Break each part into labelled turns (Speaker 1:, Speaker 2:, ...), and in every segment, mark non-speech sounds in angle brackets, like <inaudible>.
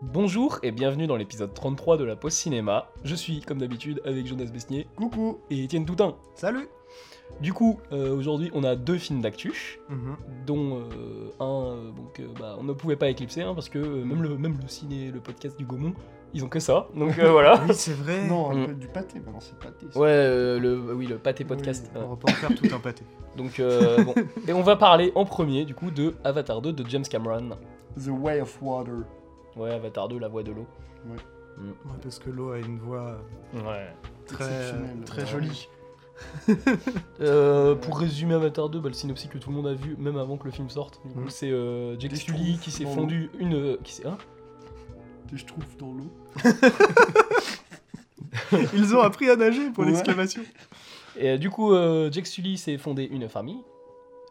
Speaker 1: Bonjour et bienvenue dans l'épisode 33 de la Pause Cinéma. Je suis, comme d'habitude, avec Jonas Besnier
Speaker 2: Coucou
Speaker 1: et Étienne Toutin.
Speaker 2: Salut
Speaker 1: Du coup, euh, aujourd'hui, on a deux films d'actu,
Speaker 2: Mhm.
Speaker 1: dont euh, un euh, bon, que, bah, on ne pouvait pas éclipser, hein, parce que euh, même, le, même le ciné, le podcast du Gaumont, ils ont que ça. Donc euh, voilà.
Speaker 3: Oui, c'est vrai.
Speaker 2: Non,
Speaker 1: Mm.
Speaker 2: un peu Eh, du pâté, maintenant c'est pâté.
Speaker 1: <laughs>
Speaker 2: ça.
Speaker 1: Ouais, euh, le, oui, le pâté
Speaker 2: Oui,
Speaker 1: podcast. hein.
Speaker 3: On va pas en faire tout un pâté.
Speaker 1: Donc <laughs> euh, bon. Et on va parler en premier, du coup, de Avatar 2 de James Cameron.
Speaker 2: The Way of Water.
Speaker 1: Ouais, Avatar 2, la voix de l'eau.
Speaker 3: Ouais, parce que l'eau a une voix euh,
Speaker 1: Ouais.
Speaker 3: très,
Speaker 2: Exceptionnel.
Speaker 3: très
Speaker 2: Ouais.
Speaker 3: jolie.
Speaker 1: Euh, pour résumer Avatar 2, bah, le synopsis que tout le monde a vu, même avant que le film sorte, du coup,
Speaker 2: Mm.
Speaker 1: c'est euh, Jake
Speaker 2: Des
Speaker 1: Sully
Speaker 2: schtroumpfs
Speaker 1: qui s'est
Speaker 2: dans
Speaker 1: fondu une. euh, qui s'est- hein
Speaker 2: Des schtroumpfs dans l'eau.
Speaker 3: Ils ont appris à nager pour
Speaker 2: Ouais.
Speaker 3: l'exclamation.
Speaker 1: Et euh, du coup, euh, Jake Sully s'est fondé une famille.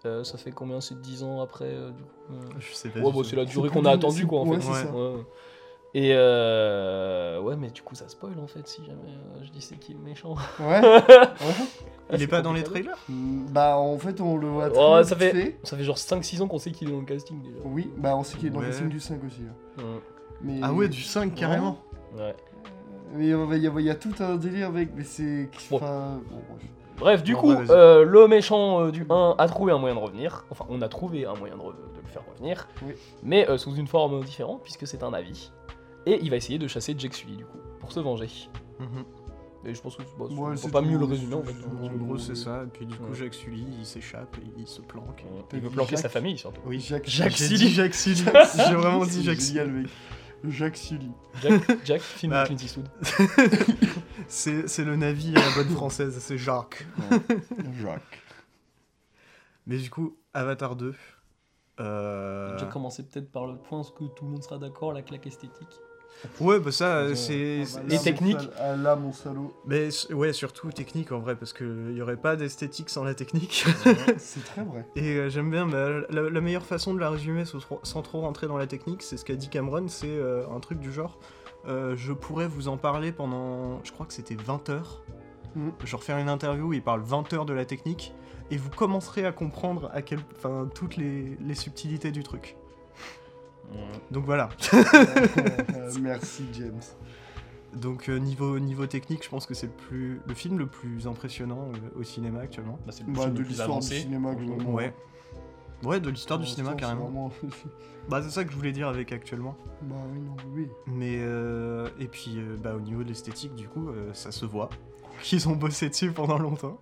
Speaker 1: Euh, ça fait combien C'est 10 ans après euh, du coup, euh,
Speaker 3: Je sais pas.
Speaker 1: Ouais,
Speaker 3: du
Speaker 1: bah,
Speaker 3: tout.
Speaker 1: c'est la durée
Speaker 2: C'est
Speaker 1: qu'on
Speaker 2: plus
Speaker 1: a
Speaker 2: d'une-
Speaker 1: attendue, quoi, en
Speaker 2: ouais,
Speaker 1: fait.
Speaker 2: c'est
Speaker 3: Ouais.
Speaker 2: ça.
Speaker 1: Ouais, ouais. Et euh, ouais, mais du coup, ça spoil en fait, si jamais euh, je dis c'est qui le
Speaker 2: <laughs>
Speaker 1: méchant.
Speaker 2: Ouais. ouais.
Speaker 3: Il est pas dans les
Speaker 1: compliqué.
Speaker 3: trailers
Speaker 2: Mm, Bah en fait on le voit
Speaker 1: Oh,
Speaker 2: très
Speaker 1: ça
Speaker 2: vite
Speaker 1: fait- Ça fait genre 5-6 ans qu'on sait qu'il est dans le casting déjà.
Speaker 2: Oui, bah on sait qu'il est dans
Speaker 3: Ouais.
Speaker 2: le film du 5 aussi. là.
Speaker 1: Mm.
Speaker 2: Mais...
Speaker 3: Ah ouais, du 5 carrément.
Speaker 1: Ouais.
Speaker 2: Mais on va- il y, a- il y a tout un délire avec, mais c'est...
Speaker 1: Bon.
Speaker 2: Enfin, bon, bref.
Speaker 1: Bref, du
Speaker 3: Bon,
Speaker 1: coup,
Speaker 3: bah, vas-y.
Speaker 1: euh, le méchant euh, du 1 a trouvé un moyen de revenir. Enfin, on a trouvé un moyen de, re- de le faire revenir.
Speaker 2: Oui.
Speaker 1: Mais euh, sous une forme différente, puisque c'est un avis. Et il va essayer de chasser Jack Sully, du coup, pour se venger.
Speaker 3: Mhm.
Speaker 1: Et je pense que bah,
Speaker 2: Ouais,
Speaker 1: c'est
Speaker 2: c'est
Speaker 1: pas
Speaker 2: tout,
Speaker 1: mieux le
Speaker 2: c'est-
Speaker 1: résumer, en
Speaker 2: c'est-
Speaker 1: fait.
Speaker 2: c'est-
Speaker 3: En
Speaker 2: Ouais,
Speaker 3: gros,
Speaker 2: ouais,
Speaker 3: c'est
Speaker 2: ouais.
Speaker 3: ça. Et puis du coup,
Speaker 1: Ouais.
Speaker 3: Jacques Sully, il s'échappe et il se planque.
Speaker 1: euh, Il veut
Speaker 2: Jacques-
Speaker 1: planquer sa famille, surtout.
Speaker 3: Oui,
Speaker 2: Jacques...
Speaker 1: Jacques
Speaker 3: J'ai
Speaker 1: Sully.
Speaker 2: <laughs>
Speaker 3: dit Jacques Sully. J'ai vraiment dit Jacques
Speaker 2: C'est
Speaker 3: Sully.
Speaker 2: génial, mec. Jacques Sully.
Speaker 1: Jack, Jack film de
Speaker 3: Bah.
Speaker 1: Clint Eastwood.
Speaker 3: C'est c'est le navire à la bonne française, c'est Jacques.
Speaker 2: Jacques.
Speaker 3: Mais du coup, Avatar 2. euh,
Speaker 1: Je vais commencer peut-être par le point, ce que tout le monde sera d'accord, la claque esthétique.
Speaker 3: Ouais, bah ça,
Speaker 1: Ils ont-
Speaker 3: euh, c'est.
Speaker 2: Ah, bah,
Speaker 3: c'est-
Speaker 2: là,
Speaker 1: Et
Speaker 2: mon
Speaker 1: technique.
Speaker 2: sal- Ah là, mon salaud.
Speaker 3: <laughs> Mais s- ouais, surtout technique en vrai, parce qu'il n'y aurait pas d'esthétique sans la technique. <laughs>
Speaker 2: C'est très vrai.
Speaker 3: Et euh, j'aime bien, mais la, la meilleure façon de la résumer sans trop, sans trop rentrer dans la technique, c'est ce qu'a dit Cameron, c'est euh, un truc du genre, euh, je pourrais vous en parler pendant, je crois que c'était 20 heures,
Speaker 2: Mhm.
Speaker 3: genre faire une interview où il parle 20 heures de la technique, et vous commencerez à comprendre à quel, enfin, toutes les, les subtilités du truc.
Speaker 1: Mmh,
Speaker 3: Donc voilà.
Speaker 2: Euh, Merci James.
Speaker 3: Donc euh, niveau, niveau technique, je pense que c'est le, plus- le film le plus impressionnant euh, au cinéma actuellement.
Speaker 1: Bah, c'est le
Speaker 2: Bah,
Speaker 1: film
Speaker 2: de
Speaker 1: le plus
Speaker 2: l'histoire du
Speaker 1: avancé. Mmh.
Speaker 2: cinéma, globalement.
Speaker 3: Ouais. Ouais, de l'histoire du
Speaker 2: Pour
Speaker 3: cinéma
Speaker 2: l'instant,
Speaker 3: carrément.
Speaker 2: c'est vraiment- <laughs>
Speaker 3: Bah c'est ça que je voulais dire avec actuellement.
Speaker 2: Bah oui, non, oui.
Speaker 3: Mais euh, et puis euh, bah, au niveau de l'esthétique du coup euh, ça se voit <laughs> qu'ils ont bossé dessus pendant longtemps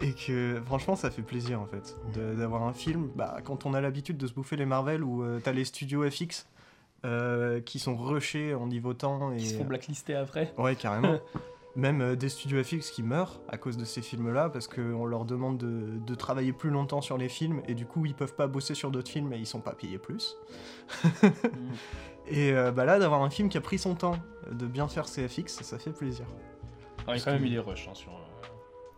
Speaker 3: et que franchement ça fait plaisir en fait de- d'avoir un film bah, quand on a l'habitude de se bouffer les Marvel où euh, t'as les studios FX euh, qui sont rushés en niveau temps et euh,
Speaker 1: Qui se font blacklister après.
Speaker 3: ouais carrément <laughs> même euh, des studios FX qui meurent à cause de ces films là parce qu'on leur demande de, de travailler plus longtemps sur les films et du coup ils peuvent pas bosser sur d'autres films et ils sont pas payés plus
Speaker 1: Mmh. Ah,
Speaker 3: et euh, bah là, d'avoir un film qui a pris son temps de bien faire CFX, ça fait plaisir.
Speaker 1: Ah, il y a quand
Speaker 3: Parce
Speaker 1: même eu
Speaker 3: que-
Speaker 1: des rushs hein, sur. euh,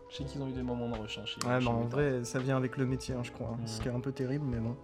Speaker 1: Je sais qu'ils ont eu des moments de rush hein, chez.
Speaker 3: Ouais, mais
Speaker 1: chez
Speaker 3: en
Speaker 1: Weta.
Speaker 3: vrai, ça vient avec le métier, hein, je crois. hein, Ce
Speaker 1: Mm.
Speaker 3: qui est un peu terrible, mais bon.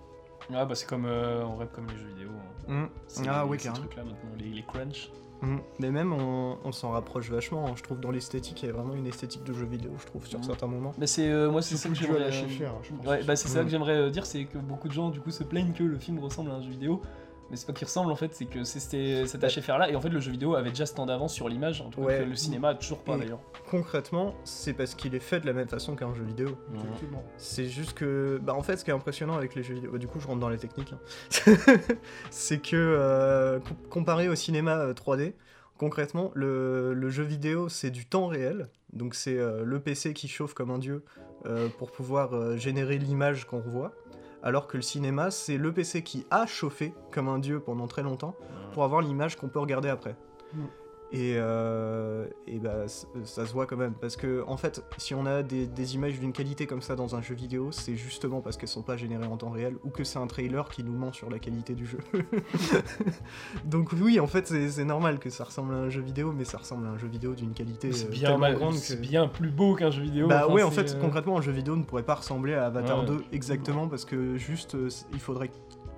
Speaker 1: Ouais, bah c'est comme euh, en vrai comme les jeux vidéo. hein. C'est
Speaker 3: Ah
Speaker 1: les-
Speaker 3: ouais,
Speaker 1: ces
Speaker 3: carrément.
Speaker 1: trucs-là maintenant, les, les crunch.
Speaker 3: Mm. Mais même, on, on s'en rapproche vachement. hein, Je trouve dans l'esthétique, il y a vraiment une esthétique de jeu vidéo, je trouve, sur
Speaker 1: Mm.
Speaker 3: certains moments.
Speaker 1: Mais c'est euh, moi c'est ça
Speaker 2: Surtout
Speaker 1: que
Speaker 2: le jeu à
Speaker 1: j'aimerais. euh,
Speaker 2: la
Speaker 3: hein,
Speaker 2: Schaeffer, je pense.
Speaker 1: Ouais, bah c'est ça
Speaker 3: Mm.
Speaker 1: que j'aimerais euh, dire, c'est que beaucoup de gens du coup se plaignent que le film ressemble à un jeu vidéo. Mais c'est pas qu'il ressemble en fait, c'est que c'était cet HFR là. Et en fait, le jeu vidéo avait déjà ce temps d'avance sur l'image, en tout cas
Speaker 3: Bah Ouais.
Speaker 1: que le cinéma a toujours pas
Speaker 3: Et-
Speaker 1: d'ailleurs.
Speaker 3: Concrètement, c'est parce qu'il est fait de la même façon qu'un jeu vidéo.
Speaker 2: Exactement.
Speaker 3: C'est juste que, bah en fait, ce qui est impressionnant avec les jeux vidéo, du coup, je rentre dans les techniques, hein. <laughs> c'est que euh, com- comparé au cinéma euh, 3D, concrètement, le, le jeu vidéo, c'est du temps réel, donc c'est euh, le PC qui chauffe comme un dieu euh, pour pouvoir euh, générer l'image qu'on revoit, alors que le cinéma, c'est le PC qui a chauffé comme un dieu pendant très longtemps pour avoir l'image qu'on peut regarder après.
Speaker 2: Mm.
Speaker 3: Et, euh, et bah, c- ça se voit quand même. Parce que, en fait, si on a des, des images d'une qualité comme ça dans un jeu vidéo, c'est justement parce qu'elles sont pas générées en temps réel ou que c'est un trailer qui nous ment sur la qualité du jeu. <laughs> Donc, oui, en fait, c'est c'est normal que ça ressemble à un jeu vidéo, mais ça ressemble à un jeu vidéo d'une qualité
Speaker 1: C'est
Speaker 3: euh,
Speaker 1: bien,
Speaker 3: tellement
Speaker 1: mal-
Speaker 3: grande
Speaker 1: c'est
Speaker 3: que-
Speaker 1: bien plus beau qu'un jeu vidéo.
Speaker 3: bah
Speaker 1: enfin,
Speaker 3: ouais, en
Speaker 1: c'est,
Speaker 3: fait,
Speaker 1: euh,
Speaker 3: concrètement, un jeu vidéo ne pourrait pas ressembler à Avatar
Speaker 1: Ouais.
Speaker 3: 2 exactement parce que juste, euh, c- il faudrait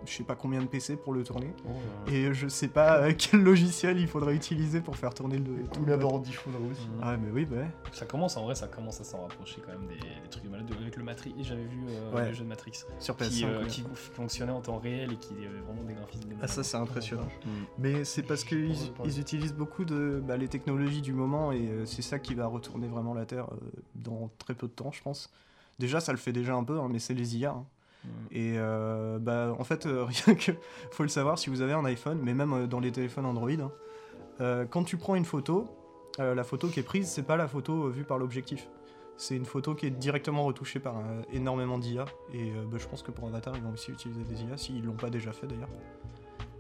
Speaker 3: je sais pas combien de PC pour le tourner.
Speaker 2: Oh là là.
Speaker 3: Et je sais pas euh, <laughs> quel logiciel il faudrait utiliser pour faire tourner le. tout
Speaker 2: Ou
Speaker 3: le-
Speaker 2: la bande, il faudra aussi.
Speaker 1: Mhm.
Speaker 3: Ah mais oui, bah ouais.
Speaker 1: Ça commence en vrai, ça commence à s'en rapprocher quand même des, des trucs de malade. Avec le Matrix, j'avais vu euh,
Speaker 3: Ouais.
Speaker 1: le jeu de Matrix
Speaker 3: Sur PS5.
Speaker 1: qui, euh,
Speaker 3: ouais.
Speaker 1: qui fonctionnait en temps réel et qui avait vraiment des graphismes. de
Speaker 3: Ah ça
Speaker 1: malade.
Speaker 3: c'est impressionnant.
Speaker 2: Mhm.
Speaker 3: Mais c'est parce qu'ils
Speaker 2: Je comprends pas.
Speaker 3: ils utilisent beaucoup de bah, les technologies du moment et euh, c'est ça qui va retourner vraiment la Terre euh, dans très peu de temps, je pense. Déjà, ça le fait déjà un peu, hein, mais c'est les IA. hein.
Speaker 1: Mm.
Speaker 3: Et euh, bah, en fait, euh, <laughs> rien que faut le savoir, si vous avez un iPhone, mais même euh, dans les téléphones Android, hein, euh, quand tu prends une photo, euh, la photo qui est prise, c'est pas la photo euh, vue par l'objectif. C'est une photo qui est directement retouchée par euh, énormément d'IA. Et euh, bah, je pense que pour Avatar, ils vont aussi utiliser des IA, s'ils l'ont pas déjà fait d'ailleurs.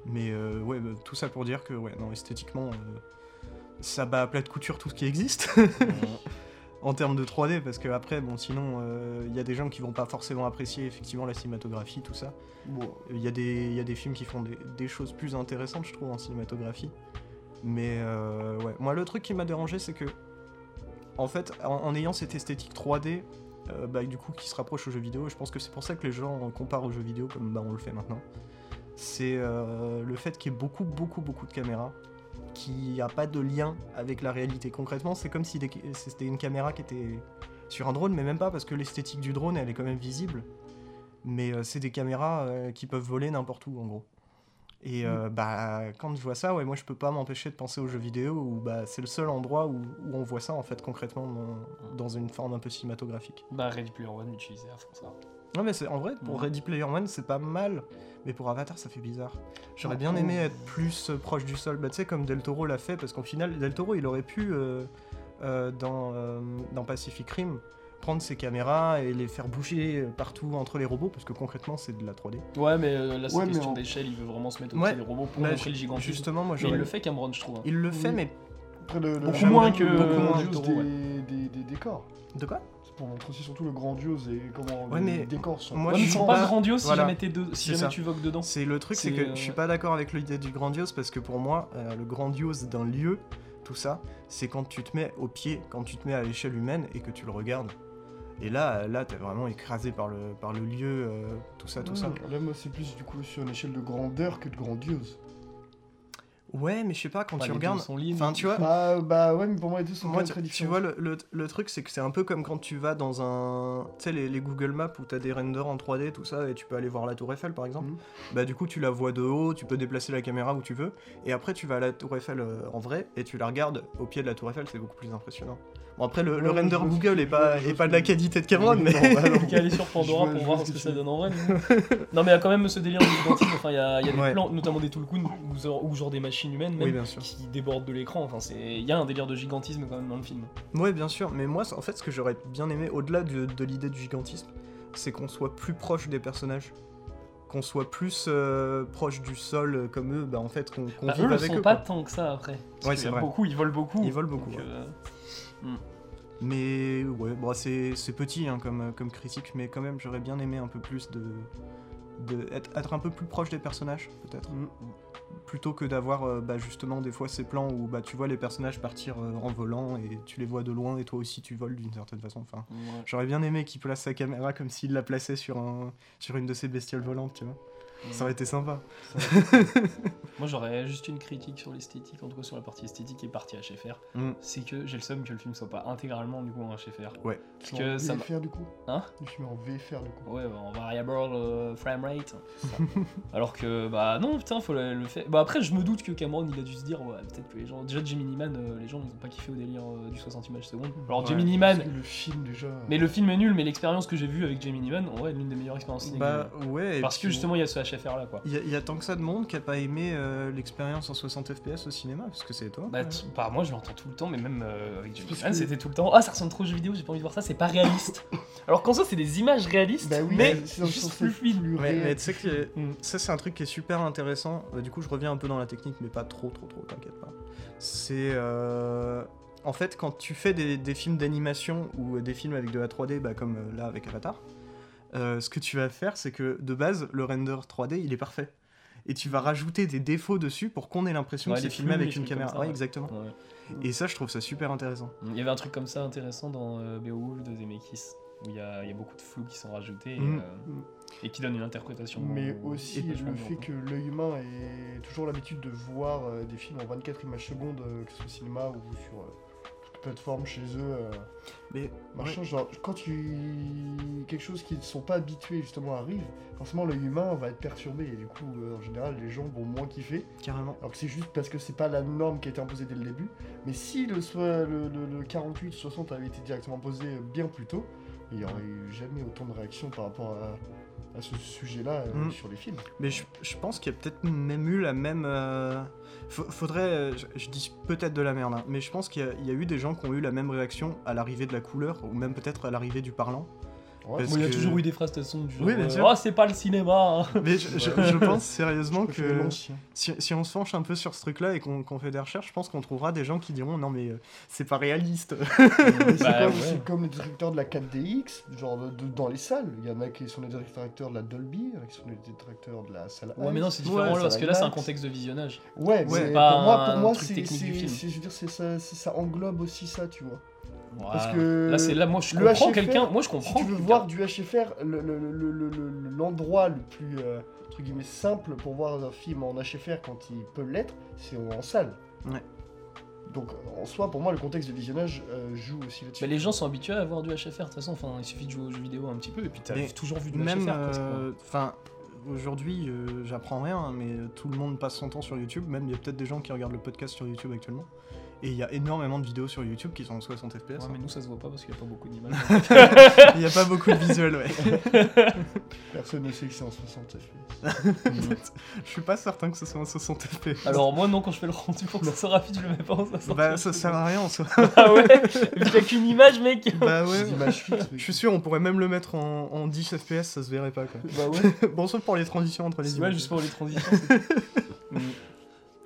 Speaker 3: Mais euh, ouais, bah, tout ça pour dire que, ouais, non, esthétiquement, euh, ça bat à plat de couture tout ce qui existe. en termes de 3D, parce que après, bon, sinon, euh, il y a des gens qui vont pas forcément apprécier effectivement la cinématographie, tout ça.
Speaker 2: Bon,
Speaker 3: Il y, a des- il y a des films qui font des, des choses plus intéressantes, je trouve, en cinématographie. Mais euh, ouais, moi, le truc qui m'a dérangé, c'est que, en fait, en, en ayant cette esthétique 3D, euh, bah, du coup, qui se rapproche aux jeux vidéo, je pense que c'est pour ça que les gens comparent aux jeux vidéo comme bah, on le fait maintenant. C'est euh, le fait qu'il y ait beaucoup, beaucoup, beaucoup de caméras, qu'il n'y a pas de lien avec la réalité. Concrètement, c'est comme si des- c'était une caméra qui était sur un drone, mais même pas, parce que l'esthétique du drone, elle est quand même visible mais euh, c'est des caméras euh, qui peuvent voler n'importe où en gros. Et euh, bah quand je vois ça, ouais, moi je peux pas m'empêcher de penser aux jeux vidéo où bah c'est le seul endroit où, où on voit ça en fait concrètement dans, dans une forme un peu cinématographique.
Speaker 1: Bah, Ready Player One utilisait à fond ça.
Speaker 3: Non mais c'est en vrai pour
Speaker 1: Mhm.
Speaker 3: Ready Player One c'est pas mal, mais pour Avatar ça fait bizarre. J'aurais bien
Speaker 1: Ouh.
Speaker 3: aimé être plus euh, proche du sol, bah, tu sais comme Del Toro l'a fait parce qu'au final Del Toro il aurait pu euh, euh, dans, euh, dans Pacific Rim prendre ses caméras et les faire bouger euh, partout entre les robots parce que concrètement c'est de la 3D.
Speaker 1: Ouais, mais euh, là, c'est
Speaker 2: Ouais, mais
Speaker 1: question
Speaker 2: en-
Speaker 1: d'échelle, il veut vraiment se mettre au
Speaker 3: Ouais.
Speaker 1: pied des robots pour
Speaker 3: Bah,
Speaker 1: montrer le gigantisme.
Speaker 3: Justement, moi
Speaker 1: Mais il
Speaker 3: j'aurais.
Speaker 1: le fait Cameron, je trouve. hein.
Speaker 3: Il le fait,
Speaker 2: Oui.
Speaker 3: mais
Speaker 2: après le, le-
Speaker 1: Beaucoup
Speaker 2: j'aimerais
Speaker 1: moins que-
Speaker 2: beaucoup moins
Speaker 1: Del Toro,
Speaker 2: des,
Speaker 1: ouais.
Speaker 2: des, des décors.
Speaker 3: de quoi
Speaker 2: C'est pour montrer aussi surtout le grandiose et comment
Speaker 3: Ouais,
Speaker 2: les
Speaker 3: mais
Speaker 2: décors sont.
Speaker 3: moi,
Speaker 1: ouais,
Speaker 3: je
Speaker 1: mais ils
Speaker 3: suis
Speaker 1: sont
Speaker 3: pas-
Speaker 1: pas grandioses si
Speaker 3: voilà.
Speaker 1: jamais, t'es de- si
Speaker 3: C'est
Speaker 1: jamais
Speaker 3: ça.
Speaker 1: tu vogues dedans.
Speaker 3: C'est le truc, c'est
Speaker 1: C'est,
Speaker 3: que
Speaker 1: euh,
Speaker 3: je suis pas d'accord avec l'idée du grandiose parce que pour moi, euh, le grandiose d'un lieu, tout ça, c'est quand tu te mets au pied, quand tu te mets à l'échelle humaine et que tu le regardes. Et là, euh, là, t'es vraiment écrasé par le, par le lieu, euh, tout ça, tout ça.
Speaker 2: Mmh, Là, moi, c'est plus du coup sur une échelle de grandeur que de grandiose.
Speaker 3: Ouais, mais je sais pas, quand
Speaker 1: Enfin,
Speaker 3: tu
Speaker 1: les deux
Speaker 3: regardes.
Speaker 1: sont liés,
Speaker 3: Enfin,
Speaker 1: <laughs> mais-
Speaker 3: tu vois,
Speaker 2: Bah, bah ouais, mais pour moi, les deux sont
Speaker 3: Moi,
Speaker 2: quand même
Speaker 3: tu,
Speaker 2: très
Speaker 3: tu
Speaker 2: différents.
Speaker 3: vois, le, le- le truc, c'est que c'est un peu comme quand tu vas dans un. Tu sais, les, les Google Maps où t'as des renders en 3D, tout ça, et tu peux aller voir la Tour Eiffel par exemple.
Speaker 2: Mhm.
Speaker 3: Bah, du coup, tu la vois de haut, tu peux déplacer la caméra où tu veux, et après, tu vas à la Tour Eiffel euh, en vrai, et tu la regardes au pied de la Tour Eiffel, c'est beaucoup plus impressionnant. Bon, après, le, le
Speaker 2: Ouais,
Speaker 3: render
Speaker 2: je vois ce
Speaker 3: Google
Speaker 2: que-
Speaker 3: est pas,
Speaker 2: je vois
Speaker 3: est
Speaker 2: ce
Speaker 3: pas de
Speaker 2: que-
Speaker 3: la qualité de Cameron,
Speaker 2: Non,
Speaker 3: mais.
Speaker 2: bah non.
Speaker 1: <laughs> Donc aller sur Pandora
Speaker 2: Je vois-
Speaker 1: pour
Speaker 2: je
Speaker 1: voir
Speaker 2: vois
Speaker 1: ce
Speaker 2: ce
Speaker 1: que
Speaker 2: que
Speaker 1: ça
Speaker 2: tu
Speaker 1: donne en vrai. mais- non, mais il y a quand même ce délire de gigantisme. Enfin, il y a, il y a des
Speaker 3: Ouais.
Speaker 1: plans, notamment des tout le ou, genre- ou genre des machines humaines
Speaker 3: <laughs> oui, bah.
Speaker 1: même,
Speaker 3: bien sûr.
Speaker 1: qui débordent de l'écran. Enfin, c'est- il y a un délire de gigantisme quand même dans le film.
Speaker 3: Ouais, bien sûr, mais moi, en fait, ce que j'aurais bien aimé, au-delà du- de l'idée du gigantisme, c'est qu'on soit plus proche des personnages. Qu'on soit plus euh, proche du sol euh, comme eux, bah en fait, qu'on qu'on
Speaker 1: Bah, eux
Speaker 3: vive
Speaker 1: le
Speaker 3: avec
Speaker 1: sont
Speaker 3: eux.
Speaker 1: pas
Speaker 3: quoi.
Speaker 1: tant que ça après. Parce
Speaker 3: Ouais,
Speaker 1: que
Speaker 3: c'est vrai.
Speaker 1: Beaucoup, ils volent beaucoup.
Speaker 3: Ils volent beaucoup.
Speaker 1: Donc,
Speaker 3: ouais.
Speaker 1: euh,
Speaker 3: Mais ouais, bon, c'est c'est petit hein, comme, comme critique, mais quand même, j'aurais bien aimé un peu plus de. de être, être un peu plus proche des personnages, peut-être.
Speaker 1: Mm.
Speaker 2: Mhm.
Speaker 3: Plutôt que d'avoir euh, bah, justement des fois ces plans où bah, tu vois les personnages partir euh, en volant et tu les vois de loin et toi aussi tu voles d'une certaine façon. Enfin,
Speaker 1: ouais.
Speaker 3: J'aurais bien aimé qu'il place sa caméra comme s'il la plaçait sur, un, sur une de ses bestioles volantes, tu vois. Ça aurait été sympa.
Speaker 1: Moi j'aurais juste une critique sur l'esthétique, en tout cas sur la partie esthétique et partie HFR.
Speaker 3: Mm.
Speaker 1: C'est que j'ai le seum que le film soit pas intégralement du coup en HFR.
Speaker 2: Parce
Speaker 1: que ça m'a-
Speaker 2: VFR du coup
Speaker 1: Hein
Speaker 2: Je suis en VFR du coup.
Speaker 1: Ouais, bah, en variable euh, frame rate. <laughs> Alors que bah non, putain, faut le, le faire. Bah après, je me doute que Cameron il a dû se dire, ouais, peut-être que les gens. Déjà, Gemini Man, euh, les gens ils ont pas kiffé au délire euh, du 60 images secondes. Alors,
Speaker 3: Ouais.
Speaker 1: Gemini
Speaker 2: Parce
Speaker 1: Man,
Speaker 2: que le film déjà.
Speaker 1: mais le film est nul, mais l'expérience que j'ai vue avec Gemini Man, en vrai, est l'une des meilleures expériences ciné que j'ai
Speaker 3: Bah
Speaker 1: vues.
Speaker 3: ouais. et
Speaker 1: Parce
Speaker 3: puis,
Speaker 1: que justement, il y a ce HFR là quoi.
Speaker 3: Il y, a- il y a tant que ça de monde qui a pas aimé euh, l'expérience en 60 FPS au cinéma, parce que c'est toi. hein.
Speaker 1: Bah,
Speaker 3: ouais.
Speaker 1: tu- bah, moi je l'entends tout le temps, mais même euh, avec James
Speaker 2: Parce
Speaker 1: Gunn,
Speaker 2: que-
Speaker 1: c'était tout le temps. Ah, ça ressemble trop aux jeux vidéo, j'ai pas envie de voir ça, c'est pas réaliste. Alors qu'en soi, c'est des images réalistes,
Speaker 2: Bah oui,
Speaker 1: mais
Speaker 2: mais c'est dans le
Speaker 1: juste
Speaker 2: sens
Speaker 1: plus fluide.
Speaker 2: plus
Speaker 3: Ouais,
Speaker 2: réel.
Speaker 3: mais tu sais que
Speaker 1: Mm.
Speaker 3: ça c'est un truc qui est super intéressant. Euh, du coup, je reviens un peu dans la technique, mais pas trop, trop, trop, t'inquiète pas. C'est euh, en fait quand tu fais des, des films d'animation ou euh, des films avec de la 3D, bah, comme euh, là avec Avatar. euh, ce que tu vas faire, c'est que de base, le render 3D, il est parfait. Et tu vas rajouter des défauts dessus pour qu'on ait l'impression
Speaker 1: Ouais,
Speaker 3: que
Speaker 1: les
Speaker 3: c'est filmé
Speaker 1: flous,
Speaker 3: avec
Speaker 1: les
Speaker 3: une
Speaker 1: trucs comme
Speaker 3: caméra.
Speaker 1: ça,
Speaker 3: ouais,
Speaker 1: ouais.
Speaker 3: exactement.
Speaker 1: Ouais.
Speaker 3: Et ça, je trouve ça super intéressant.
Speaker 1: Il y avait un truc comme ça intéressant dans euh, Beowulf de Zemeckis, où il y a, il y a beaucoup de flous qui sont rajoutés. et,
Speaker 3: Mm.
Speaker 1: euh, et qui donne une interprétation.
Speaker 2: mais
Speaker 1: euh,
Speaker 2: aussi
Speaker 1: vachement
Speaker 2: le
Speaker 1: bien,
Speaker 2: fait
Speaker 1: quoi.
Speaker 2: que l'œil humain ait toujours l'habitude de voir euh, des films en 24 images secondes, euh, que ce soit au cinéma ou sur euh, toute plateforme chez eux. euh,
Speaker 3: Mais
Speaker 2: machin, genre, quand tu... quelque chose qu'ils ne sont pas habitués justement arrive, forcément l'œil humain va être perturbé et du coup, euh, en général, les gens vont moins kiffer.
Speaker 3: carrément.
Speaker 2: Alors que c'est juste parce que c'est pas la norme qui a été imposée dès le début. Mais si le, soi- le, le, 48-60 avait été directement posé bien plus tôt, il n'y aurait eu jamais autant de réactions par rapport à, à ce sujet-là euh,
Speaker 3: Mm.
Speaker 2: sur les films.
Speaker 3: Mais je, je pense qu'il y a peut-être même eu la même. euh, fa- Faudrait. euh, Je, je dis peut-être de la merde, hein, mais je pense qu'il y, a- il y a eu des gens qui ont eu la même réaction à l'arrivée de la couleur, ou même peut-être à l'arrivée du parlant.
Speaker 2: Ouais,
Speaker 3: Parce
Speaker 1: Moi, il y a
Speaker 3: que-
Speaker 1: toujours eu des phrases de toute façon du genre
Speaker 3: Oui, bien
Speaker 1: euh,
Speaker 3: sûr.
Speaker 1: Oh, c'est pas le cinéma
Speaker 2: Ah
Speaker 1: hein.
Speaker 3: Mais je, je- je pense sérieusement
Speaker 2: je préfère
Speaker 3: que
Speaker 2: l'ancien.
Speaker 3: si, si on se penche un peu sur ce truc-là et qu'on qu'on fait des recherches, je pense qu'on trouvera des gens qui diront non, mais euh, c'est
Speaker 1: <laughs>
Speaker 3: pas réaliste.
Speaker 2: <laughs> Mais c'est
Speaker 1: Bah,
Speaker 2: comme,
Speaker 1: ouais.
Speaker 2: c'est comme les directeurs de la 4DX, genre de- de- dans les salles. Il y en a qui sont les directeurs de la Dolby, il y en a qui sont les directeurs de la salle.
Speaker 1: Ouais, mais non, c'est différent
Speaker 3: Ouais,
Speaker 1: là,
Speaker 2: ça
Speaker 1: parce
Speaker 2: va
Speaker 1: que là, c'est un
Speaker 2: être-
Speaker 1: contexte de visionnage.
Speaker 2: Ouais,
Speaker 3: Ouais,
Speaker 2: mais
Speaker 1: pas
Speaker 2: pour moi,
Speaker 1: un
Speaker 2: pour moi
Speaker 1: truc
Speaker 2: c'est,
Speaker 1: technique du
Speaker 2: c'est-
Speaker 1: film.
Speaker 2: c'est- je veux dire, c'est ça, c'est- ça englobe aussi ça, tu vois. Parce
Speaker 1: Voilà.
Speaker 2: que
Speaker 1: Là, c'est là, moi, je
Speaker 2: le
Speaker 1: comprends
Speaker 2: HFR,
Speaker 1: quelqu'un. Moi, je
Speaker 2: si
Speaker 3: Oh,
Speaker 1: comprends.
Speaker 2: tu veux
Speaker 1: quelqu'un.
Speaker 2: voir du HFR, le- le- le- le- le- le- l'endroit le plus euh, entre guillemets simple pour voir un film en HFR quand il peut l'être, c'est en salle.
Speaker 3: Ouais.
Speaker 2: Donc en soi, pour moi, le contexte de visionnage euh, joue aussi là-dessus.
Speaker 1: Mais Bah, les gens sont habitués à voir du HFR, de toute façon, enfin, il suffit de jouer aux jeux vidéo un petit peu, et puis t'as
Speaker 3: Mais
Speaker 1: toujours vu du
Speaker 3: même.
Speaker 1: HFR. quoi, c'est
Speaker 3: euh, Enfin. Aujourd'hui, euh, j'apprends rien, hein, mais euh, tout le monde passe son temps sur YouTube. Même il y a peut-être des gens qui regardent le podcast sur YouTube actuellement. Et il y a énormément de vidéos sur YouTube qui sont en 60 FPS.
Speaker 1: pas-
Speaker 3: hein.
Speaker 1: Ouais, mais nous, ça se voit pas parce qu'il y a pas beaucoup d'images. <laughs>
Speaker 3: Il n'y a pas beaucoup de visuels, ouais.
Speaker 2: Personne ne sait que c'est en 60 FPS.
Speaker 3: <laughs> Je suis pas certain que ce soit un 60 FPS.
Speaker 1: Alors, moi, non, quand je fais le rendu pour que ça soit rapide, je le mets pas en 60.
Speaker 3: Bah, ça sert à rien en soi.
Speaker 1: <laughs> Ah ouais Vu qu'il y a qu'une image, mec
Speaker 3: bah
Speaker 2: C'est
Speaker 3: ouais.
Speaker 2: des images
Speaker 3: <laughs>
Speaker 2: fixes. mais-
Speaker 3: Je suis sûr, on pourrait même le mettre en, en 10 FPS, ça se verrait pas quoi.
Speaker 1: <laughs>
Speaker 3: <laughs>
Speaker 1: Bah ouais,
Speaker 3: bon, sauf pour les transitions entre les
Speaker 1: ouais juste pour les transitions. c'est tout.
Speaker 3: <laughs>
Speaker 1: Mm.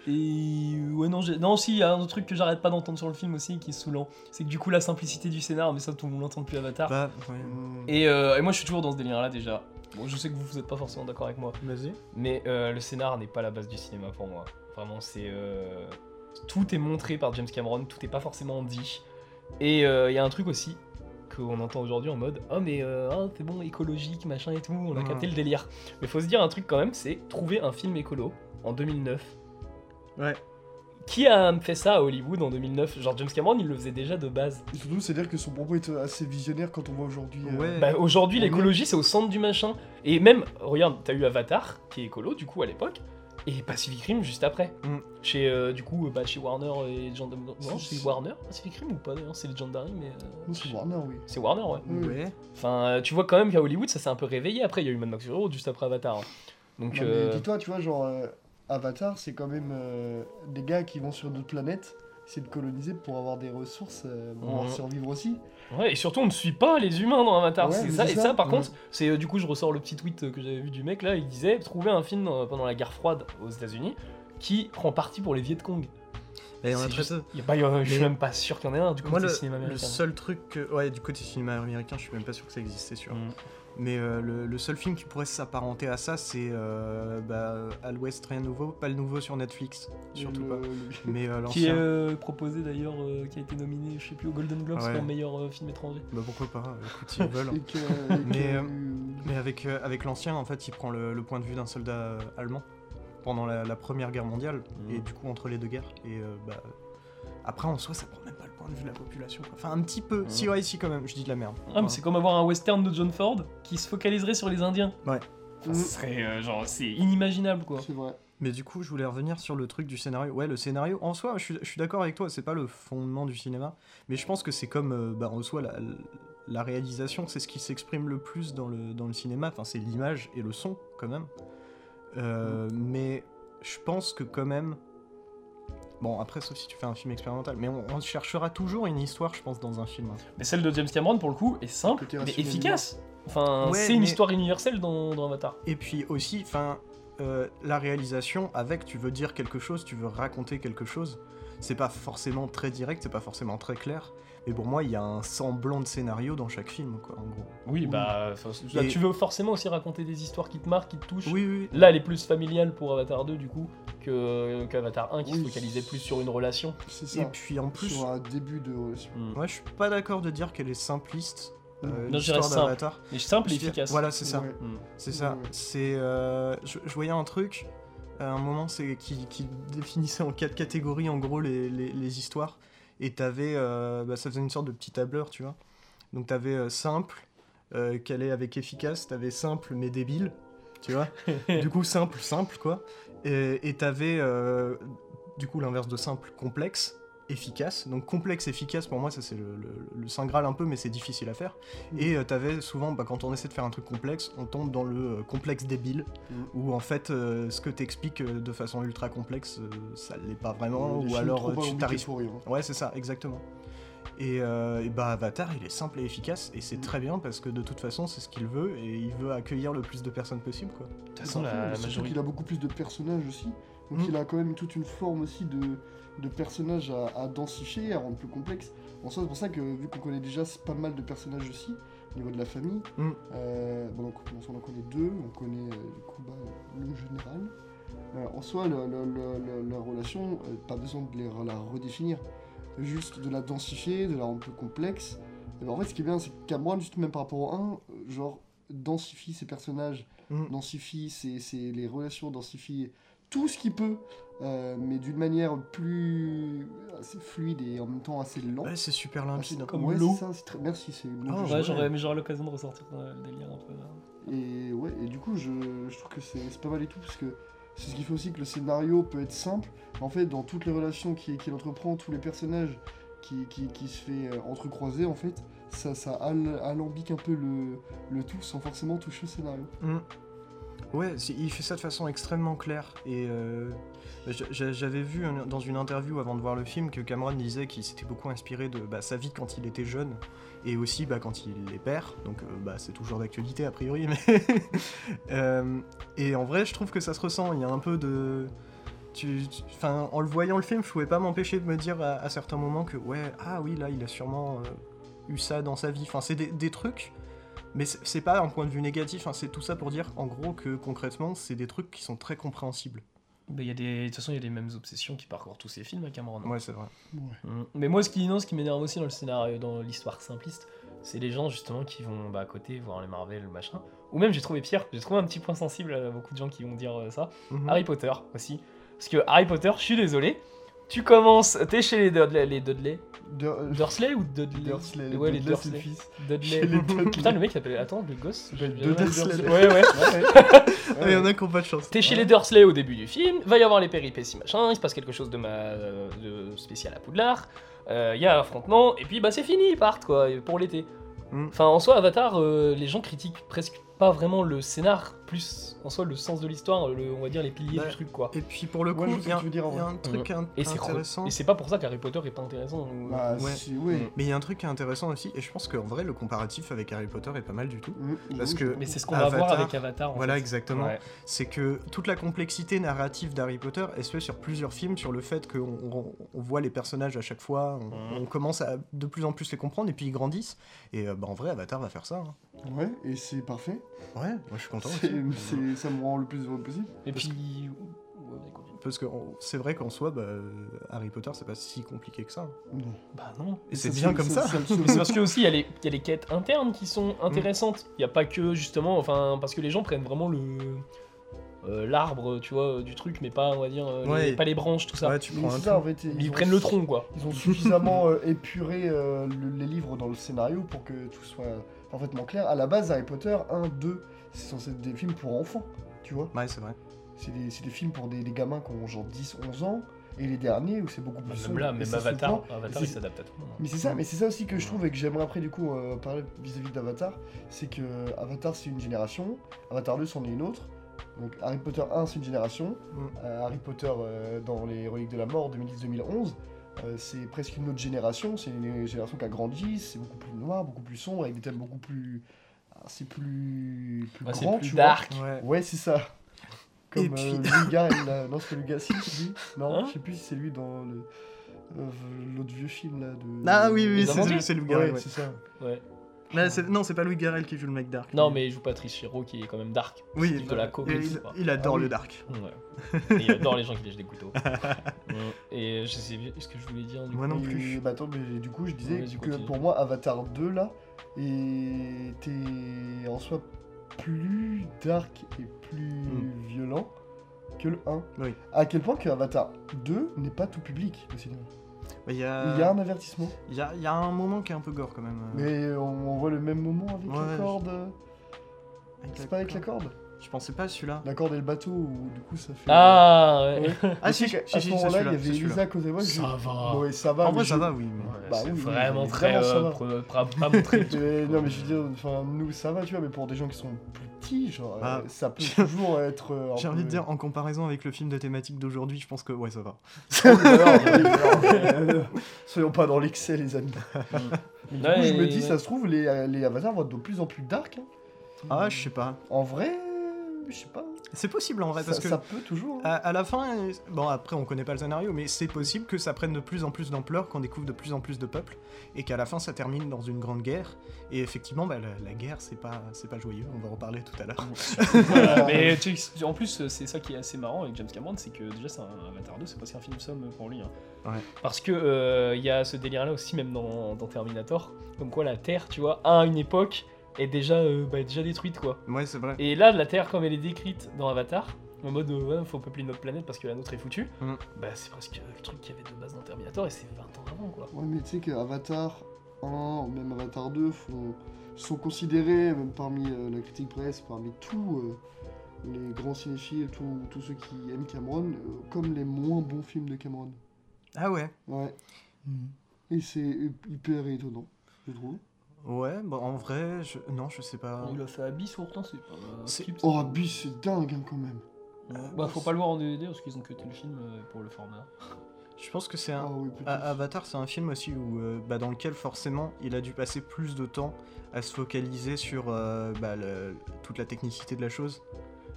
Speaker 1: Et ouais, non, j'ai- non, si, il y a un autre truc que j'arrête pas d'entendre sur le film aussi qui est saoulant. C'est que du coup, la simplicité du scénar, mais ça, tout le monde l'entend depuis Avatar.
Speaker 3: Bah, ouais.
Speaker 2: Hmm.
Speaker 1: Et, euh, et moi, je suis toujours dans ce délire-là déjà. Bon, je sais que vous, vous êtes pas forcément d'accord avec moi.
Speaker 3: Vas-y.
Speaker 1: Mais euh, le scénar n'est pas la base du cinéma pour moi. Vraiment, c'est. euh, Tout est montré par James Cameron, tout n'est pas forcément dit. Et euh, il y a un truc aussi qu'on entend aujourd'hui en mode Oh, mais euh, ah, c'est bon, écologique, machin et tout, on a
Speaker 3: Ouais.
Speaker 1: capté le délire. Mais faut se dire un truc quand même c'est trouver un film écolo en 2009.
Speaker 3: Ouais.
Speaker 1: Qui a fait ça à Hollywood en 2009 Genre James Cameron, il le faisait déjà de base.
Speaker 2: Surtout, c'est-à-dire que son propos est euh, assez visionnaire quand on voit aujourd'hui. euh,
Speaker 3: Ouais.
Speaker 1: Bah, aujourd'hui,
Speaker 2: On est-
Speaker 1: l'écologie, c'est au centre du machin. Et même, regarde, t'as eu Avatar, qui est écolo, du coup, à l'époque, et Pacific Rim juste après.
Speaker 3: Mm.
Speaker 1: Chez, euh, du coup, euh, bah, chez Warner et Legendary. Non,
Speaker 2: Si,
Speaker 1: c'est
Speaker 2: si.
Speaker 1: Warner, Pacific Rim ou pas d'ailleurs C'est Legendary, mais. euh,
Speaker 2: non, C'est Warner, oui.
Speaker 1: C'est Warner, ouais.
Speaker 2: Ouais.
Speaker 3: Ouais.
Speaker 1: Enfin, euh, tu vois quand même qu'à Hollywood, ça s'est un peu réveillé après. Il y a eu Mad Max Fury Road juste après Avatar. hein. Donc.
Speaker 2: Non, mais
Speaker 1: euh,
Speaker 2: dis-toi, tu vois, genre, euh, Avatar, c'est quand même euh, des gars qui vont sur d'autres planètes, c'est de coloniser pour avoir des ressources, euh, pour pouvoir
Speaker 3: Mhm.
Speaker 1: Ouais.
Speaker 2: survivre aussi.
Speaker 1: Ouais, et surtout, on ne suit pas les humains dans Avatar.
Speaker 2: Ouais,
Speaker 1: c'est
Speaker 2: mais
Speaker 1: ça,
Speaker 2: c'est
Speaker 1: et
Speaker 2: ça. Mm.
Speaker 1: ça, par
Speaker 3: Mhm.
Speaker 1: contre, c'est euh, du coup, je ressors le petit tweet euh, que j'avais vu du mec là. Il disait trouver un film euh, pendant la guerre froide aux États-Unis qui prend parti pour les Viet Cong.
Speaker 3: Bah, il y en a
Speaker 1: C'est
Speaker 3: très
Speaker 1: juste-
Speaker 3: peu.
Speaker 1: y a pas- y a- je suis
Speaker 3: Mais-
Speaker 1: même pas sûr qu'il y en ait un du coup
Speaker 3: Moi,
Speaker 1: c'est
Speaker 3: le,
Speaker 1: le cinéma
Speaker 3: le
Speaker 1: américain.
Speaker 3: seul truc que. Ouais, du côté cinéma américain, je suis même pas sûr que ça existe, c'est sûr.
Speaker 1: Mm.
Speaker 3: Mais euh, le, le seul film qui pourrait s'apparenter à ça, c'est. Euh, bah, À l'Ouest, rien de nouveau. Pas le nouveau sur Netflix, surtout
Speaker 2: Le-
Speaker 3: pas.
Speaker 2: le-
Speaker 3: Mais euh,
Speaker 1: Qui est
Speaker 3: l'ancien.
Speaker 1: euh, proposé d'ailleurs, euh, qui a été nominé, je sais plus, au Golden Globes
Speaker 3: Ouais.
Speaker 1: pour meilleur euh, film étranger.
Speaker 3: Bah, pourquoi pas Écoute,
Speaker 1: <laughs>
Speaker 3: ils veulent.
Speaker 2: et que- et que-
Speaker 3: <laughs> Mais, euh, Mais avec, euh, avec l'ancien, en fait, il prend le, le point de vue d'un soldat euh, allemand pendant la, la Première Guerre mondiale,
Speaker 1: Mhm.
Speaker 3: et du coup entre les deux guerres. Et euh, bah, après, en soi, ça prend même pas le point de vue de la population. quoi. Enfin, un petit peu. Si,
Speaker 1: Mhm.
Speaker 3: ouais, si, quand même, je dis de la merde.
Speaker 1: Ah, mais c'est comme avoir un western de John Ford qui se focaliserait sur les Indiens.
Speaker 3: Ouais.
Speaker 1: Enfin, ce serait euh, genre, c'est inimaginable quoi.
Speaker 2: Mm, C'est vrai.
Speaker 3: Mais du coup, je voulais revenir sur le truc du scénario. Ouais, le scénario, en soi, je suis, je suis d'accord avec toi, c'est pas le fondement du cinéma, mais je pense que c'est comme, euh, bah, en soi, la, la réalisation, c'est ce qui s'exprime le plus dans le, dans le cinéma, enfin, c'est l'image et le son, quand même. Euh, Mais je pense que quand même... Bon, après, sauf si tu fais un film expérimental, mais on, on cherchera toujours une histoire, je pense, dans un film. hein.
Speaker 1: Mais celle de James Cameron pour le coup est simple
Speaker 2: Côté
Speaker 1: mais
Speaker 2: rationnel
Speaker 1: efficace. Enfin,
Speaker 3: Ouais,
Speaker 1: c'est une
Speaker 3: mais-
Speaker 1: histoire universelle dans, dans Avatar.
Speaker 3: Et puis aussi, enfin, euh, la réalisation avec, tu veux dire quelque chose, tu veux raconter quelque chose. C'est pas forcément très direct, c'est pas forcément très clair. Mais pour moi, il y a un semblant de scénario dans chaque film, quoi, en gros.
Speaker 1: Oui, bah, enfin, là,
Speaker 3: Et-
Speaker 1: tu veux forcément aussi raconter des histoires qui te marquent, qui te touchent.
Speaker 3: Oui, oui.
Speaker 1: Là, elle est plus familiale pour Avatar 2 du coup que- qu'Avatar 1 qui se
Speaker 2: Oui.
Speaker 1: focalisait plus sur une relation.
Speaker 2: C'est
Speaker 3: Et
Speaker 2: ça.
Speaker 3: puis en plus,
Speaker 2: Sur un début de relation.
Speaker 3: moi, je suis pas d'accord de dire qu'elle est simpliste. euh,
Speaker 1: Non, je dirais
Speaker 3: l'histoire
Speaker 1: simple.
Speaker 3: d'Avatar.
Speaker 1: Mais simple et
Speaker 3: Je dirais-
Speaker 1: efficace.
Speaker 3: Voilà, c'est ça.
Speaker 2: Mm. Ouais.
Speaker 1: Mm.
Speaker 3: C'est ça.
Speaker 2: Ouais.
Speaker 3: C'est, euh, je, je voyais un truc à un moment c'est qui, qui <laughs> définissait en quatre catégories en gros les, les- les histoires. Et t'avais, euh, bah, ça faisait une sorte de petit tableur, tu vois. Donc t'avais euh, simple, euh, qu'elle est avec efficace. T'avais simple mais débile, tu vois. du coup simple, simple quoi. Et et t'avais euh, du coup l'inverse de simple, complexe efficace. Donc complexe, efficace, pour moi, ça c'est le, le, le saint graal un peu, mais c'est difficile à faire.
Speaker 2: Mm.
Speaker 3: Et euh, t'avais souvent, bah, quand on essaie de faire un truc complexe, on tombe dans le euh, complexe débile,
Speaker 2: Mm.
Speaker 3: où en fait, euh, ce que t'expliques euh, de façon ultra complexe, euh, ça l'est pas vraiment,
Speaker 2: Les
Speaker 3: ou
Speaker 2: films
Speaker 3: alors
Speaker 2: trop
Speaker 3: euh,
Speaker 2: pas
Speaker 3: tu
Speaker 2: compliqués
Speaker 3: t'arrives.
Speaker 2: pour hein. rien.
Speaker 3: Ouais, c'est ça, exactement. Et, euh, et bah Avatar, il est simple et efficace, et c'est
Speaker 2: Mm.
Speaker 3: très bien parce que de toute façon, c'est ce qu'il veut, et il veut accueillir le plus de personnes possible, quoi.
Speaker 1: De toute façon, la,
Speaker 2: Surtout
Speaker 1: la
Speaker 2: qu'il
Speaker 1: majorité. Hmm.
Speaker 2: a beaucoup plus de personnages aussi. Donc
Speaker 3: Mm.
Speaker 2: il a quand même toute une forme aussi de, de personnages à, à densifier, à rendre plus complexe. En soi, c'est pour ça que vu qu'on connaît déjà pas mal de personnages aussi, au niveau de la famille,
Speaker 1: Hmm.
Speaker 3: Mm.
Speaker 2: euh, bon, donc, on en connaît deux, on connaît euh, du coup bah, le général. Euh, en soi, le- le- le- le- la relation, euh, pas besoin de les- la redéfinir, juste de la densifier, de la rendre plus complexe. Et ben, en fait, ce qui est bien, c'est que Cameron, juste même par rapport au 1, euh, genre, densifie ses personnages
Speaker 3: Mm.
Speaker 2: densifie ses, ses- les relations, densifie tout ce qu'il peut, euh, mais d'une manière plus assez fluide et en même temps assez lente.
Speaker 3: Ouais, c'est super limpide.
Speaker 1: comme
Speaker 2: ouais,
Speaker 1: l'eau.
Speaker 2: Ah, c'est ça, c'est très- Merci, c'est le mot
Speaker 3: Ah,
Speaker 2: que je
Speaker 1: Ouais,
Speaker 3: ouais.
Speaker 1: j'aurais aimé genre l'occasion de ressortir euh, le délire un peu. là.
Speaker 2: Et ouais, et du coup, je, je trouve que c'est c'est pas mal et tout, parce que c'est ce qui fait aussi que le scénario peut être simple. En fait, dans toutes les relations qui- qu'il entreprend, tous les personnages qui, qui, qui se fait euh, entrecroiser, en fait, ça, ça al- alambique un peu le, le tout sans forcément toucher le scénario.
Speaker 3: Mm. Ouais, c'est- il fait ça de façon extrêmement claire. Et euh, j'a- j'a- j'avais vu un- dans une interview avant de voir le film que Cameron disait qu'il s'était beaucoup inspiré de bah, sa vie quand il était jeune et aussi bah, quand il est père. Donc euh, bah, c'est toujours d'actualité a priori. Mais <laughs> Euh, et en vrai, je trouve que ça se ressent. Il y a un peu de. tu- tu- Enfin, en le voyant le film, je pouvais pas m'empêcher de me dire à, à certains moments que ouais, ah oui, là, il a sûrement euh, eu ça dans sa vie. Enfin, c'est des, des trucs, mais c'est c'est pas un point de vue négatif. hein, c'est tout ça pour dire, en gros, que concrètement, c'est des trucs qui sont très compréhensibles.
Speaker 1: Mais il y a des... De toute façon, il y a les mêmes obsessions qui parcourent tous ces films à Cameron.
Speaker 3: Ouais, c'est vrai.
Speaker 1: Mm. Mais moi, ce qui, non, ce qui m'énerve aussi dans le scénario, dans l'histoire simpliste, c'est les gens justement qui vont bah, à côté voir les Marvel, le machin. Ou même, j'ai trouvé pire, j'ai trouvé un petit point sensible à beaucoup de gens qui vont dire euh, ça.
Speaker 2: Mmh.
Speaker 3: Mhm.
Speaker 1: Harry Potter aussi. Parce que Harry Potter, je suis désolé, tu commences, t'es chez les Dudley, les Dudley.
Speaker 2: Dur-
Speaker 1: Dursley ou Dudley
Speaker 2: Dursley,
Speaker 1: Ouais, les
Speaker 2: Dudley, c'est le
Speaker 1: Dursley.
Speaker 2: fils.
Speaker 1: Dudley.
Speaker 2: Chez les
Speaker 1: <laughs>
Speaker 2: Dudley.
Speaker 1: Putain, le mec s'appelle. Attends, le gosse
Speaker 2: s'appelle
Speaker 1: je-
Speaker 2: <laughs>
Speaker 3: Dudley.
Speaker 1: Ouais, <laughs> ouais.
Speaker 2: Ouais, ouais.
Speaker 3: Ah, Il y en a qui ont pas de chance.
Speaker 1: T'es chez
Speaker 2: Ouais.
Speaker 1: les Dursley au début du film, va y avoir les péripéties machin, il se passe quelque chose de, ma... euh, de spécial à Poudlard, il y a affrontement, et puis bah c'est fini, ils partent quoi, et pour l'été.
Speaker 3: Mm.
Speaker 1: Enfin en soi, Avatar, euh, les gens critiquent presque pas vraiment le scénar, plus en soi le sens de l'histoire, le- on va dire les piliers
Speaker 3: Bah,
Speaker 1: du truc quoi.
Speaker 3: Et puis pour le coup,
Speaker 2: Ouais, je
Speaker 3: il
Speaker 2: vois ce
Speaker 3: y a
Speaker 2: que tu veux dire, en
Speaker 3: il y a
Speaker 2: vrai.
Speaker 3: un truc in-
Speaker 1: Et c'est re-
Speaker 3: intéressant.
Speaker 1: et c'est pas pour ça qu'Harry Potter est pas intéressant. ou-
Speaker 2: Bah,
Speaker 3: Ouais.
Speaker 2: si, ouais.
Speaker 3: Mais il y a un truc qui est intéressant aussi, et je pense que en vrai, le comparatif avec Harry Potter est pas mal du tout.
Speaker 2: Mm,
Speaker 3: Parce
Speaker 2: oui,
Speaker 3: que-
Speaker 1: Mais
Speaker 2: je-
Speaker 1: c'est ce qu'on va voir
Speaker 3: Avatar,
Speaker 1: avec Avatar en
Speaker 3: Voilà,
Speaker 1: fait.
Speaker 3: exactement.
Speaker 1: Ouais.
Speaker 3: c'est que toute la complexité narrative d'Harry Potter est se fait sur plusieurs films, sur le fait qu'on on- on voit les personnages à chaque fois, on,
Speaker 1: Mhm.
Speaker 3: on commence à de plus en plus les comprendre, et puis ils grandissent. Et euh, bah, en vrai, Avatar va faire ça. hein.
Speaker 2: Ouais, et c'est parfait.
Speaker 3: Ouais, moi je suis content aussi.
Speaker 2: C'est- c'est- Ça me rend le plus heureux possible.
Speaker 1: Et
Speaker 3: Parce
Speaker 1: puis. ouais, vas-y, continue.
Speaker 3: Parce que on- c'est vrai qu'en soi, bah, euh, Harry Potter, c'est pas si compliqué que ça. hein.
Speaker 2: Non.
Speaker 1: Bah non.
Speaker 3: Et c'est bien comme <laughs> ça.
Speaker 2: me sauve.
Speaker 1: Mais c'est parce que aussi il y, a les- il y a les quêtes internes qui sont intéressantes. Il n'y a pas que justement, enfin parce que les gens prennent vraiment le euh, l'arbre, tu vois, du truc, mais pas on va dire euh, les-
Speaker 3: Ouais.
Speaker 1: pas les branches tout ça.
Speaker 3: Ouais, tu
Speaker 2: Mais
Speaker 3: prends un
Speaker 2: c'est ça, en
Speaker 3: truc.
Speaker 2: fait,
Speaker 1: Mais ils
Speaker 2: ont
Speaker 1: prennent le
Speaker 2: su-
Speaker 1: tronc quoi.
Speaker 2: Ils ont suffisamment euh, épuré euh, le- les livres dans le scénario pour que tout soit parfaitement clair. À la base, Harry Potter 1, 2, c'est censé être des films pour enfants, tu vois.
Speaker 3: Ouais, c'est vrai.
Speaker 2: C'est des, c'est des films pour des, des gamins qui ont genre 10, 11 ans. Et les derniers où c'est beaucoup plus
Speaker 1: Bah, Même
Speaker 2: sombre,
Speaker 1: là,
Speaker 2: et
Speaker 1: même
Speaker 2: ça se
Speaker 1: Avatar,
Speaker 2: voit.
Speaker 1: Avatar
Speaker 2: Et
Speaker 1: il
Speaker 2: c'est-
Speaker 1: s'adapte à tout le monde.
Speaker 2: Mais c'est ça, mais c'est ça aussi que je trouve et que j'aimerais après du coup euh, parler vis-à-vis d'Avatar, c'est que Avatar c'est une génération, Avatar 2 c'en est une autre. Donc Harry Potter 1 c'est une génération,
Speaker 3: Mm.
Speaker 2: euh, Harry Potter euh, dans les reliques de la mort 2010-2011 euh, c'est presque une autre génération, c'est une génération qui a grandi, c'est beaucoup plus noir, beaucoup plus sombre avec des thèmes beaucoup plus ah, c'est plus plus
Speaker 1: Ouais,
Speaker 2: grand,
Speaker 1: c'est plus
Speaker 2: tu
Speaker 1: dark.
Speaker 3: Ouais.
Speaker 2: vois. Ouais,
Speaker 1: <laughs>
Speaker 2: c'est ça. Comme
Speaker 3: Et puis-
Speaker 2: euh, Luga, il a- non c'est pas Luga, si c'est lui. Non,
Speaker 1: Hein
Speaker 2: je sais plus si c'est lui dans le euh, l'autre vieux film là de
Speaker 3: Ah oui, oui,
Speaker 1: Les
Speaker 3: c'est
Speaker 1: Amandiers
Speaker 3: c'est Lou
Speaker 2: Ouais,
Speaker 3: Gehrig, ouais.
Speaker 2: c'est ça.
Speaker 1: Ouais.
Speaker 3: Mais c'est- non, c'est pas Louis Garrel qui joue le mec dark.
Speaker 1: Non, mais il joue Patrice Chiro qui est quand même dark.
Speaker 3: oui,
Speaker 1: c'est de la
Speaker 2: bah,
Speaker 3: il-
Speaker 1: comédie,
Speaker 3: il,
Speaker 1: quoi.
Speaker 3: il adore
Speaker 2: Ah
Speaker 3: le
Speaker 2: oui.
Speaker 3: dark.
Speaker 1: Ouais. Et il adore les gens qui lèchent des
Speaker 2: <laughs>
Speaker 1: couteaux. Mm. Et je sais bien ce que je voulais dire. du
Speaker 3: Moi
Speaker 1: coup.
Speaker 3: non
Speaker 2: Et-
Speaker 3: plus.
Speaker 2: bah attends, mais du coup, je disais
Speaker 1: Vas-y,
Speaker 2: que
Speaker 1: continue.
Speaker 2: pour moi, Avatar 2, là, était en soi plus dark et plus
Speaker 3: Hmm.
Speaker 2: violent que le 1.
Speaker 3: Oui.
Speaker 2: À quel point que Avatar 2 n'est pas tout public au cinéma.
Speaker 3: Il y
Speaker 2: Il
Speaker 3: a,
Speaker 2: y a un avertissement,
Speaker 3: il y a- il y a un moment qui est un peu gore quand même. euh,
Speaker 2: mais on, on voit le même moment avec
Speaker 3: Ouais,
Speaker 2: la
Speaker 3: je-
Speaker 2: corde.
Speaker 3: avec la
Speaker 2: C'est pas avec la
Speaker 3: corde.
Speaker 2: corde
Speaker 3: Je pensais pas à celui-là.
Speaker 2: La corde et le bateau, où du coup ça fait.
Speaker 1: Ah ouais.
Speaker 2: Ouais.
Speaker 3: Ah
Speaker 2: Mais
Speaker 3: si,
Speaker 2: tu sais qu'à-
Speaker 3: si, si,
Speaker 2: à
Speaker 3: si,
Speaker 2: ce moment-là, il y
Speaker 3: c'est celui-là,
Speaker 2: avait
Speaker 3: c'est celui-là.
Speaker 2: Elisa à côté de moi.
Speaker 1: Ça va.
Speaker 2: Ouais, ça va.
Speaker 3: En vrai,
Speaker 2: mais
Speaker 3: ça
Speaker 2: je-
Speaker 3: va, oui. mais-
Speaker 1: Ouais,
Speaker 2: Bah
Speaker 1: c'est
Speaker 2: oui, oui,
Speaker 1: vraiment
Speaker 2: mais
Speaker 1: très
Speaker 2: vraiment, ça va.
Speaker 1: euh, pre- pra- pas
Speaker 2: <laughs>
Speaker 1: montré. tu
Speaker 2: Mais
Speaker 1: vois.
Speaker 2: non mais je veux dire, enfin nous ça va tu vois, mais pour des gens qui sont plus petits, genre euh,
Speaker 3: Ah.
Speaker 2: ça
Speaker 3: <laughs>
Speaker 2: peut toujours être. euh, un
Speaker 3: J'ai
Speaker 2: peu-
Speaker 3: envie de dire, en comparaison avec le film de thématique d'aujourd'hui, je pense que ouais, ça va.
Speaker 2: <laughs> Oui, voilà, oui,
Speaker 3: <laughs>
Speaker 2: voilà, euh, soyons pas dans l'excès les amis. Mais du
Speaker 1: Ouais,
Speaker 2: coup, je me
Speaker 1: et-
Speaker 2: dis, ça se trouve les, euh, les avatars vont être de plus en plus dark. hein.
Speaker 3: Ah, je sais pas.
Speaker 2: En vrai, euh, je sais pas.
Speaker 3: C'est possible en vrai,
Speaker 2: ça,
Speaker 3: parce que
Speaker 2: ça peut toujours. hein.
Speaker 3: à, à la fin, euh, bon après on connaît pas le scénario, mais c'est possible que ça prenne de plus en plus d'ampleur, qu'on découvre de plus en plus de peuples, et qu'à la fin ça termine dans une grande guerre. Et effectivement, bah, la, la guerre c'est pas c'est pas joyeux, on va en reparler tout à l'heure. Ah,
Speaker 1: Voilà, <laughs> mais tu sais, en plus, c'est ça qui est assez marrant avec James Cameron, c'est que déjà, c'est un Avatar 2, c'est presque un film somme pour lui. hein.
Speaker 3: Ouais.
Speaker 1: Parce que euh, il y a ce délire-là aussi, même dans, dans Terminator, comme quoi la Terre, tu vois, à une époque, est déjà, euh, bah, déjà détruite, quoi.
Speaker 3: <laughs> Ouais, c'est vrai.
Speaker 1: Et là, la Terre, comme elle est décrite dans Avatar, en mode euh, ouais, faut peupler notre planète parce que la nôtre est foutue,
Speaker 3: Mm.
Speaker 1: bah c'est presque le truc qu'il y avait de base dans Terminator et c'est 20 ans avant, quoi.
Speaker 2: Ouais, mais tu sais que Avatar 1 ou même Avatar 2 font- sont considérés, même parmi euh, la critique presse, parmi tous euh, les grands cinéphiles, tous tous ceux qui aiment Cameron, euh, comme les moins bons films de Cameron.
Speaker 3: Ah ouais.
Speaker 2: Ouais.
Speaker 1: Mm.
Speaker 2: Et c'est hyper étonnant, je trouve.
Speaker 3: Ouais, bon en vrai, je... non, je sais pas.
Speaker 1: Ah, Il a fait Abyss, pourtant, c'est pas.
Speaker 3: C'est-
Speaker 1: skip, ça.
Speaker 2: Oh, Abyss, c'est dingue hein, quand même.
Speaker 1: Bah, faut pas le voir en DVD parce qu'ils ont cuté le film euh, pour le format.
Speaker 3: Je pense que c'est un,
Speaker 2: Ah oui, peut-être.
Speaker 3: A- Avatar, c'est un film aussi où, euh, bah, dans lequel forcément il a dû passer plus de temps à se focaliser sur euh, bah, le- toute la technicité de la chose,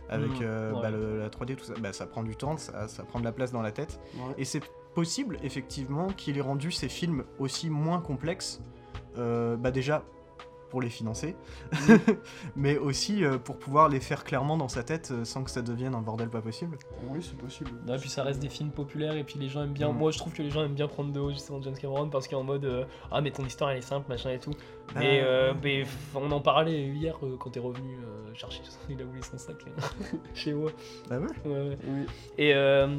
Speaker 3: avec
Speaker 1: Mhm,
Speaker 3: euh, bah,
Speaker 1: ouais.
Speaker 3: le- la 3D, tout ça. Bah, ça prend du temps, ça, ça prend de la place dans la tête.
Speaker 2: Ouais.
Speaker 3: Et c'est possible, effectivement, qu'il ait rendu ses films aussi moins complexes, euh, bah, déjà pour les financer, <laughs> mais aussi euh, pour pouvoir les faire clairement dans sa tête euh, sans que ça devienne un bordel pas possible.
Speaker 2: Oui, c'est possible.
Speaker 1: Non, et puis ça reste des films populaires et puis les gens aiment bien.
Speaker 3: Mm.
Speaker 1: Moi je trouve que les gens aiment bien prendre de haut justement James Cameron parce qu'en mode euh, ah mais ton histoire elle est simple machin et tout. Mais,
Speaker 3: Bah,
Speaker 1: euh, mais f- on en parlait hier euh, quand t'es revenu euh, chercher il a oublié son sac euh, <laughs> chez moi.
Speaker 2: Ah
Speaker 3: bah ouais.
Speaker 1: Ouais, ouais.
Speaker 2: Oui.
Speaker 1: Et euh,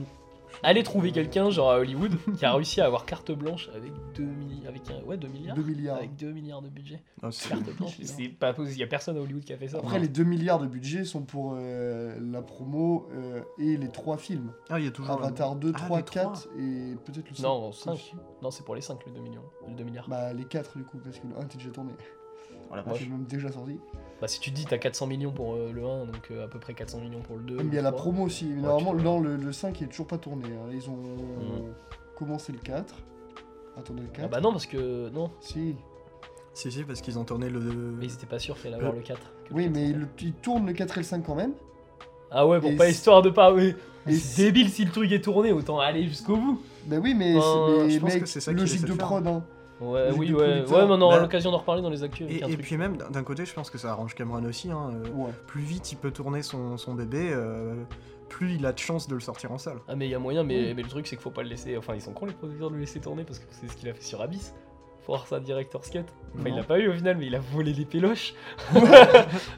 Speaker 1: aller trouver quelqu'un genre à Hollywood qui a réussi à avoir carte blanche avec 2 milliards avec un- ouais 2 milliards
Speaker 2: 2 milliards.
Speaker 1: avec 2 milliards de budget.
Speaker 3: Non, Ah, c'est-
Speaker 1: Carte blanche. C'est pas possible, il y a personne à Hollywood qui a fait ça.
Speaker 2: Après, les 2 milliards de budget sont pour euh, la promo euh, et les 3 films.
Speaker 3: Ah, il y a toujours la-
Speaker 2: Avatar 2,
Speaker 3: Ah,
Speaker 2: 3,
Speaker 3: les trois.
Speaker 2: 4 et peut-être le 5.
Speaker 1: Non, 5. Non, c'est pour les 5 les 2 millions, les 2 milliards.
Speaker 2: Bah, les 4 du coup, parce que le 1 était déjà tourné.
Speaker 3: Oh la
Speaker 2: Le
Speaker 3: vache.
Speaker 2: film est même déjà sorti.
Speaker 1: Bah si tu te dis t'as 400 millions pour euh, le 1, donc euh, à peu près 400 millions pour le 2.
Speaker 2: Mais il y a la promo aussi. Mais normalement,
Speaker 1: tu peux.
Speaker 2: non, le, le 5 est toujours pas tourné. hein. Ils ont
Speaker 1: Mhm.
Speaker 2: commencé le 4. Attendez le 4.
Speaker 1: Ah bah non parce que non,
Speaker 2: Si.
Speaker 3: Si, si, parce qu'ils ont tourné le.
Speaker 1: mais ils étaient pas sûrs qu'il fallait avoir
Speaker 3: Euh,
Speaker 1: le 4. que
Speaker 2: Oui,
Speaker 1: le
Speaker 2: mais
Speaker 1: 4.
Speaker 2: le- ils tournent le 4 et le 5 quand même.
Speaker 1: Ah ouais,
Speaker 2: et
Speaker 1: bon pas
Speaker 2: c'est-
Speaker 1: histoire de pas... Oui.
Speaker 2: Et
Speaker 1: C'est débile Ah, si le truc est tourné, autant aller jusqu'au bout.
Speaker 2: Bah oui, mais, c'est-
Speaker 1: Euh,
Speaker 2: mais
Speaker 3: je pense que
Speaker 2: mec,
Speaker 3: c'est ça qu'il
Speaker 2: logique
Speaker 3: essaie de
Speaker 2: de
Speaker 3: faire.
Speaker 2: prod. Hein.
Speaker 1: Ouais,
Speaker 2: Logique
Speaker 1: oui,
Speaker 2: de
Speaker 1: ouais,
Speaker 2: producteur.
Speaker 1: ouais, mais on aura
Speaker 3: Bah-
Speaker 1: l'occasion d'en reparler dans les actus
Speaker 3: Et,
Speaker 1: avec un
Speaker 3: et
Speaker 1: truc.
Speaker 3: puis même, d'un d'un côté, je pense que ça arrange Cameron aussi. hein, euh,
Speaker 2: Ouais.
Speaker 3: Plus vite il peut tourner son, son bébé, euh, plus il a de chances de le sortir en salle.
Speaker 1: Ah mais il y a moyen, mais,
Speaker 2: Oui.
Speaker 1: mais le truc c'est qu'il faut pas le laisser... Enfin ils sont cons les producteurs de le laisser tourner parce que c'est ce qu'il a fait sur Abyss. Faut voir ça director's cut. Enfin il
Speaker 3: Non.
Speaker 1: l'a pas eu au final, mais il a volé les
Speaker 2: <laughs>
Speaker 1: péloches. ouais,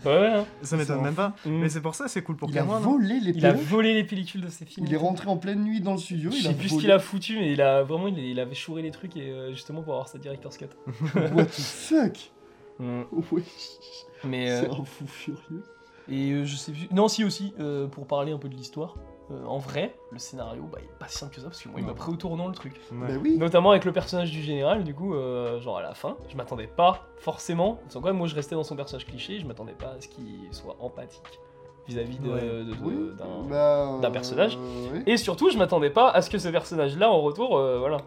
Speaker 1: hein.
Speaker 3: Ça m'étonne
Speaker 2: Ça, Mmh.
Speaker 3: même pas.
Speaker 1: Mm.
Speaker 3: Mais c'est pour ça, c'est cool pour
Speaker 2: Il a
Speaker 3: Cameron. hein.
Speaker 2: volé les
Speaker 1: Il a
Speaker 2: pélos.
Speaker 1: volé les pellicules de ses films.
Speaker 2: Il est rentré en pleine nuit dans le studio.
Speaker 1: Je
Speaker 2: il a
Speaker 1: sais plus ce
Speaker 2: volé-
Speaker 1: qu'il a foutu, mais il a vraiment il, il avait chouré les trucs et euh, justement pour avoir sa director's cut. Mm.
Speaker 2: What the fuck Ouais,
Speaker 1: Mais euh,
Speaker 2: <laughs> C'est un fou furieux.
Speaker 1: et euh, je sais plus. Non, si aussi euh, pour parler un peu de l'histoire. euh, en vrai, le scénario, bah, il est pas si simple que ça parce que moi, il m'a
Speaker 3: Non.
Speaker 1: pris au tournant le truc.
Speaker 3: Ouais.
Speaker 2: Bah oui.
Speaker 1: Notamment avec le personnage du général, du coup, euh, genre à la fin, je m'attendais pas forcément. Sans quoi, moi, je restais dans son personnage cliché, je m'attendais pas à ce qu'il soit empathique vis-à-vis de-
Speaker 3: Ouais.
Speaker 1: de- de-
Speaker 2: Oui,
Speaker 1: d'un.
Speaker 2: bah,
Speaker 1: d'un personnage.
Speaker 2: euh, ouais.
Speaker 1: Et surtout, je m'attendais pas à ce que ce personnage-là, en retour, euh, voilà.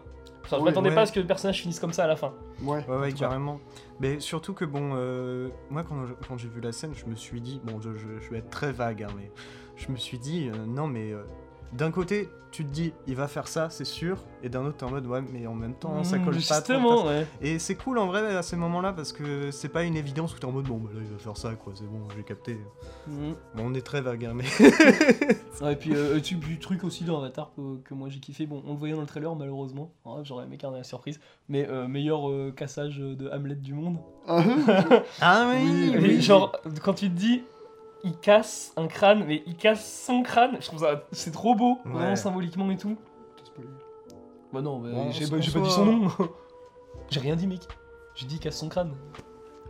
Speaker 1: Enfin, je
Speaker 2: Oui,
Speaker 1: m'attendais
Speaker 3: ouais.
Speaker 1: pas à ce que le personnage finisse comme ça à la fin.
Speaker 3: <laughs>
Speaker 2: Ouais.
Speaker 3: Ouais, ouais,
Speaker 1: tout cas.
Speaker 3: carrément. Mais surtout que, bon, euh, moi, quand, je- quand j'ai vu la scène, je me suis dit, bon, je, je- je vais être très vague, hein, mais je me suis dit, euh, non, mais euh, d'un côté, tu te dis, il va faire ça, c'est sûr, et d'un autre, t'es en mode, ouais, mais en même temps, ça
Speaker 1: Mmh,
Speaker 3: colle pas trop.
Speaker 1: Justement, ouais.
Speaker 3: Et c'est cool en vrai à ces moments-là parce que c'est pas une évidence où t'es en mode, bon, bah là, il va faire ça, quoi, c'est bon, j'ai capté.
Speaker 1: Mmh.
Speaker 3: Bon, on est très vague, hein, mais.
Speaker 1: Ouais, et puis euh, le truc- le truc aussi dans Avatar que, que moi j'ai kiffé, bon on le voyait dans le trailer malheureusement, Hein, j'aurais aimé garder la surprise, mais euh, meilleur euh, cassage de Hamlet du monde.
Speaker 2: hein.
Speaker 3: Ah
Speaker 2: oui,
Speaker 1: Mais genre quand tu te dis il casse un crâne, mais il casse son crâne, je trouve ça c'est trop beau,
Speaker 3: Ouais.
Speaker 1: vraiment symboliquement et tout.
Speaker 2: T'as spoilé.
Speaker 1: Bah non, bah,
Speaker 3: Bon,
Speaker 1: j'ai
Speaker 3: en
Speaker 1: pas, j'ai pas
Speaker 3: soi-
Speaker 1: dit son nom. <laughs> j'ai rien dit mec, j'ai dit il casse son crâne.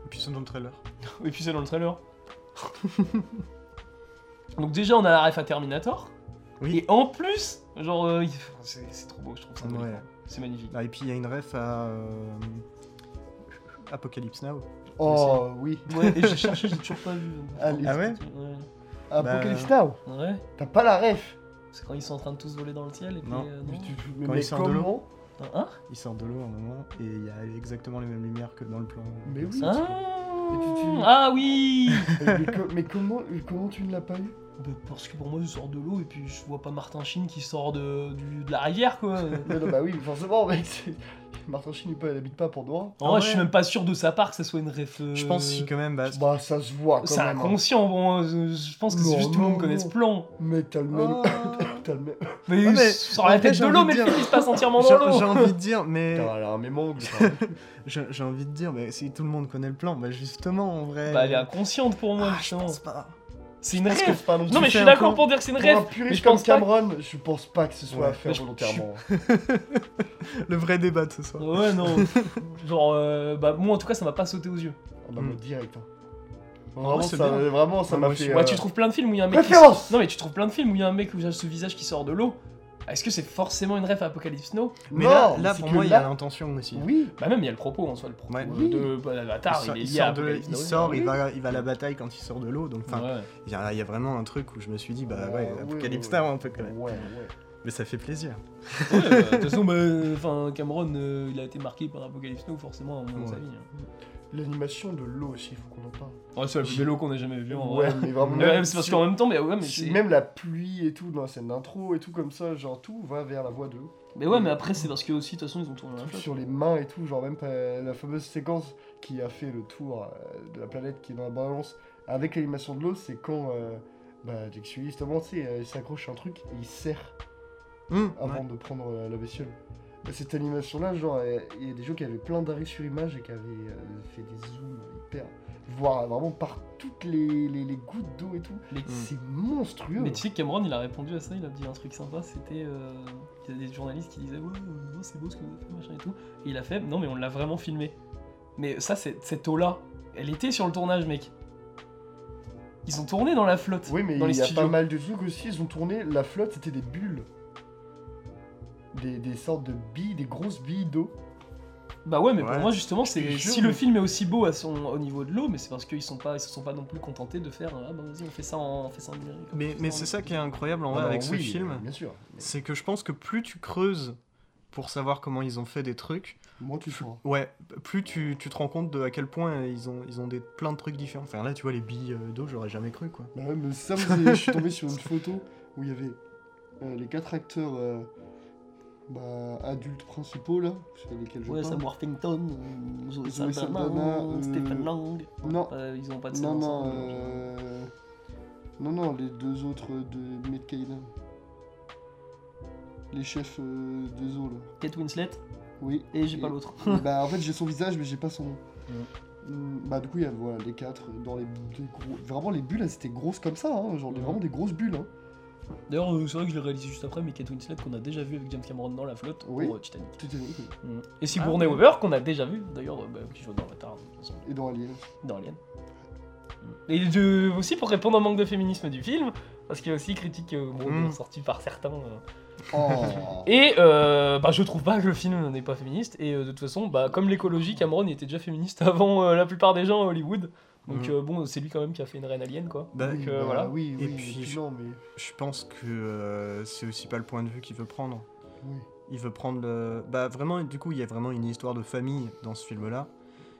Speaker 3: Et puis c'est dans le trailer.
Speaker 1: Et puis c'est dans le trailer. <laughs> Donc déjà on a la ref à Terminator.
Speaker 3: Oui.
Speaker 1: Et en plus, genre euh, il- c'est c'est trop beau, je trouve ça.
Speaker 3: Ouais.
Speaker 1: C'est magnifique.
Speaker 3: Ah, et puis il y a une ref à. euh, Apocalypse Now.
Speaker 2: Oh oui.
Speaker 1: Ouais, et j'ai cherché, j'ai toujours pas vu.
Speaker 2: Ah, les-
Speaker 3: Ah ouais
Speaker 1: ouais
Speaker 3: Bah,
Speaker 2: Apocalypse Now.
Speaker 1: Ouais.
Speaker 2: T'as pas la ref.
Speaker 1: C'est quand ils sont en train de tous voler dans le ciel et puis.
Speaker 3: Ah Non.
Speaker 1: euh,
Speaker 2: Mais tu- Mais,
Speaker 3: Quand
Speaker 2: mais
Speaker 3: il sort de l'eau.
Speaker 2: comment
Speaker 1: Non, Hein
Speaker 3: Il sort de l'eau à un moment et il y a exactement les mêmes lumières que dans le plan.
Speaker 2: Mais oui.
Speaker 1: Ah,
Speaker 2: tu- tu-
Speaker 1: ah oui
Speaker 2: <laughs> mais, co- mais comment, comment tu ne l'as pas eu
Speaker 1: Bah, Parce que pour moi, je sors de l'eau et puis je vois pas Martin Sheen qui sort de, du- de la rivière quoi.
Speaker 2: Non, non, bah oui, forcément, <laughs> mec. c'est- Martin Sheen, il peut- elle habite pas pour Pandora.
Speaker 1: En
Speaker 3: Ah
Speaker 1: vrai,
Speaker 3: ouais.
Speaker 1: je suis même pas sûr de sa part que ça soit une ref. euh,
Speaker 3: Je pense si quand même, bah.
Speaker 2: Bah, ça se voit quand
Speaker 1: C'est
Speaker 2: même. hein.
Speaker 1: inconscient, bon, euh, je pense que c'est
Speaker 2: Non,
Speaker 1: juste tout le
Speaker 2: non,
Speaker 1: monde connaît
Speaker 2: non.
Speaker 1: ce plan.
Speaker 2: Mais t'as le même.
Speaker 3: Oh.
Speaker 2: <laughs> T'as le même.
Speaker 1: Mais,
Speaker 3: Ouais, mais-
Speaker 1: sur
Speaker 3: en
Speaker 1: la
Speaker 3: vrai,
Speaker 1: tête
Speaker 3: j'ai
Speaker 1: de l'eau,
Speaker 3: envie
Speaker 1: mais
Speaker 3: de
Speaker 1: le
Speaker 3: dire-
Speaker 1: film il se passe entièrement
Speaker 3: J'ai
Speaker 1: dans
Speaker 3: j'ai
Speaker 1: l'eau.
Speaker 3: envie de dire, mais.
Speaker 2: Putain, elle a un même angle. quand même.
Speaker 3: J'ai j'ai envie de dire, mais si tout le monde connaît le plan, bah justement en vrai.
Speaker 1: Bah, elle est inconsciente pour moi,
Speaker 3: Ah, je
Speaker 1: justement.
Speaker 3: pense pas.
Speaker 1: C'est une
Speaker 2: Parce que
Speaker 1: ref.
Speaker 2: c'est pas non
Speaker 1: Non,
Speaker 2: plus
Speaker 1: mais je
Speaker 3: fais
Speaker 1: suis
Speaker 3: un
Speaker 1: d'accord
Speaker 3: plan.
Speaker 1: pour dire que c'est une
Speaker 2: Pour un
Speaker 1: ref. Mais
Speaker 2: puriste
Speaker 1: je
Speaker 2: comme
Speaker 1: pense pas.
Speaker 2: Cameron, je pense pas que ce soit
Speaker 3: Ouais,
Speaker 2: à faire
Speaker 1: mais je-
Speaker 2: volontairement.
Speaker 3: Le vrai débat de ce soir.
Speaker 1: Ouais, non. Genre, euh, bah, moi en tout cas, ça m'a pas sauté aux yeux.
Speaker 2: On va
Speaker 3: Hmm.
Speaker 2: me Ah, direct. hein.
Speaker 3: vrai,
Speaker 2: Vraiment,
Speaker 3: c'est
Speaker 2: ça-
Speaker 3: bien.
Speaker 2: vraiment, ça
Speaker 3: Ouais,
Speaker 2: m'a
Speaker 3: moi, je-
Speaker 2: fait.
Speaker 1: Ouais,
Speaker 2: euh,
Speaker 1: tu trouves plein de films où il y a un mec. qui-
Speaker 2: Référence
Speaker 1: Non, mais tu trouves plein de films où il y a un mec où il a ce visage qui sort de l'eau. Est-ce que c'est forcément une rêve à Apocalypse Now
Speaker 3: Mais
Speaker 2: Non,
Speaker 3: là, là
Speaker 2: c'est
Speaker 3: pour
Speaker 2: que
Speaker 3: moi, il y a
Speaker 2: là-
Speaker 3: l'intention aussi.
Speaker 2: Oui,
Speaker 1: Bah, même il y a le propos en soi, le propos
Speaker 3: Ouais.
Speaker 1: euh,
Speaker 2: Oui.
Speaker 1: de bah, l'avatar,
Speaker 3: il,
Speaker 1: il,
Speaker 3: sort-
Speaker 1: est
Speaker 3: il
Speaker 1: lié à
Speaker 3: sort, de,
Speaker 1: Apocalypse
Speaker 3: il
Speaker 1: Now.
Speaker 3: sort, il
Speaker 1: Ouais.
Speaker 3: va, il va à la bataille quand il sort de l'eau. Donc, enfin,
Speaker 1: Ouais.
Speaker 3: il y, a il y a vraiment un truc où je me suis dit, bah ouais,
Speaker 2: Ouais,
Speaker 3: Apocalypse
Speaker 2: ouais,
Speaker 3: Now un peu quand
Speaker 2: ouais,
Speaker 3: même.
Speaker 2: ouais.
Speaker 3: Mais ça fait plaisir.
Speaker 1: Ouais, bah, de toute façon, bah, euh, 'fin, Cameron, euh, il a été marqué par Apocalypse Now forcément à un moment de sa
Speaker 3: Ouais.
Speaker 1: vie. hein.
Speaker 2: L'animation de l'eau aussi, il faut qu'on en parle.
Speaker 1: Ouais, c'est la plus belle eau qu'on ait jamais vue en
Speaker 2: Ouais,
Speaker 1: vrai.
Speaker 2: mais vraiment.
Speaker 1: Mais ouais, c'est parce qu'en même temps, mais ouais, mais c'est.
Speaker 2: Même la pluie et tout, dans la scène d'intro et tout, comme ça, genre tout va vers la voie de l'eau.
Speaker 1: Mais ouais, mais après, c'est parce que aussi, de toute façon, ils ont tourné un
Speaker 2: Tout
Speaker 1: shot.
Speaker 2: sur les mains et tout, genre même euh, la fameuse séquence qui a fait le tour euh, de la planète qui est dans la balance avec l'animation de l'eau, c'est quand euh, bah, Jack Sully, justement, tu sais, euh, il s'accroche à un truc et il serre
Speaker 3: Hum,
Speaker 2: avant
Speaker 3: ouais.
Speaker 2: de prendre euh, la bestiole. Bah, Cette animation-là, genre, euh, il y a des gens qui avaient plein d'arrêts sur image et qui avaient euh, fait des zooms hyper. voire vraiment par toutes les, les- les gouttes d'eau et tout.
Speaker 3: Hmm.
Speaker 1: Les-
Speaker 2: C'est monstrueux.
Speaker 1: Mais tu sais que Cameron il a répondu à ça, il a dit un truc sympa, c'était euh, il y a des journalistes qui disaient ouais, euh, ouais, c'est beau ce que vous avez fait machin et tout, et il a fait non mais on l'a vraiment filmé. Mais ça c'est cette eau là, elle était sur le tournage mec. Ils ont tourné dans la flotte.
Speaker 2: Oui, mais
Speaker 1: dans les
Speaker 2: il y a
Speaker 1: studios.
Speaker 2: pas mal de trucs aussi. Ils ont tourné la flotte, c'était des bulles. Des, des sortes de billes, des grosses billes d'eau.
Speaker 1: Bah ouais mais pour
Speaker 3: Ouais.
Speaker 1: moi justement c'est
Speaker 2: Je te jure,
Speaker 1: si le
Speaker 2: mais-
Speaker 1: film est aussi beau à son au niveau de l'eau, mais c'est parce qu'ils sont pas ils se sont pas non plus contentés de faire ah bah vas-y on fait ça en on fait ça en numérique. on
Speaker 3: Mais,
Speaker 1: fait
Speaker 3: mais
Speaker 1: en-
Speaker 3: c'est ça qui est incroyable en vrai
Speaker 2: Alors,
Speaker 3: avec ce
Speaker 2: oui, euh,
Speaker 3: film.
Speaker 2: Bien sûr. Mais
Speaker 3: C'est que je pense que plus tu creuses pour savoir comment ils ont fait des trucs,
Speaker 2: Moi, tu sens.
Speaker 3: Ouais, plus tu, tu te rends compte de à quel point ils ont, ils ont des, plein de trucs différents. Enfin là, tu vois, les billes euh, d'eau, j'aurais jamais cru, quoi.
Speaker 2: Bah ouais, mais ça, me faisait- je suis tombé sur une photo où il y avait euh, les quatre acteurs euh, bah, adultes principaux, là, sur lesquels je
Speaker 1: Ouais,
Speaker 2: parle.
Speaker 1: Sam Worthington, euh, Zoe
Speaker 2: Zoe
Speaker 1: Saldana,
Speaker 2: Saldana, euh,
Speaker 1: Stephen Lang.
Speaker 2: non.
Speaker 1: Euh, ils ont pas de scène
Speaker 2: Non, non,
Speaker 1: ensemble, en général.
Speaker 2: euh, non, non, les deux autres euh, de Medcaïden. Les chefs euh, des eaux, là.
Speaker 1: Kate Winslet <laughs>
Speaker 2: Oui.
Speaker 1: et j'ai pas
Speaker 2: <laughs>
Speaker 1: l'autre.
Speaker 2: Et bah en fait j'ai son visage mais j'ai pas son nom.
Speaker 1: Ouais.
Speaker 2: Mm, Bah du coup il y a voilà, les quatre euh, dans les des gros... vraiment les bulles elles étaient grosses comme ça hein, genre des-
Speaker 1: Ouais.
Speaker 2: vraiment des grosses bulles hein.
Speaker 1: D'ailleurs, euh, c'est vrai que je l'ai réalisé juste après, mais Kate Winslet qu'on a déjà vu avec James Cameron dans La Flotte
Speaker 2: Oui.
Speaker 1: pour euh, Titanic. Mm.
Speaker 2: C'était-
Speaker 1: Et si
Speaker 3: Ah,
Speaker 1: Bourney
Speaker 3: ouais.
Speaker 1: Weaver qu'on a déjà vu d'ailleurs, euh, bah, qui joue dans Avatar, de toute façon,
Speaker 2: Et dans Alien.
Speaker 1: <laughs> dans Alien. Et de- aussi pour répondre au manque de féminisme du film, parce qu'il y a aussi critique euh, bon,
Speaker 3: Mm.
Speaker 1: sortie par certains. euh.
Speaker 2: Oh.
Speaker 1: Et euh, bah, je trouve pas que le film n'est pas féministe, et euh, de toute façon, bah, comme l'écologie, Cameron était déjà féministe <laughs> avant euh, la plupart des gens à Hollywood. Donc
Speaker 3: Mm.
Speaker 1: euh, bon, c'est lui quand même qui a fait une reine alien quoi.
Speaker 3: Bah,
Speaker 2: Oui,
Speaker 1: euh,
Speaker 2: bah,
Speaker 1: voilà.
Speaker 2: Oui,
Speaker 3: Et
Speaker 2: oui,
Speaker 3: puis,
Speaker 2: puis
Speaker 3: je-
Speaker 2: non mais
Speaker 3: je pense que euh, c'est aussi pas le point de vue qu'il veut prendre.
Speaker 2: oui.
Speaker 3: Il veut prendre le... Bah vraiment, du coup, il y a vraiment une histoire de famille dans ce film-là.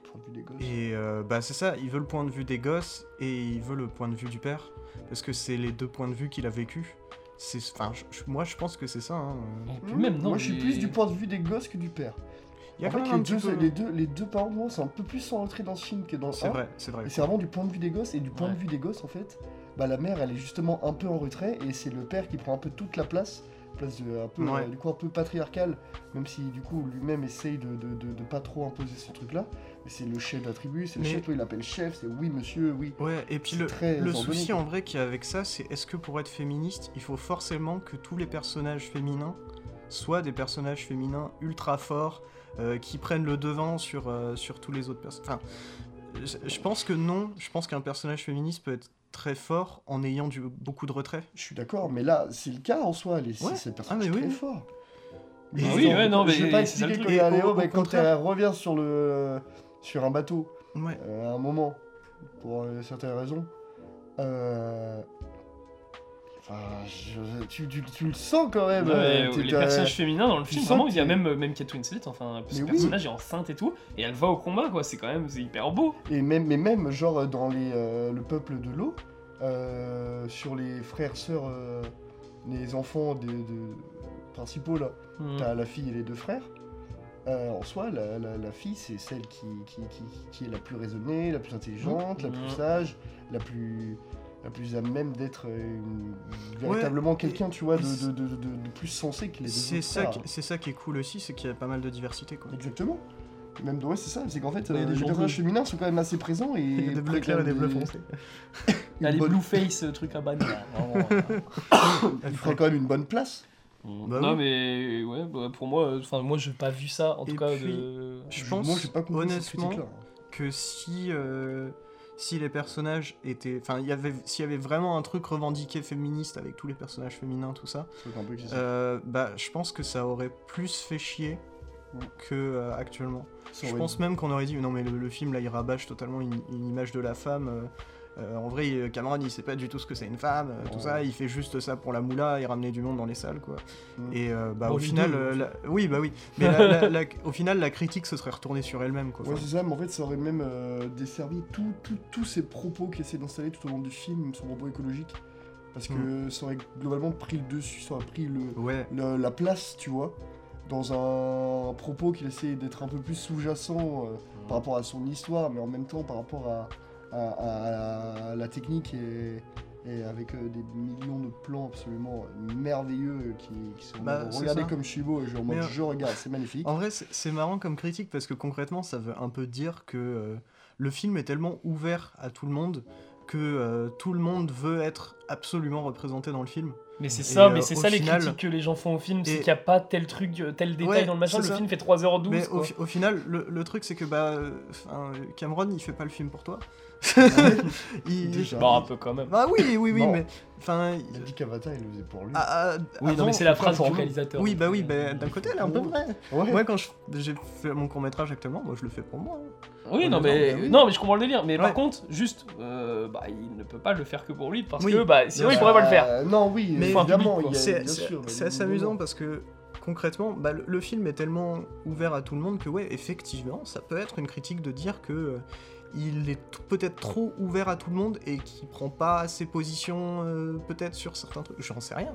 Speaker 2: Point de vue des gosses.
Speaker 3: Et euh, bah c'est ça, il veut le point de vue des gosses et il veut le point de vue du père. Parce que c'est les deux points de vue qu'il a vécu. C'est, enfin, je- je- moi, je pense que c'est ça. hein.
Speaker 1: Et puis même, non,
Speaker 2: Hmm Mm. Moi, je suis
Speaker 1: les-
Speaker 2: plus du point de vue des gosses que du père.
Speaker 3: Il y a
Speaker 2: en
Speaker 3: quand
Speaker 2: fait,
Speaker 3: même
Speaker 2: les
Speaker 3: un petit
Speaker 2: deux,
Speaker 3: peu-
Speaker 2: les, deux, les deux parents, pour moi, c'est un peu plus en retrait dans ce film que dans le
Speaker 3: C'est
Speaker 2: un.
Speaker 3: vrai, c'est vrai.
Speaker 2: Et c'est vraiment du point de vue des gosses, et du point
Speaker 1: Ouais.
Speaker 2: de vue des gosses, en fait, bah, la mère, elle est justement un peu en retrait, et c'est le père qui prend un peu toute la place, place de- un peu,
Speaker 3: Ouais.
Speaker 2: euh, du coup, un peu patriarcale, même si, du coup, lui-même essaye de, de, de- de pas trop imposer ce truc-là. Mais c'est le chef de la tribu, c'est le
Speaker 3: Mais-
Speaker 2: chef, lui, il l'appelle chef, c'est oui, monsieur, oui.
Speaker 3: Ouais, et puis
Speaker 2: C'est
Speaker 3: le,
Speaker 2: très
Speaker 3: le
Speaker 2: ordonné,
Speaker 3: souci
Speaker 2: quoi.
Speaker 3: en vrai qu'il y a avec ça, c'est est-ce que pour être féministe, il faut forcément que tous les personnages féminins soient des personnages féminins ultra forts, euh, qui prennent le devant sur, euh, sur tous les autres personnages. Enfin, je, je pense que non, je pense qu'un personnage féministe peut être très fort en ayant du, beaucoup de retrait.
Speaker 2: Je suis d'accord, mais là, c'est le cas en soi, les
Speaker 3: Ouais.
Speaker 2: c'est cette personne
Speaker 3: Ah, mais
Speaker 2: est
Speaker 3: oui.
Speaker 2: très fort.
Speaker 3: Et
Speaker 2: Mais
Speaker 3: oui,
Speaker 2: attends,
Speaker 1: ouais, non,
Speaker 2: Je vais
Speaker 1: mais
Speaker 2: pas
Speaker 1: c'est ça le
Speaker 2: expliquer
Speaker 1: truc.
Speaker 2: que
Speaker 3: Et au-
Speaker 2: Léo,
Speaker 3: au
Speaker 2: bah, quand
Speaker 3: contraire-
Speaker 2: elle revient sur, le, sur un bateau,
Speaker 3: Ouais.
Speaker 2: euh, à un moment, pour euh, certaines raisons. Euh... Enfin, je- tu, tu- tu le sens quand même.
Speaker 1: Ouais,
Speaker 2: euh,
Speaker 1: euh,
Speaker 2: t'es-
Speaker 1: les
Speaker 2: t'as-
Speaker 1: personnages féminins dans le film,
Speaker 2: sens
Speaker 1: vraiment,
Speaker 2: que
Speaker 1: il y a
Speaker 2: t'es-
Speaker 1: même, euh, même Kate Winslet, enfin, ce
Speaker 2: Mais oui.
Speaker 1: personnage est enceinte et tout, et elle va au combat, quoi, c'est quand même c'est hyper beau.
Speaker 2: Et même, mais même genre dans les, euh, le peuple de l'eau, euh, sur les frères sœurs, euh, les enfants des, de- principaux là,
Speaker 1: Hmm.
Speaker 3: Mm.
Speaker 2: t'as la fille et les deux frères. Euh, en soi, la, la- la fille, c'est celle qui, qui, qui, qui est la plus raisonnée, la plus intelligente, la
Speaker 3: Mm.
Speaker 1: Mhm.
Speaker 2: plus sage, la plus, la plus à même d'être euh, une-
Speaker 3: Ouais,
Speaker 2: véritablement quelqu'un, tu vois, de,
Speaker 3: et
Speaker 2: de, de- de- de plus sensé que les deux
Speaker 3: C'est
Speaker 2: autres
Speaker 3: ça,
Speaker 2: frères.
Speaker 3: qui- c'est ça qui est cool aussi, c'est qu'il y a pas mal de diversité. Quoi.
Speaker 2: Exactement. Même ouais, c'est ça, c'est qu'en fait,
Speaker 1: Il y a
Speaker 2: euh,
Speaker 1: des
Speaker 2: les
Speaker 1: gens
Speaker 2: personnages
Speaker 1: bleus.
Speaker 2: féminins sont quand même assez présents et.
Speaker 3: <laughs> Il y a des bleus clairs et des bleus
Speaker 2: préclament
Speaker 3: foncés.
Speaker 2: une
Speaker 1: T'as les
Speaker 2: bonne- <laughs>
Speaker 1: Blueface, euh, truc à ban. là, vraiment, là.
Speaker 2: Ils feraient quand même une bonne place.
Speaker 1: Hmm.
Speaker 3: Bah
Speaker 1: non,
Speaker 3: oui.
Speaker 1: mais ouais, bah, pour moi, enfin, moi, j'ai pas vu ça, en tout
Speaker 3: Et
Speaker 1: cas,
Speaker 3: puis,
Speaker 1: de.
Speaker 3: Je
Speaker 2: Moi,
Speaker 3: pense,
Speaker 2: j'ai pas compris cette
Speaker 3: honnêtement,
Speaker 2: critique-là.
Speaker 3: que si, euh, si les personnages étaient. Enfin, il y avait- s'il y avait vraiment un truc revendiqué féministe avec tous les personnages féminins, tout ça,
Speaker 2: C'est un peu excessif.
Speaker 3: euh, bah, je pense que ça aurait plus fait chier
Speaker 2: Ouais.
Speaker 3: que euh, actuellement.
Speaker 2: Ça
Speaker 3: Je
Speaker 2: aurait-
Speaker 3: pense même qu'on aurait dit non, mais le, le film là il rabâche totalement une, une image de la femme. euh, euh, en vrai, euh, Cameron il sait pas du tout ce que c'est une femme, euh, tout
Speaker 2: Ouais.
Speaker 3: ça, il fait juste ça pour la moula et ramener du monde dans les salles quoi.
Speaker 2: Mm.
Speaker 3: Et euh, bah,
Speaker 1: Bon,
Speaker 3: au
Speaker 1: les
Speaker 3: final,
Speaker 1: deux,
Speaker 3: euh,
Speaker 1: en
Speaker 3: la- oui, bah oui, mais
Speaker 2: <laughs>
Speaker 3: la- la- la- au final la critique se serait retournée sur elle-même quoi.
Speaker 2: Ouais,
Speaker 3: Enfin,
Speaker 2: c'est ça, mais en fait, ça aurait même euh, desservi tout- tout- tous ces propos qu'essaie d'installer tout au long du film, son propos écologique. Parce que
Speaker 3: Hmm.
Speaker 2: ça aurait globalement pris le dessus, ça aurait pris le,
Speaker 3: ouais.
Speaker 2: le- la place, tu vois, dans un propos qu'il essaie d'être un peu plus sous-jacent euh,
Speaker 3: Hmm.
Speaker 2: par rapport à son histoire, mais en même temps par rapport à, à- à- à la technique et, et avec euh, des millions de plans absolument merveilleux qui, qui sont
Speaker 3: Bah, c'est
Speaker 2: regardés
Speaker 3: ça.
Speaker 2: comme chez vous, et je, suis en mode,
Speaker 3: Mais, euh,
Speaker 2: je regarde, c'est magnifique.
Speaker 3: En vrai, c'est c'est marrant comme critique parce que concrètement, ça veut un peu dire que euh, le film est tellement ouvert à tout le monde que euh, tout le monde veut être absolument représenté dans le film.
Speaker 1: Mais c'est
Speaker 3: Et,
Speaker 1: ça,
Speaker 3: euh,
Speaker 1: mais c'est
Speaker 3: au
Speaker 1: ça
Speaker 3: final-
Speaker 1: les critiques que les gens font au film,
Speaker 3: Et-
Speaker 1: c'est qu'il n'y a pas tel truc, euh, tel détail
Speaker 3: Ouais,
Speaker 1: dans le machin,
Speaker 3: c'est
Speaker 1: le
Speaker 3: ça.
Speaker 1: film fait 3h12.
Speaker 3: Mais
Speaker 1: quoi.
Speaker 3: au, fi- au final, le, le truc, c'est que bah, euh, enfin, Cameron, il fait pas le film pour <laughs> toi. Il-
Speaker 2: Déjà.
Speaker 1: Bah, un peu quand même.
Speaker 3: Bah oui, oui, oui,
Speaker 2: Non.
Speaker 3: mais enfin.
Speaker 2: Il a dit qu'Avatar, il le faisait pour lui.
Speaker 3: à- à-
Speaker 1: Oui, non,
Speaker 3: avant,
Speaker 1: mais c'est la
Speaker 3: faut
Speaker 1: phrase
Speaker 3: faire
Speaker 1: du
Speaker 3: du-
Speaker 1: réalisateur.
Speaker 3: Oui,
Speaker 1: donc,
Speaker 3: bah oui,
Speaker 1: euh,
Speaker 3: bah, d'un côté, elle est un peu vrai.
Speaker 2: Ouais.
Speaker 3: Moi, quand je- j'ai fait mon court métrage actuellement, moi, je le fais pour moi.
Speaker 1: Oui, non,
Speaker 3: Non,
Speaker 1: mais,
Speaker 3: mais bah, oui.
Speaker 1: non, mais je comprends le délire. Mais
Speaker 3: Ouais.
Speaker 1: par contre, juste, euh, bah, il ne peut pas le faire que pour lui parce
Speaker 3: Oui.
Speaker 1: que bah, sinon
Speaker 3: Bien
Speaker 1: il pourrait pas le faire.
Speaker 2: Euh, non, oui,
Speaker 3: Mais-
Speaker 2: évidemment,
Speaker 1: Enfin,
Speaker 2: il y a-
Speaker 3: C'est
Speaker 2: bien
Speaker 3: c'est-
Speaker 2: sûr,
Speaker 3: c'est assez
Speaker 2: évidemment.
Speaker 3: amusant parce que concrètement, bah, le, le film est tellement ouvert à tout le monde que ouais, effectivement, ça peut être une critique de dire que euh, il est t- peut-être trop ouvert à tout le monde et qu'il prend pas ses positions euh, peut-être sur certains trucs. J'en sais rien,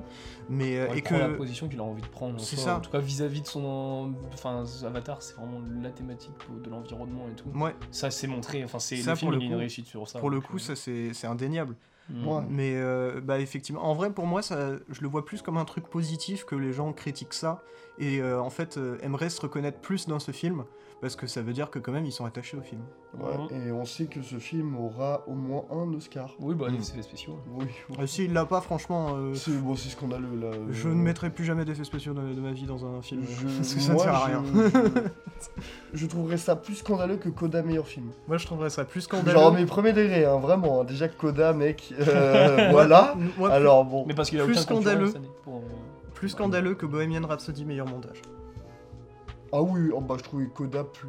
Speaker 3: mais euh,
Speaker 1: Ouais,
Speaker 3: et
Speaker 1: il prend la
Speaker 3: que
Speaker 1: position qu'il a envie de prendre. en
Speaker 3: C'est
Speaker 1: soi.
Speaker 3: ça.
Speaker 1: En tout cas, vis-à-vis de son, enfin, Avatar, c'est vraiment la thématique de l'environnement et tout.
Speaker 3: ouais,
Speaker 1: Ça, c'est montré. Enfin, c'est
Speaker 3: Ça,
Speaker 1: le film,
Speaker 3: pour le
Speaker 1: il est une
Speaker 3: coup-
Speaker 1: réussite sur ça.
Speaker 3: pour le
Speaker 1: donc,
Speaker 3: coup,
Speaker 1: euh,
Speaker 3: ça c'est c'est indéniable.
Speaker 1: mm.
Speaker 2: Ouais.
Speaker 3: Mais euh, bah effectivement, en vrai pour moi, ça, je le vois plus comme un truc positif que les gens critiquent ça et euh, en fait euh, aimeraient se reconnaître plus dans ce film parce que ça veut dire que quand même ils sont attachés au film.
Speaker 1: Hmm.
Speaker 2: Ouais, Et on sait que ce film aura au moins un Oscar.
Speaker 1: Oui, bah,
Speaker 3: Mm.
Speaker 1: les effets spéciaux.
Speaker 2: Oui, oui.
Speaker 3: Euh, S'il l'a pas, franchement, euh,
Speaker 2: C'est bon, c'est ce qu'on a le. la-
Speaker 3: je ne mettrai plus jamais d'effets spéciaux de, de ma vie dans un film.
Speaker 2: Euh. Je-
Speaker 3: <laughs> Parce que ça ne
Speaker 2: moi,
Speaker 3: sert à rien.
Speaker 2: Je, <laughs> je- je trouverais ça plus scandaleux que Coda meilleur film.
Speaker 3: Moi, je trouverais ça plus
Speaker 2: Genre
Speaker 3: scandaleux.
Speaker 2: mes premiers degrés, hein, vraiment. hein. Déjà Coda, mec,
Speaker 3: <laughs>
Speaker 2: euh, voilà.
Speaker 3: Moi, plus-
Speaker 2: Alors bon,
Speaker 1: Mais parce qu'il a
Speaker 3: Plus
Speaker 1: aucun concurrent
Speaker 3: scandaleux.
Speaker 1: cette année pour, euh,
Speaker 3: plus scandaleux que Bohemian Rhapsody meilleur montage.
Speaker 2: Ah oui, oh, bah, je trouvais Koda plus.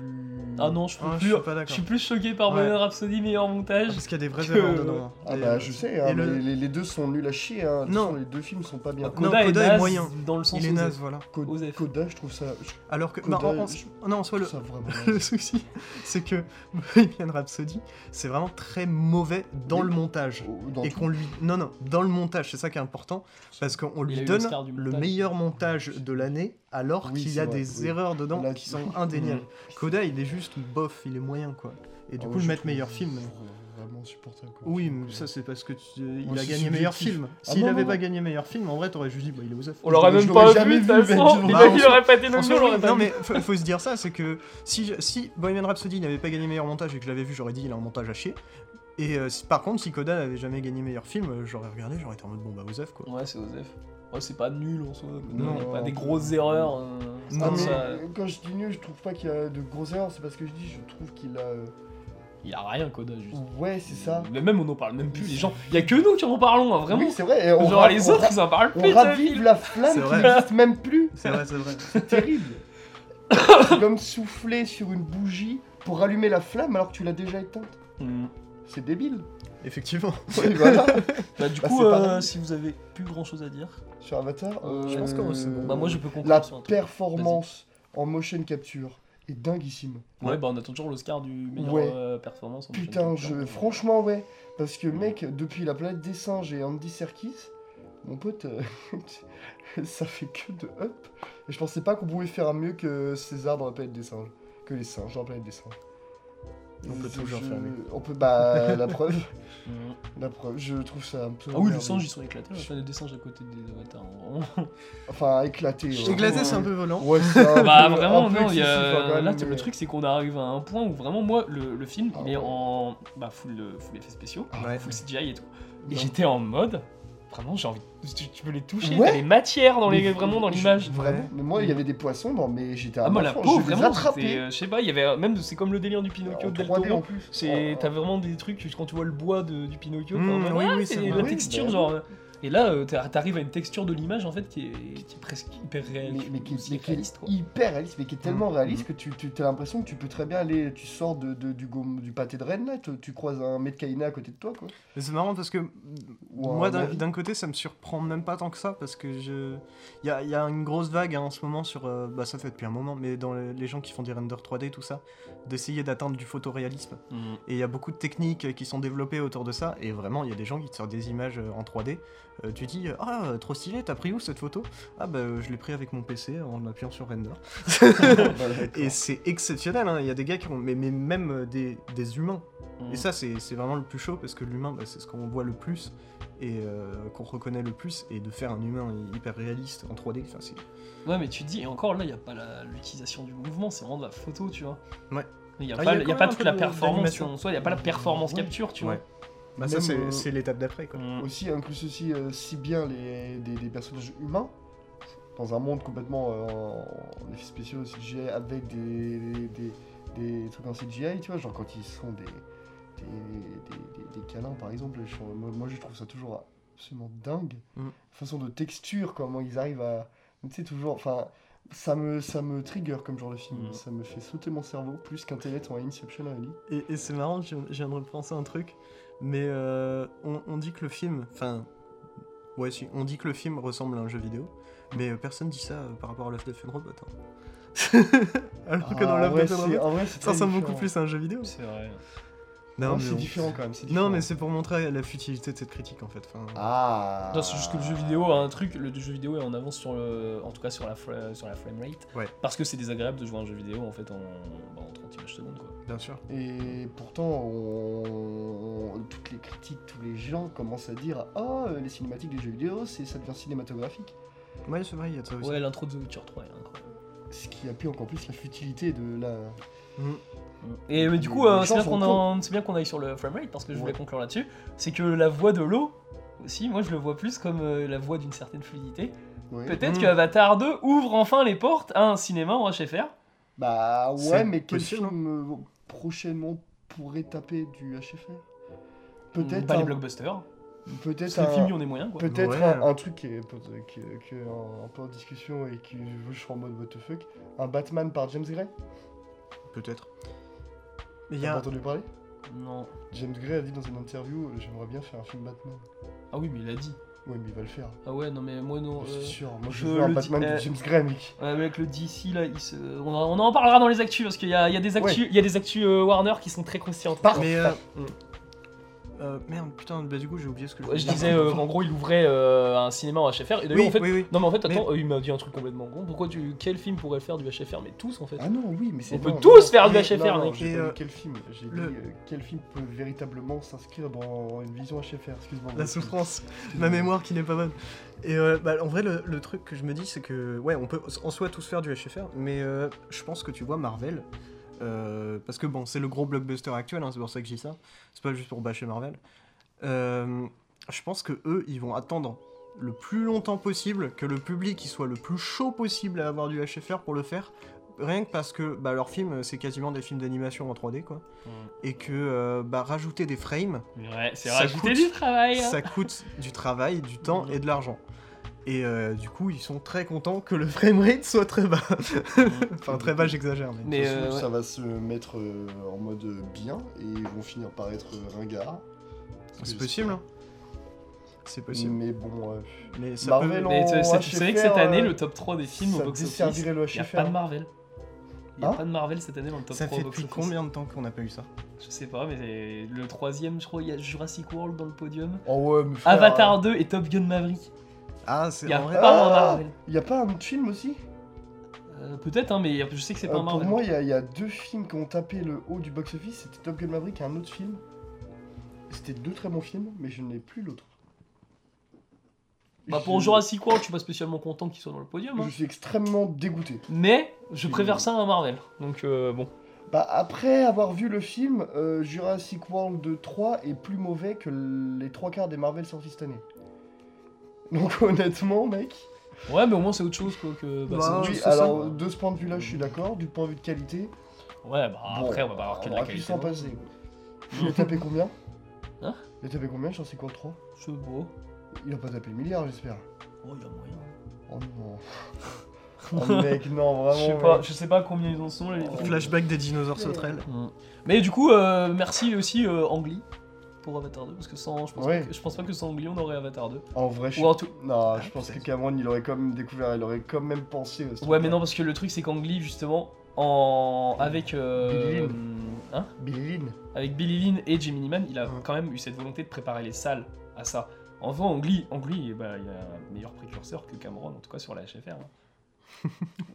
Speaker 1: Ah non, je peux
Speaker 3: Ah, je
Speaker 1: plus.
Speaker 3: suis pas
Speaker 1: Je
Speaker 3: d'accord.
Speaker 1: suis plus choqué par
Speaker 3: Ouais.
Speaker 1: Bohemian Rhapsody meilleur
Speaker 3: Ah,
Speaker 1: montage.
Speaker 3: Parce qu'il y a des vraies
Speaker 1: que-
Speaker 3: erreurs dedans. hein.
Speaker 2: Ah
Speaker 3: Et,
Speaker 2: bah
Speaker 3: euh,
Speaker 2: je sais, hein,
Speaker 3: et
Speaker 2: mais
Speaker 3: le-
Speaker 2: les, les deux sont nuls à chier. Hein. De toute
Speaker 3: Non.
Speaker 2: façon, les deux films sont pas bien.
Speaker 3: Ah, non,
Speaker 1: Koda est
Speaker 3: Koda est
Speaker 1: naze
Speaker 3: moyen.
Speaker 1: dans le sens
Speaker 3: il est
Speaker 1: où-
Speaker 3: naze, voilà.
Speaker 2: Ko-
Speaker 1: Osef.
Speaker 2: Koda, je trouve ça, je trouve
Speaker 3: Alors que.
Speaker 2: Koda,
Speaker 3: bah, en- en-
Speaker 2: je-
Speaker 3: Non, en soi, le, <laughs>
Speaker 2: ça vraiment.
Speaker 3: le
Speaker 2: naze.
Speaker 3: souci, c'est que <laughs> Bohemian Rhapsody, c'est vraiment très mauvais dans
Speaker 2: Oui.
Speaker 3: le montage.
Speaker 2: Oh, dans
Speaker 3: Et
Speaker 2: tout.
Speaker 3: qu'on lui. Non, non, dans le montage, c'est ça qui est important, parce qu'on
Speaker 1: Il a
Speaker 3: lui
Speaker 1: eu
Speaker 3: donne
Speaker 1: l'Oscar du
Speaker 3: le
Speaker 1: montage.
Speaker 3: meilleur montage de l'année, alors
Speaker 2: Oui,
Speaker 3: qu'il y
Speaker 2: c'est
Speaker 3: a
Speaker 2: vrai,
Speaker 3: des
Speaker 2: oui.
Speaker 3: erreurs dedans
Speaker 2: Là,
Speaker 3: qui
Speaker 2: tu-
Speaker 3: sont
Speaker 2: <laughs>
Speaker 3: <laughs> indéniables.
Speaker 2: Mmh.
Speaker 3: Koda, il est juste bof, il est moyen, quoi. Et
Speaker 2: Ah
Speaker 3: du coup,
Speaker 2: ouais,
Speaker 3: le
Speaker 2: je
Speaker 3: mettre
Speaker 2: trouve
Speaker 3: meilleur film.
Speaker 2: Vraiment supportable. quoi.
Speaker 3: Oui, mais ça, c'est parce que tu- euh, il
Speaker 2: Ouais,
Speaker 3: a
Speaker 2: c'est
Speaker 3: gagné meilleur
Speaker 2: subjectif.
Speaker 3: film.
Speaker 2: Ah
Speaker 3: S'il
Speaker 2: non,
Speaker 3: avait
Speaker 2: non,
Speaker 3: pas
Speaker 2: non.
Speaker 3: gagné meilleur film, en vrai, t'aurais juste dit, bah, il est aux affaires.
Speaker 1: On l'aurait
Speaker 2: Je
Speaker 1: même
Speaker 2: l'aurais
Speaker 1: pas
Speaker 2: jamais
Speaker 1: vu, de
Speaker 2: vu,
Speaker 1: toute
Speaker 2: mais
Speaker 1: façon.
Speaker 2: je
Speaker 1: Les
Speaker 2: l'aurais-
Speaker 1: mecs, <laughs> il aurait pas été
Speaker 3: Franchement,
Speaker 1: nommé, on l'aurait pas
Speaker 3: non
Speaker 1: vu.
Speaker 3: mais faut, faut se dire ça, c'est que si, je- si Bohemian Rhapsody n'avait pas gagné meilleur montage et que je l'avais vu, j'aurais dit il a un montage à chier. Et euh, si- par contre, si Coda n'avait jamais gagné meilleur film, euh, j'aurais regardé, j'aurais été en mode bon bah aux œufs, quoi.
Speaker 1: Ouais, c'est Osef. Ouais, c'est pas nul en soi.
Speaker 2: Non.
Speaker 1: Non, y a pas des grosses erreurs. euh, c'est
Speaker 3: Non,
Speaker 2: Ah,
Speaker 1: comme
Speaker 2: mais
Speaker 1: ça.
Speaker 2: quand je dis nul, je trouve pas qu'il y a de grosses erreurs. C'est parce que je dis, je trouve qu'il a. euh,
Speaker 1: Il a rien, Coda, juste.
Speaker 2: Ouais, c'est ça.
Speaker 1: Mais même, on en parle même plus. Les gens, il y a que nous qui en parlons, hein, vraiment.
Speaker 2: Oui, c'est vrai. et On
Speaker 1: Genre,
Speaker 2: ra-
Speaker 1: les
Speaker 2: on
Speaker 1: autres,
Speaker 2: ra-
Speaker 1: ils en parlent
Speaker 2: on
Speaker 1: plus. de
Speaker 2: ravive
Speaker 1: film.
Speaker 2: la
Speaker 3: C'est
Speaker 2: flamme qui
Speaker 3: vrai.
Speaker 2: n'existe même plus.
Speaker 3: C'est vrai, c'est vrai. <laughs>
Speaker 2: C'est terrible. c'est comme souffler sur une bougie pour rallumer la flamme alors que tu l'as déjà éteinte.
Speaker 1: Hmm.
Speaker 2: C'est
Speaker 3: <laughs>
Speaker 2: débile.
Speaker 3: Effectivement.
Speaker 2: Oui, voilà.
Speaker 1: Bah, du
Speaker 2: Bah,
Speaker 1: coup,
Speaker 2: c'est
Speaker 1: euh,
Speaker 2: pareil.
Speaker 1: si vous avez plus grand chose à dire,
Speaker 2: Sur Avatar,
Speaker 1: Euh, je
Speaker 3: pense que c'est bon.
Speaker 1: bah, moi, je peux conclure
Speaker 2: La
Speaker 1: sur un truc.
Speaker 2: performance en motion capture est dinguissime.
Speaker 1: Ouais, bah, on attend toujours l'Oscar du meilleur
Speaker 2: Ouais.
Speaker 1: euh, performance. en motion
Speaker 2: Putain,
Speaker 1: capture.
Speaker 2: je... franchement, ouais. Parce que, mec, depuis la planète des singes et Andy Serkis, mon pote, euh, <laughs> ça fait que de up. Et je pensais pas qu'on pouvait faire mieux que César dans la planète des singes. Que les singes dans la planète des singes.
Speaker 3: On peut
Speaker 2: Je-
Speaker 3: toujours faire mieux.
Speaker 2: On
Speaker 1: <laughs>
Speaker 2: peut, bah, la preuve.
Speaker 1: Hmm.
Speaker 2: La preuve, je trouve ça un peu.
Speaker 1: Ah oui, les
Speaker 2: merveilleux.
Speaker 1: singes, ils sont éclatés. On a des singes à côté des avatars. hein,
Speaker 2: <laughs>
Speaker 1: vraiment.
Speaker 2: Enfin, éclaté. ouais.
Speaker 3: Éclaté, c'est un peu volant.
Speaker 2: Ouais, c'est un
Speaker 1: Bah
Speaker 2: peu-
Speaker 1: vraiment
Speaker 2: un peu
Speaker 1: non, il y
Speaker 2: excessif, hein, quand
Speaker 1: a...
Speaker 2: même,
Speaker 1: là t- le
Speaker 2: mais-
Speaker 1: truc c'est qu'on arrive à un point où vraiment moi le, le film
Speaker 2: Ah
Speaker 1: il est
Speaker 2: ouais.
Speaker 1: en bah, full, euh, full effets spéciaux,
Speaker 2: Ah,
Speaker 3: Ouais.
Speaker 1: full CGI et tout. Et
Speaker 2: Non.
Speaker 1: j'étais en mode vraiment j'ai envie de- tu, tu peux les toucher,
Speaker 2: Ouais.
Speaker 1: t'as les matières dans les
Speaker 2: Mais-
Speaker 1: vraiment dans
Speaker 2: je-
Speaker 1: l'image.
Speaker 2: Vraiment.
Speaker 3: Ouais.
Speaker 2: Mais moi, il y avait des poissons, non, mais j'étais
Speaker 1: Ah
Speaker 2: un
Speaker 1: moi la
Speaker 2: enfant,
Speaker 1: peau
Speaker 2: je les
Speaker 1: vraiment c'était,
Speaker 2: attrapais.
Speaker 1: euh, je sais pas, il y avait même c'est comme le délire du Pinocchio
Speaker 2: en
Speaker 1: de Del
Speaker 2: 3D en
Speaker 1: Toro.
Speaker 2: plus.
Speaker 1: C'est
Speaker 2: Ah,
Speaker 1: t'as vraiment des trucs quand tu vois le bois de- du Pinocchio, t'es
Speaker 3: Mm,
Speaker 1: en mode,
Speaker 3: oui,
Speaker 1: ah,
Speaker 3: oui,
Speaker 1: c'est
Speaker 3: c'est
Speaker 1: la
Speaker 3: vrai.
Speaker 1: texture
Speaker 2: Oui, bah
Speaker 1: genre et là euh, t'ar- t'arrives à une texture de l'image en fait qui est, qui est presque hyper
Speaker 2: mais,
Speaker 1: réelle,
Speaker 2: mais qui,
Speaker 1: aussi
Speaker 2: mais qui
Speaker 1: réaliste quoi. Mm-hmm.
Speaker 2: est hyper réaliste, mais qui est tellement réaliste que tu, tu as l'impression que tu peux très bien aller, tu sors de, de- du, gomme- du pâté de Rennes, là, tu, tu croises un mec caïné à côté de toi, quoi.
Speaker 3: Mais c'est marrant parce que
Speaker 2: Ou un
Speaker 3: moi d'un-
Speaker 2: avis. <laughs>
Speaker 3: d'un <laughs> côté ça me surprend même pas tant que ça parce que je il y a, il y a une grosse vague hein, en ce moment sur euh, bah ça fait depuis un moment mais dans les, les gens qui font des renders 3D tout ça d'essayer d'atteindre du photoréalisme
Speaker 1: Mm.
Speaker 3: Et il y a beaucoup de techniques euh, qui sont développées autour de ça. Et vraiment, il y a des gens qui te sortent des images euh, en 3D. Euh, tu dis, euh, ah, euh, trop stylé, t'as pris où cette photo Ah, bah, euh, je l'ai pris avec mon PC en appuyant sur render. <laughs> Et c'est exceptionnel, hein. il y a des gars qui ont. Mais, mais même euh, des, des humains.
Speaker 1: Mm.
Speaker 3: Et ça, c'est c'est vraiment le plus chaud parce que l'humain, bah, c'est ce qu'on voit le plus et euh, qu'on reconnaît le plus. Et de faire un humain hyper réaliste en 3D, enfin, c'est.
Speaker 1: Ouais, mais tu te dis, et encore là, il n'y a pas la- l'utilisation du mouvement, c'est vraiment de la photo, tu vois.
Speaker 3: Ouais.
Speaker 1: Il n'y a,
Speaker 3: Ah,
Speaker 1: pas-
Speaker 3: y a
Speaker 1: y a
Speaker 3: quand
Speaker 1: pas
Speaker 3: même un
Speaker 1: toute
Speaker 3: peu
Speaker 1: la
Speaker 3: de-
Speaker 1: performance
Speaker 3: d'animation.
Speaker 1: en soi, il n'y a pas la performance
Speaker 2: Ouais.
Speaker 1: capture, tu
Speaker 3: Ouais. Bah, ça,
Speaker 2: Même,
Speaker 3: c'est
Speaker 2: euh,
Speaker 3: c'est l'étape d'après, quoi.
Speaker 1: vois. Mm.
Speaker 2: Aussi, inclus aussi euh, si bien les, des, des personnages humains, dans un monde complètement euh, en en effets spéciaux, CGI, avec des, des, des- des trucs en CGI, tu vois, genre quand ils sont des, des, des- des- des câlins par exemple, je- moi, moi, je trouve ça toujours absolument dingue.
Speaker 3: Mm.
Speaker 2: La façon de texture, comment ils arrivent à. Tu sais, toujours. Enfin, ça me, ça me trigger comme genre de film,
Speaker 1: Mm.
Speaker 2: ça me fait sauter mon cerveau, plus qu'un télét en Inception à Ali.
Speaker 3: Et, et c'est marrant, je, je viens de repenser un truc, mais euh, on, on dit que le film, enfin, ouais, si, on dit que le film ressemble à un jeu vidéo, mais euh, personne dit ça euh, par rapport à Love Death and Robot. hein. <laughs> Alors que dans
Speaker 2: Ah, en
Speaker 3: Love
Speaker 2: vrai,
Speaker 3: Death and
Speaker 2: c'est-
Speaker 3: Robot,
Speaker 2: en vrai, c'est
Speaker 3: ça
Speaker 2: très
Speaker 3: ressemble
Speaker 2: différent.
Speaker 3: beaucoup plus à un jeu vidéo.
Speaker 1: C'est vrai.
Speaker 2: Non,
Speaker 3: mais
Speaker 2: c'est
Speaker 3: on-
Speaker 2: différent quand même. c'est
Speaker 3: Non, mais
Speaker 2: différent.
Speaker 3: c'est pour montrer la futilité de cette critique en fait. Enfin,
Speaker 2: Ah.
Speaker 1: Non, c'est juste que le jeu vidéo a un truc, le jeu vidéo est en avance sur le. En tout cas, sur la, fra- sur la frame rate.
Speaker 3: Ouais.
Speaker 1: Parce que c'est désagréable de jouer à un jeu vidéo en fait en, bah, en 30 images secondes, quoi.
Speaker 3: bien sûr.
Speaker 2: Et pourtant, on- on- toutes les critiques, tous les gens commencent à dire Ah, euh, les cinématiques des jeux vidéo, c'est ça devient cinématographique.
Speaker 3: Ouais, c'est vrai, il y a de ça aussi.
Speaker 1: Ouais, l'intro de The Witcher 3 est incroyable.
Speaker 2: Ce qui appuie encore plus la futilité de la.
Speaker 3: Mm.
Speaker 1: Et mais du
Speaker 2: Les-
Speaker 1: coup, euh,
Speaker 2: les
Speaker 1: c'est
Speaker 2: gens
Speaker 1: bien
Speaker 2: sont
Speaker 1: qu'on
Speaker 2: cons.
Speaker 1: en- c'est bien qu'on aille sur le framerate parce que je voulais
Speaker 2: Ouais.
Speaker 1: conclure là-dessus. C'est que la voix de l'eau aussi, moi je le vois plus comme euh, la voix d'une certaine fluidité.
Speaker 2: Ouais.
Speaker 1: Peut-être
Speaker 3: Mm.
Speaker 1: que Avatar 2 ouvre enfin les portes à un cinéma en HFR.
Speaker 2: Bah ouais,
Speaker 3: C'est
Speaker 2: mais quel
Speaker 3: possible, hein.
Speaker 2: film euh,
Speaker 1: Hmm,
Speaker 2: prochainement pourrait taper du HFR Peut-être.
Speaker 1: Pas
Speaker 2: un-
Speaker 3: hein.
Speaker 1: les blockbusters. Parce
Speaker 2: peut-être
Speaker 1: que les films,
Speaker 2: un,
Speaker 1: ils ont des moyens, quoi.
Speaker 2: peut-être
Speaker 3: Ouais.
Speaker 2: un, un truc qui est, peut- qui, qui est un, un peu en discussion et qui je suis en mode what the fuck. Un Batman par James Gray
Speaker 3: Peut-être. Il y
Speaker 2: T'as
Speaker 3: a...
Speaker 2: entendu parler
Speaker 1: Non.
Speaker 2: James Gray a dit dans une interview euh, J'aimerais bien faire un film Batman.
Speaker 1: Ah oui, mais il a dit. Ouais,
Speaker 2: mais il va le faire.
Speaker 1: Ah ouais, non, mais moi, non.
Speaker 2: Je
Speaker 1: euh,
Speaker 2: suis sûr. Moi, Euh, je
Speaker 1: je
Speaker 2: veux un
Speaker 1: le
Speaker 2: Batman
Speaker 1: dis-
Speaker 2: de
Speaker 1: euh,
Speaker 2: James Gray, mec.
Speaker 1: Ouais, mais avec le DC, là, il se... on, en, on en parlera dans les actus, parce qu'il y a, il y a des actus, il y a des actus euh, Warner qui sont très croustillantes.
Speaker 2: Par-
Speaker 3: Mais... euh,
Speaker 1: Mm.
Speaker 3: euh, merde, putain, bah du coup, j'ai oublié ce que je
Speaker 1: Ah. Ouais,
Speaker 3: voulais
Speaker 1: je
Speaker 3: dire.
Speaker 1: disais,
Speaker 3: <laughs>
Speaker 1: euh, en gros, il ouvrait euh, un cinéma en HFR, et d'ailleurs,
Speaker 3: oui,
Speaker 1: en fait...
Speaker 3: oui, oui.
Speaker 1: Non, mais en fait, attends, euh, il m'a dit un truc complètement con. Pourquoi tu... Quel film pourrait faire du HFR Mais tous, en fait.
Speaker 2: Ah non, oui, mais c'est.
Speaker 1: on peut
Speaker 2: non,
Speaker 1: tous
Speaker 2: non.
Speaker 1: faire du
Speaker 3: mais-
Speaker 1: HFR,
Speaker 2: non, non,
Speaker 1: mec.
Speaker 2: j'ai
Speaker 3: Et,
Speaker 2: pas dit
Speaker 3: euh,
Speaker 2: quel film. J'ai
Speaker 3: le-
Speaker 2: dit euh, quel film peut véritablement s'inscrire dans une vision HFR. Excuse-moi. Mmh.
Speaker 3: La souffrance, <laughs> ma mémoire qui n'est pas bonne. Et euh, bah, en vrai, le, le truc que je me dis, c'est que, ouais, on peut en soi tous faire du HFR, mais euh, je pense que tu vois Marvel, euh, parce que bon, c'est le gros blockbuster actuel, hein, c'est pour ça que je dis ça, c'est pas juste pour bâcher Marvel. Euh, je pense que eux, ils vont attendre le plus longtemps possible, que le public il soit le plus chaud possible à avoir du HFR pour le faire, rien que parce que bah, leurs films, c'est quasiment des films d'animation en 3D, quoi, et que euh, bah, rajouter des frames,
Speaker 1: Ouais, c'est
Speaker 3: Ça
Speaker 1: rajouter
Speaker 3: coûte.
Speaker 1: du travail. hein.
Speaker 3: ça coûte du travail, du temps
Speaker 1: Mhm.
Speaker 3: et de l'argent. Et euh, du coup, ils sont très contents que le framerate soit très bas. <laughs> enfin, très bas, j'exagère. Mais...
Speaker 1: Mais
Speaker 2: Mais
Speaker 1: euh, ouais.
Speaker 2: Mmh. ça va se mettre euh, en mode euh, bien et ils vont finir par être euh, ringards. Parce
Speaker 3: C'est
Speaker 2: que
Speaker 3: possible. Mm. hein. C'est possible.
Speaker 2: Mais bon, euh,
Speaker 3: Mais ça
Speaker 2: Marvel
Speaker 3: peut...
Speaker 2: en
Speaker 1: Mais tu- ça- tu
Speaker 2: HFR,
Speaker 1: savais que cette année,
Speaker 2: euh,
Speaker 1: le top 3 des films au
Speaker 2: ça
Speaker 1: box-office,
Speaker 2: desservirait le
Speaker 1: il n'y a pas de
Speaker 2: HFR.
Speaker 1: Marvel. Il n'y a
Speaker 2: Hein
Speaker 1: pas de Marvel cette année dans le top
Speaker 3: Ça
Speaker 1: 3
Speaker 3: fait
Speaker 1: au
Speaker 3: depuis
Speaker 1: box-office.
Speaker 3: combien de temps qu'on n'a pas eu ça
Speaker 1: Je sais pas, mais le troisième, je crois, il y a Jurassic World dans le podium.
Speaker 2: Oh ouais, mais frère,
Speaker 3: euh,
Speaker 1: Avatar 2 et Top Gun Maverick.
Speaker 3: Ah,
Speaker 1: Il
Speaker 3: c'est
Speaker 1: n'y a
Speaker 3: en
Speaker 1: pas
Speaker 3: vrai.
Speaker 1: un
Speaker 2: Ah
Speaker 1: Marvel.
Speaker 2: Il y a pas un film aussi
Speaker 1: Euh, Peut-être, hein, mais je sais que c'est
Speaker 2: Euh,
Speaker 1: pas un
Speaker 2: Pour
Speaker 1: Marvel.
Speaker 2: moi, il y, a- il y a deux films qui ont tapé le haut du box-office. C'était Top Gun Maverick et un autre film. C'était deux très bons films, mais je n'ai plus l'autre.
Speaker 1: Bah, pour
Speaker 2: Je-
Speaker 1: Jurassic World, je suis pas spécialement content qu'il soit dans le podium. hein.
Speaker 2: Je suis extrêmement dégoûté.
Speaker 1: Mais je préfère
Speaker 2: Je-
Speaker 1: ça à un Marvel. Donc euh, bon.
Speaker 2: Bah, après avoir vu le film, euh, Jurassic World 3 est plus mauvais que les trois quarts des Marvel sortis cette année. Donc <laughs> honnêtement, mec.
Speaker 1: Ouais, mais au moins c'est autre chose quoi que. bah,
Speaker 3: Bah,
Speaker 1: c'est autre
Speaker 2: oui,
Speaker 1: chose, ça.
Speaker 2: alors de ce point de vue-là, je suis d'accord. Du point de vue de qualité,
Speaker 1: Ouais, bah
Speaker 2: Bon,
Speaker 1: après, on va pas avoir que de
Speaker 2: on
Speaker 1: la
Speaker 2: aurait pu
Speaker 1: qualité. hein.
Speaker 2: s'en
Speaker 1: non.
Speaker 2: passer.
Speaker 1: <laughs>
Speaker 2: il a tapé combien
Speaker 1: Hein
Speaker 2: Il a tapé combien Jurassic World 3
Speaker 1: C'est beau.
Speaker 2: Il a pas tapé le milliard, j'espère.
Speaker 1: Oh, il y a moyen. <laughs>
Speaker 2: Oh non. Oh, mec, non, vraiment.
Speaker 1: je, sais
Speaker 2: mec.
Speaker 1: pas, je sais pas combien ils en sont là. les
Speaker 2: Oh.
Speaker 1: films.
Speaker 3: Flashback des dinosaures sauterelles.
Speaker 1: Mm. Mais du coup, euh, merci aussi euh, Angli pour Avatar 2, parce que sans, je pense,
Speaker 2: Ouais.
Speaker 1: pas que, je pense pas que sans Angli on aurait Avatar 2.
Speaker 2: En vrai, je.
Speaker 1: Ou en Ah, tout-
Speaker 2: Non, je pense que Cameron, il aurait quand même découvert, il aurait quand même pensé. euh, ce
Speaker 1: Ouais,
Speaker 2: truc-là.
Speaker 1: mais non, parce que le truc c'est qu'Angli justement, en... avec.
Speaker 2: Billy
Speaker 1: Euh...
Speaker 2: Lynn.
Speaker 1: hein
Speaker 2: Billy Lynn.
Speaker 1: avec Billy Lynn et Jimmy Neiman, il a
Speaker 3: Ouais.
Speaker 1: quand même eu cette volonté de préparer les salles à ça. En vrai, Angli, Angli eh ben, il a un meilleur précurseur que Cameron, en tout cas sur la HFR. hein.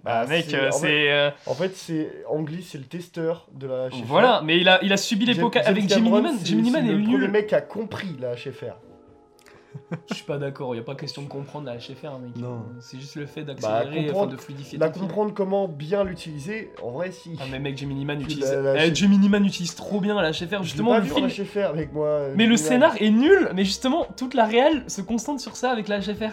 Speaker 1: bah,
Speaker 2: Ah,
Speaker 1: mec,
Speaker 2: c'est-
Speaker 1: euh,
Speaker 2: en
Speaker 1: c'est. euh,
Speaker 2: En fait, c'est Anglis, c'est le testeur de la HFR.
Speaker 1: voilà, mais il a, il a subi les
Speaker 2: James-
Speaker 1: poca-
Speaker 2: James
Speaker 1: avec Jimmy
Speaker 2: Cameron,
Speaker 1: Neiman.
Speaker 2: c'est-
Speaker 1: Jimmy
Speaker 2: c'est
Speaker 1: Neiman est
Speaker 2: le premier
Speaker 1: nul.
Speaker 2: mec qui a compris la HFR.
Speaker 1: Je suis pas d'accord, il n'y a pas question de comprendre la HFR, mec.
Speaker 3: Non.
Speaker 1: C'est juste le fait d'accélérer, enfin
Speaker 2: Bah, comprendre-
Speaker 1: de fluidifier.
Speaker 2: La
Speaker 1: ton film.
Speaker 2: comprendre comment bien l'utiliser, en vrai, si.
Speaker 1: Ah, mais mec, Jimmy Neiman
Speaker 2: Tu
Speaker 1: utilise.
Speaker 2: l'as lâché.
Speaker 1: Eh, Jimmy Neiman utilise trop bien la HFR,
Speaker 2: Je
Speaker 1: justement,
Speaker 2: l'ai
Speaker 1: le
Speaker 2: pas vu en
Speaker 1: film.
Speaker 2: HFR avec moi. euh,
Speaker 1: Mais le
Speaker 2: Dylan.
Speaker 1: scénar est nul, mais justement, toute la réelle se concentre sur ça avec la HFR.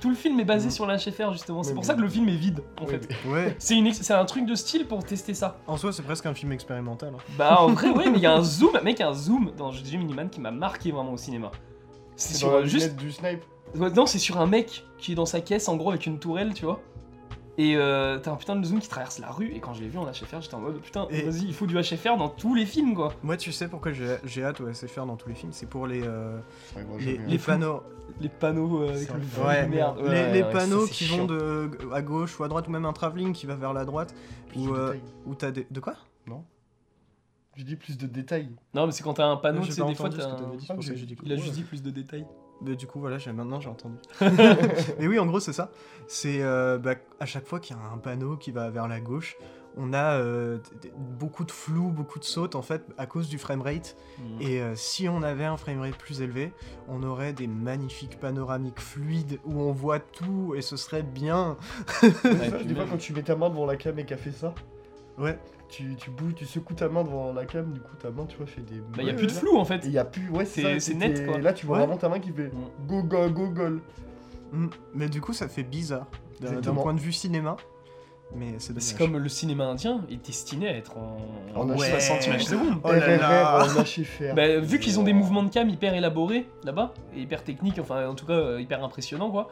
Speaker 1: Tout le film est basé
Speaker 3: Mhm.
Speaker 1: sur la HFR, justement. C'est
Speaker 2: Oui,
Speaker 1: pour
Speaker 2: mais-
Speaker 1: ça que le film est vide, en
Speaker 2: Oui,
Speaker 1: fait.
Speaker 2: mais-
Speaker 3: Ouais,
Speaker 1: C'est une ex- c'est un truc de style pour tester ça.
Speaker 3: <laughs> en soi, c'est presque un film expérimental. hein.
Speaker 1: Bah, en vrai, ouais, mais il y <laughs> a un zoom, mec, il y a un zoom dans Jimmy Neiman qui m'a marqué vraiment au cinéma. C'est
Speaker 2: C'est
Speaker 1: sur
Speaker 2: dans la
Speaker 1: euh, juste
Speaker 2: lunette du snipe.
Speaker 1: Ouais, Non, c'est sur un mec qui est dans sa caisse, en gros, avec une tourelle, tu vois. Et euh, t'as un putain de zoom qui traverse la rue, et quand je l'ai vu en HFR, j'étais en mode putain,
Speaker 3: Et-
Speaker 1: vas-y, il faut du HFR dans tous les films, quoi.
Speaker 3: Moi, tu sais pourquoi j'ai j'ai hâte au SFR dans tous les films C'est pour les, euh,
Speaker 2: Ouais, moi,
Speaker 3: les,
Speaker 2: j'aime
Speaker 3: les
Speaker 2: bien.
Speaker 3: panneaux,
Speaker 1: Les panneaux euh, avec
Speaker 2: C'est
Speaker 1: le
Speaker 2: un
Speaker 1: feu,
Speaker 3: ouais,
Speaker 1: merde. Ouais,
Speaker 3: les,
Speaker 1: ouais,
Speaker 3: les
Speaker 1: ouais, ça,
Speaker 3: panneaux
Speaker 1: c'est
Speaker 3: qui
Speaker 1: chiant.
Speaker 3: vont de, à gauche ou à droite, ou même un travelling qui va vers la droite,
Speaker 2: Plus
Speaker 3: ou
Speaker 2: de
Speaker 3: euh,
Speaker 2: détails.
Speaker 3: où t'as des. De quoi
Speaker 2: Je dis plus de détails.
Speaker 1: Non, mais c'est quand t'as un panneau,
Speaker 3: J'ai
Speaker 1: tu sais,
Speaker 3: pas
Speaker 1: des fois,
Speaker 3: entendu ce
Speaker 1: t'as
Speaker 3: que
Speaker 1: un-
Speaker 3: t'avais dit, c'est pour ça que j'ai dit
Speaker 1: Ah, il a
Speaker 3: quoi. <laughs>
Speaker 1: juste dit plus de détails.
Speaker 3: Mais du coup, voilà, j'ai- maintenant j'ai entendu. Mais oui, en gros, c'est ça. C'est euh, bah, à chaque fois qu'il y a un panneau qui va vers la gauche, on a euh, d- d- beaucoup de flou, beaucoup de sautes en fait à cause du framerate.
Speaker 1: Mm.
Speaker 3: Et euh, si on avait un framerate plus élevé, on aurait des magnifiques panoramiques fluides où on voit tout et ce serait bien.
Speaker 1: et <laughs>
Speaker 2: Ça,
Speaker 1: puis
Speaker 2: <laughs> des fois,
Speaker 1: même-
Speaker 2: quand tu mets ta main devant la cam et qu'elle fait ça,
Speaker 3: Ouais,
Speaker 2: tu, tu bouges, tu secoues ta main devant la cam, du coup, ta main, tu vois, fait des.
Speaker 1: Bah, y a
Speaker 3: Ouais,
Speaker 1: plus de flou en fait.
Speaker 2: Et y a plus, ouais,
Speaker 1: C'est-
Speaker 2: c'est ça,
Speaker 1: c'est
Speaker 2: c'était-
Speaker 1: net, quoi.
Speaker 2: Là, tu vois
Speaker 3: Ouais.
Speaker 2: vraiment ta main qui fait
Speaker 1: Mm.
Speaker 2: go go go go.
Speaker 3: Mm. mais du coup, ça fait bizarre d'un- d'un
Speaker 2: Exactement.
Speaker 3: point de vue cinéma. Mais c'est dommage.
Speaker 1: Bah, C'est comme le cinéma indien est destiné à être en,
Speaker 2: En
Speaker 1: en
Speaker 3: Ouais.
Speaker 1: 60 images secondes.
Speaker 3: Oh là là.
Speaker 2: on a chez faire.
Speaker 1: Bah, vu qu'ils ont des mouvements de cam hyper élaborés là-bas, et hyper techniques, enfin en tout cas euh, hyper impressionnants quoi,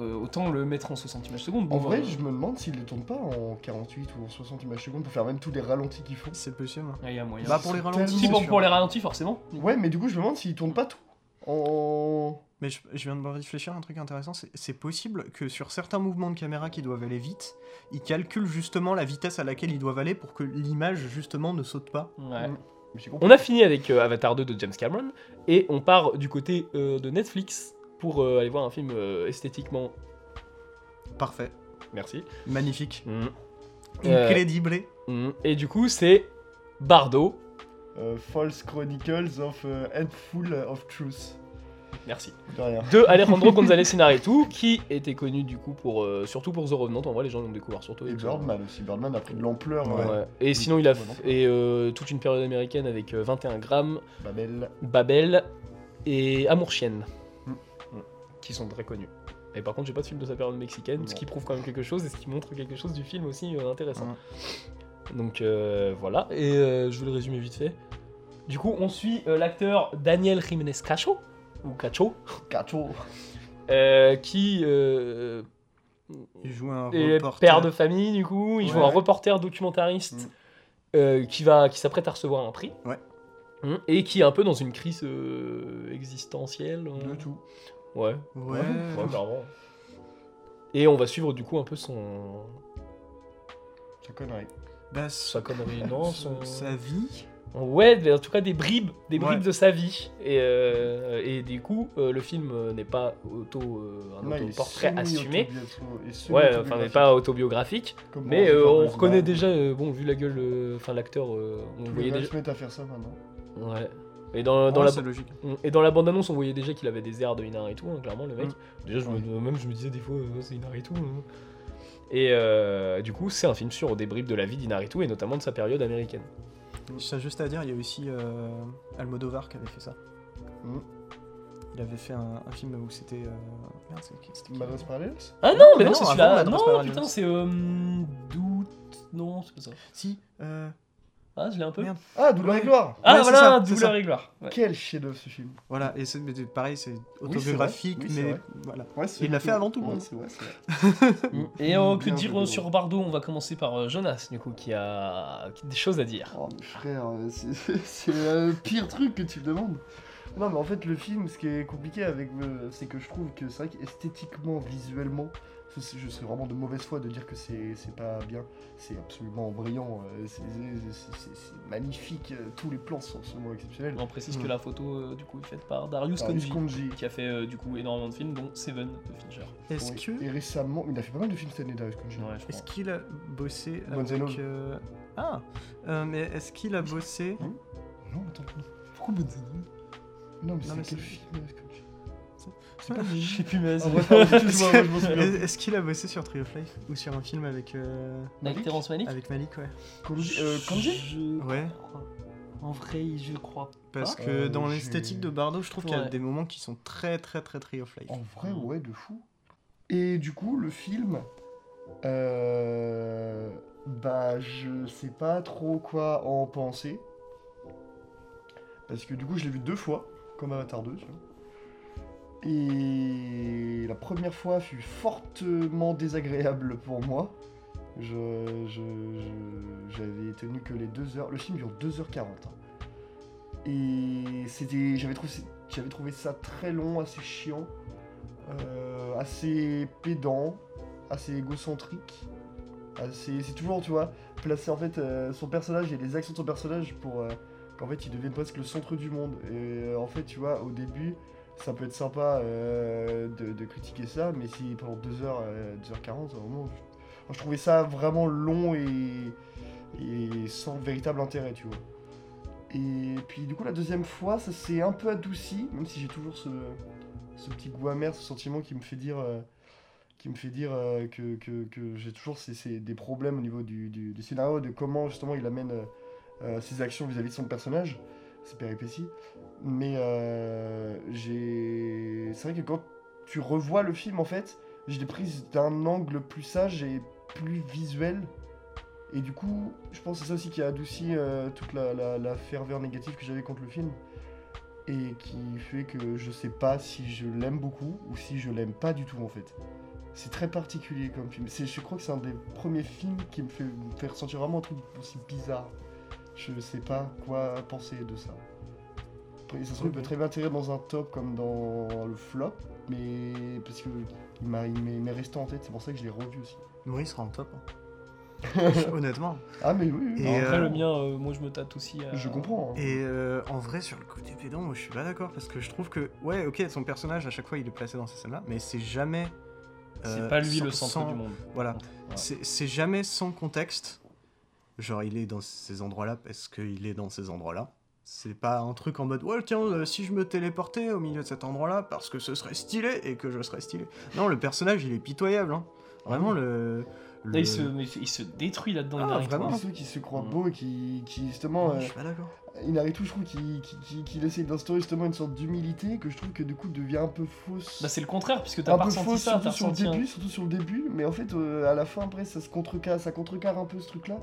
Speaker 1: euh, autant le mettre en 60 images secondes.
Speaker 2: En
Speaker 1: Bon,
Speaker 2: vrai,
Speaker 1: bah,
Speaker 2: je me demande s'ils les tournent pas en 48 ou en 60 images secondes pour faire même tous les ralentis qu'ils font.
Speaker 3: C'est possible.
Speaker 1: il y a moyen.
Speaker 3: Bah pour les
Speaker 2: c'est
Speaker 3: ralentis.
Speaker 2: tellement-
Speaker 1: si
Speaker 3: c'est
Speaker 1: pour,
Speaker 3: sûr.
Speaker 1: pour les ralentis forcément.
Speaker 2: Ouais, mais du coup, je me demande s'ils tournent pas tout. En.
Speaker 3: Mais je, je viens de réfléchir à un truc intéressant, c'est- c'est possible que sur certains mouvements de caméra qui doivent aller vite, ils calculent justement la vitesse à laquelle ils doivent aller pour que l'image justement ne saute pas.
Speaker 1: Ouais.
Speaker 2: Mm. Mais j'ai compris.
Speaker 1: On a fini avec euh, Avatar 2 de James Cameron et on part du côté euh, de Netflix pour euh, aller voir un film euh, esthétiquement.
Speaker 3: Parfait.
Speaker 1: Merci.
Speaker 3: Magnifique.
Speaker 1: Mm. Euh,
Speaker 3: Incredible.
Speaker 1: mm. Et du coup, c'est Bardo.
Speaker 2: Euh, False Chronicles of euh, Handful of Truth.
Speaker 1: Merci.
Speaker 2: De rien.
Speaker 1: De Alejandro González Inarritu, qui était connu du coup pour euh, surtout pour The Revenant. En vrai, les gens l'ont découvert surtout.
Speaker 2: Et
Speaker 1: avec, euh,
Speaker 2: Birdman aussi. Birdman a pris de l'ampleur.
Speaker 1: Ouais.
Speaker 2: euh,
Speaker 1: Et sinon, il a
Speaker 2: Ouais, non.
Speaker 1: fait euh, toute une période américaine avec euh, 21 grammes,
Speaker 2: Babel.
Speaker 1: Babel et Amour Chienne,
Speaker 2: Mm.
Speaker 1: qui sont très connus. Et par contre, j'ai pas de film de sa période mexicaine, ce
Speaker 2: Non.
Speaker 1: qui prouve quand même quelque chose et ce qui montre quelque chose du film aussi euh, intéressant.
Speaker 3: Mm.
Speaker 1: Donc euh, voilà, et euh, je vais le résumer vite fait. Du coup, on suit euh, l'acteur Daniel Jiménez Cacho, ou Cacho,
Speaker 2: Cacho.
Speaker 1: euh, qui euh,
Speaker 3: Il joue un
Speaker 1: et
Speaker 3: reporter.
Speaker 1: père de famille du coup, il joue
Speaker 3: Ouais,
Speaker 1: un
Speaker 3: ouais.
Speaker 1: reporter documentariste
Speaker 2: Mm.
Speaker 1: euh, qui va qui s'apprête à recevoir un prix.
Speaker 3: Ouais.
Speaker 1: Mm, Et qui est un peu dans une crise euh, existentielle. euh,
Speaker 2: De tout. Euh.
Speaker 1: Ouais.
Speaker 3: Ouais.
Speaker 1: ouais, clairement. Et on va suivre du coup un peu son
Speaker 2: Sa connerie.
Speaker 3: Bah,
Speaker 1: sa connerie,
Speaker 2: <laughs>
Speaker 1: non, son-
Speaker 3: Sa vie.
Speaker 1: Ouais, mais en tout cas des bribes, des bribes
Speaker 3: Ouais.
Speaker 1: de sa vie. Et, euh, et du coup, euh, le film euh, n'est pas auto euh, un
Speaker 2: Non, il est
Speaker 1: autoportrait assumé.
Speaker 2: semi-autobiographique. Il est
Speaker 1: Ouais, enfin, mais
Speaker 2: semi-autobiographique.
Speaker 1: pas autobiographique.
Speaker 2: Comme
Speaker 1: Mais
Speaker 2: Robert
Speaker 1: euh, on
Speaker 2: Downey
Speaker 1: reconnaît
Speaker 2: Jr.
Speaker 1: déjà, euh, bon, vu la gueule, euh, enfin l'acteur, euh, on
Speaker 2: Tous
Speaker 1: voyait
Speaker 2: les
Speaker 1: déjà.
Speaker 2: Will Smith à faire ça maintenant.
Speaker 1: Ouais. Et dans, dans
Speaker 3: Ouais,
Speaker 1: la,
Speaker 3: c'est logique.
Speaker 1: et dans la bande-annonce, on voyait déjà qu'il avait des airs de Inar et tout, hein, clairement, le mec.
Speaker 3: Mm.
Speaker 1: Déjà, je me-
Speaker 2: Ouais.
Speaker 1: même, je me disais des fois, euh, c'est Inar et tout. hein. Et euh, du coup, c'est un film sur des bribes de la vie d'Inaritu et notamment de sa période américaine.
Speaker 3: Ça juste à dire, il y a aussi euh, Almodovar qui avait fait ça.
Speaker 1: Hmm.
Speaker 2: Mm.
Speaker 3: Il avait fait un, un film où c'était. euh, Merde, c'est qui- c'était qui
Speaker 2: Madras Parallels
Speaker 1: Ah non, mais
Speaker 3: mais
Speaker 1: non,
Speaker 3: non,
Speaker 1: c'est
Speaker 3: avant, on
Speaker 1: celui-là.
Speaker 3: l'adresse
Speaker 1: Non,
Speaker 3: pas à
Speaker 1: putain,
Speaker 3: Alice.
Speaker 1: c'est. Euh, doute. Non, c'est pas ça.
Speaker 3: Si. euh,
Speaker 1: Ah, je l'ai un peu.
Speaker 3: Merde.
Speaker 2: Ah, Douleur et Gloire
Speaker 1: Ah,
Speaker 3: Ouais, c'est
Speaker 1: voilà,
Speaker 3: ça, c'est
Speaker 1: douleur
Speaker 3: ça.
Speaker 1: et gloire. Ouais.
Speaker 2: Quel chef-d'œuvre ce film
Speaker 3: Voilà, et c'est mais c'est- pareil, c'est autobiographique,
Speaker 2: Oui, c'est
Speaker 3: mais
Speaker 2: vrai.
Speaker 3: voilà.
Speaker 2: Ouais, c'est
Speaker 3: Il l'a
Speaker 2: tout.
Speaker 3: fait avant tout le
Speaker 2: Ouais,
Speaker 3: monde.
Speaker 2: c'est vrai, c'est vrai.
Speaker 1: Et euh,
Speaker 2: Mmh,
Speaker 1: que
Speaker 2: bien
Speaker 1: dire
Speaker 2: joué,
Speaker 1: euh,
Speaker 2: gros.
Speaker 1: sur Bardo On va commencer par euh, Jonas, du coup, qui a qui a des choses à dire.
Speaker 2: Oh, mais frère, euh, c'est- <laughs> c'est c'est le pire truc que tu me demandes. Non, mais en fait, le film, ce qui est compliqué avec, euh, c'est que je trouve que c'est vrai qu'esthétiquement, visuellement, je, sais- je serais vraiment de mauvaise foi de dire que c'est c'est pas bien. C'est absolument brillant, euh, c'est- c'est- c'est c'est- c'est magnifique, euh, tous les plans sont absolument exceptionnels.
Speaker 1: On précise que
Speaker 3: Mmh.
Speaker 1: la photo, euh, du coup, est faite par Darius
Speaker 2: Alors,
Speaker 1: Conji,
Speaker 2: Skonji.
Speaker 1: qui a fait, euh, du coup, énormément de films, dont Seven de Fincher.
Speaker 3: Est-ce
Speaker 2: Oui.
Speaker 3: que.
Speaker 2: Et récemment, il a fait pas mal de films cette année, Darius Conji.
Speaker 1: Ouais, je crois.
Speaker 3: Est-ce qu'il a bossé
Speaker 2: Bonzello.
Speaker 3: avec. euh, Ah euh, Mais est-ce qu'il a bossé.
Speaker 2: Non, attends. Pourquoi Bonzano Non, mais
Speaker 3: Non, mais
Speaker 2: c'est
Speaker 3: c'est-
Speaker 2: quel film, Darius Conji
Speaker 1: <laughs> Je sais plus, mais
Speaker 2: Ah, ouais, pardon, excuse-moi, ouais, je
Speaker 3: <laughs>
Speaker 2: m'en souviens.
Speaker 3: Est- Est-ce qu'il a bossé sur Tree of Life ou sur un film avec. euh,
Speaker 1: Avec Terrence Malick
Speaker 3: Avec Malik, ouais.
Speaker 2: Conji euh, Conji
Speaker 1: Je
Speaker 3: Ouais.
Speaker 1: crois. En vrai, je crois.
Speaker 3: Parce
Speaker 1: Ah.
Speaker 3: que
Speaker 2: Euh,
Speaker 3: dans
Speaker 2: j'ai-
Speaker 3: l'esthétique de Bardo, je trouve qu'il y a
Speaker 1: Ouais.
Speaker 3: des moments qui sont très très très Tree of Life.
Speaker 2: En vrai, ouais, de fou. Et du coup, le film, euh, bah, je sais pas trop quoi en penser. Parce que du coup, je l'ai vu deux fois, comme Avatar 2, tu vois. Et la première fois fut fortement désagréable pour moi. Je, je, je- j'avais tenu que les deux heures. Le film dure 2h40. Et c'était, j'avais trouvé, j'avais trouvé ça très long, assez chiant, euh, assez pédant, assez égocentrique. assez- c'est toujours, tu vois, placer en fait euh, son personnage et les actions de son personnage pour euh, qu'en fait il devienne presque le centre du monde. Et euh, en fait, tu vois, au début, ça peut être sympa euh, de, de critiquer ça, mais si pendant euh, 2h, 2h40, à un moment, je, je trouvais ça vraiment long et, et sans véritable intérêt, tu vois. Et puis du coup la deuxième fois ça s'est un peu adouci, même si j'ai toujours ce, ce petit goût amer, ce sentiment qui me fait dire, euh, qui me fait dire euh, que, que- que j'ai toujours ces, ces- des problèmes au niveau du, du- du scénario, de comment justement il amène euh, euh, ses actions vis-à-vis de son personnage, ses péripéties. Mais euh, j'ai... c'est vrai que quand tu revois le film en fait, je l'ai prise d'un angle plus sage et plus visuel. Et du coup, je pense que c'est ça aussi qui a adouci euh, toute la, la- la ferveur négative que j'avais contre le film. Et qui fait que je sais pas si je l'aime beaucoup ou si je l'aime pas du tout en fait. C'est très particulier comme film. C'est- Je crois que c'est un des premiers films qui me fait, me fait ressentir vraiment un truc aussi bizarre. Je sais pas quoi penser de ça. Après, ça se trouve, il peut
Speaker 3: Ok.
Speaker 2: très bien atterrir dans un top comme dans le flop, mais parce que il m'a- il m'est il m'est resté en tête, c'est pour ça que je l'ai revu aussi.
Speaker 3: Maurice sera en top. hein.
Speaker 2: <laughs>
Speaker 3: Honnêtement.
Speaker 2: Ah mais oui, oui.
Speaker 3: Et,
Speaker 1: Après,
Speaker 3: euh,
Speaker 1: le mien, euh, moi, je me tâte aussi. à-
Speaker 2: Je comprends. hein.
Speaker 3: Et euh, en vrai, sur le côté pédant, moi je suis pas d'accord parce que je trouve que, ouais, ok, son personnage à chaque fois il est placé dans ces scènes-là, mais c'est jamais.
Speaker 1: C'est
Speaker 3: euh,
Speaker 1: pas lui
Speaker 3: sans-
Speaker 1: le centre
Speaker 3: sans-
Speaker 1: du monde.
Speaker 3: Voilà.
Speaker 1: Ouais.
Speaker 3: C'est c'est jamais sans contexte. Genre, il est dans ces endroits-là parce qu'il est dans ces endroits-là. C'est pas un truc en mode, ouais, tiens, euh, si je me téléportais au milieu de cet endroit-là parce que ce serait stylé et que je serais stylé. Non, le personnage il est pitoyable. hein. Vraiment, le.
Speaker 1: Là,
Speaker 3: le-
Speaker 1: il, se, mais il se détruit là-dedans.
Speaker 3: Ah,
Speaker 1: il n'arrive
Speaker 3: vraiment
Speaker 1: pas.
Speaker 2: Et ceux qui se croient
Speaker 1: Mm.
Speaker 2: beaux et qui, qui justement,
Speaker 3: Je
Speaker 2: euh,
Speaker 3: suis pas d'accord.
Speaker 2: Inarritu, je trouve qu'il qui, qui, qu'il essaie d'instaurer justement une sorte d'humilité que je trouve que du coup devient un peu fausse.
Speaker 1: Bah, c'est le contraire, puisque t'as
Speaker 2: un
Speaker 1: pas
Speaker 2: peu
Speaker 1: ressenti
Speaker 2: fausse
Speaker 1: ça. T'as
Speaker 2: surtout sur le
Speaker 1: ressenti un-
Speaker 2: début, surtout sur le début, mais en fait euh, à la fin après ça se contrecarre, ça contrecarre un peu ce truc là.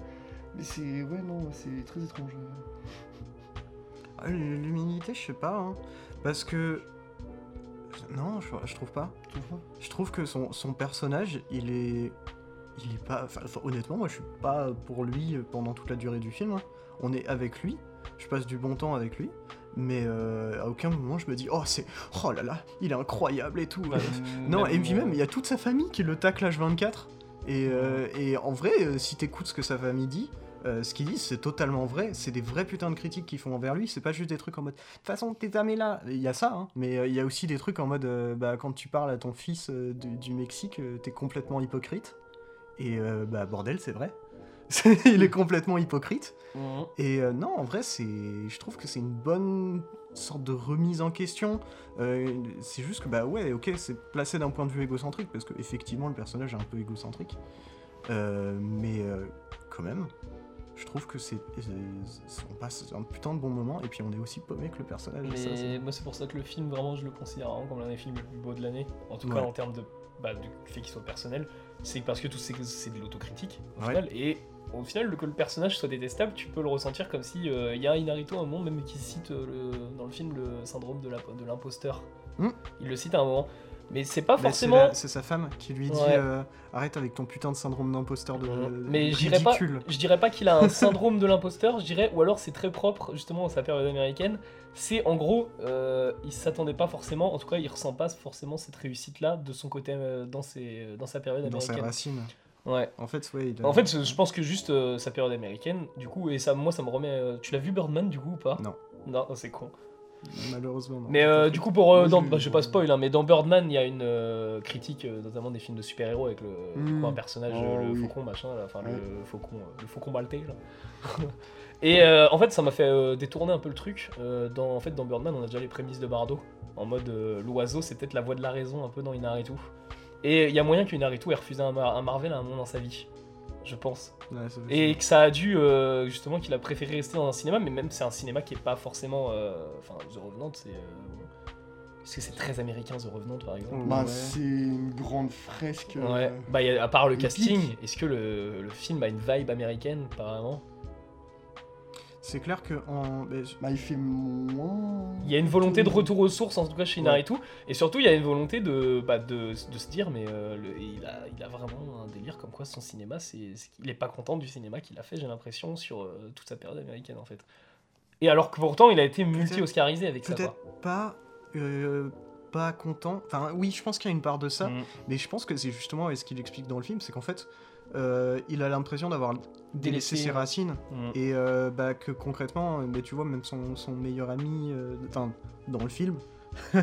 Speaker 2: Mais c'est ouais non, c'est très étrange. euh.
Speaker 3: Ah, l- L'humilité, je sais pas. hein. Parce que. Non, je, je trouve pas.
Speaker 2: Tu vois
Speaker 3: Je trouve que son, son personnage, il est. Il est pas. Enfin, enfin, honnêtement, moi, je suis pas pour lui pendant toute la durée du film. hein. On est avec lui. Je passe du bon temps avec lui. Mais euh, à aucun moment, je me dis Oh, c'est. Oh là là, il est incroyable et tout.
Speaker 2: <laughs>
Speaker 1: Bah,
Speaker 3: non, et puis
Speaker 1: euh,
Speaker 3: même, <laughs> il y a toute sa famille qui le tacle H24. Et, euh, et en vrai, euh, si t'écoutes ce que sa famille dit, euh, ce qu'ils disent, c'est totalement vrai. C'est des vrais putains de critiques qu'ils font envers lui. C'est pas juste des trucs en mode. De toute façon, t'es jamais là. Il y a ça, hein, mais euh, il y a aussi des trucs en mode. euh, bah, quand tu parles à ton fils euh, du, du Mexique, euh, t'es complètement hypocrite. Et euh, bah, bordel, c'est vrai. il est complètement hypocrite.
Speaker 1: Mhm.
Speaker 3: Et euh, non, en vrai, c'est, je trouve que c'est une bonne sorte de remise en question. Euh, c'est juste que bah ouais, ok, c'est placé d'un point de vue égocentrique parce que effectivement le personnage est un peu égocentrique, Euh, mais euh, quand même, je trouve que c'est, c'est- on passe un putain de bon moment et puis on est aussi paumé que le personnage. et ça,
Speaker 1: Mais
Speaker 3: c'est-
Speaker 1: moi, c'est pour ça que le film, vraiment, je le considère vraiment comme l'un des films les plus beaux de l'année. En tout cas,
Speaker 3: Ouais.
Speaker 1: en termes de, bah, du fait qu'il soit personnel. C'est parce que tout c'est, c'est de l'autocritique, au
Speaker 3: Ouais.
Speaker 1: final. Et au final, le- que le personnage soit détestable, tu peux le ressentir comme si euh, il y a Inarito à un moment, même qui cite euh, le- dans le film le syndrome de, la, de l'imposteur.
Speaker 3: Mhm.
Speaker 1: Il le cite à un moment. Mais c'est pas
Speaker 3: Mais
Speaker 1: forcément.
Speaker 3: Bah, c'est, la- c'est sa femme qui lui dit
Speaker 1: Ouais. Mhm.
Speaker 3: euh, arrête avec ton putain de syndrome d'imposteur de euh,
Speaker 1: Mais j'irais pas,
Speaker 3: ridicule.
Speaker 1: je dirais pas qu'il a
Speaker 3: <laughs>
Speaker 1: un syndrome de l'imposteur, je dirais, ou alors c'est très propre justement à sa période américaine. C'est en gros, euh, il s'attendait pas forcément, en tout cas il ressent pas forcément cette réussite là de son côté euh, dans, ses, dans sa période
Speaker 3: dans sa
Speaker 1: américaine.
Speaker 3: racine.
Speaker 1: Ouais.
Speaker 3: En fait, ouais, il a-
Speaker 1: En fait, je pense que juste euh, sa période américaine, du coup, et ça, moi ça me remet. euh, tu l'as vu Birdman du coup ou pas
Speaker 3: Non.
Speaker 1: Non, c'est con.
Speaker 3: malheureusement. non.
Speaker 1: Mais euh, du coup, pour euh,
Speaker 3: Oui,
Speaker 1: dans,
Speaker 3: je-
Speaker 1: bah, je vais pas spoil, hein, mais dans Birdman, il y a une euh, critique, euh, notamment des films de super-héros avec le du coup,
Speaker 2: Mm.
Speaker 1: un personnage,
Speaker 2: Oh,
Speaker 1: euh, le
Speaker 2: oui.
Speaker 1: faucon machin, là, enfin le
Speaker 2: Ouais.
Speaker 1: faucon, euh, le faucon balté. Là. <laughs> Et euh, en fait, ça m'a fait euh, détourner un peu le truc. Euh, dans, en fait, dans Birdman, on a déjà les prémices de Bardo, en mode euh, l'oiseau, c'est peut-être la voix de la raison un peu dans Inaritu. Et il y a moyen qu'Inaritu ait refusé un, Mar- un Marvel à un moment dans sa vie, je pense.
Speaker 3: Ouais, ça-
Speaker 1: Et que ça a dû, euh, justement, qu'il a préféré rester dans un cinéma, mais même c'est un cinéma qui est pas forcément. euh, Enfin, The Revenant, c'est. euh, Est-ce que c'est très américain, The Revenant, par exemple
Speaker 2: Bah,
Speaker 3: Ouais.
Speaker 2: c'est une grande fresque. euh,
Speaker 1: Ouais. Bah, y a- à part le
Speaker 2: Épique.
Speaker 1: casting, est-ce que le, le film a une vibe américaine, apparemment
Speaker 3: C'est clair que en. ben, je-
Speaker 2: Bah il fait moins.
Speaker 1: Il y a une volonté de retour aux sources, en tout cas chez
Speaker 3: Mm. Ouais.
Speaker 1: Naruto, et surtout, il y a une volonté de, bah, de, de se dire, mais euh, le- il, a, il a vraiment un délire comme quoi son cinéma, c'est, c'est qu'il est pas content du cinéma qu'il a fait, j'ai l'impression, sur euh, toute sa période américaine, en fait. Et alors que pourtant, il a été multi-oscarisé avec ça.
Speaker 3: Peut-être
Speaker 1: quoi.
Speaker 3: pas. euh, pas content. Enfin, oui, je pense qu'il y a une part de ça,
Speaker 1: Mm.
Speaker 3: mais je pense que c'est justement et ce qu'il explique dans le film, c'est qu'en fait, euh, il a l'impression d'avoir délaissé ses racines
Speaker 1: Mm.
Speaker 3: et euh, bah, que concrètement, euh, bah, tu vois, même son, son meilleur ami, euh, enfin, dans le film, <laughs>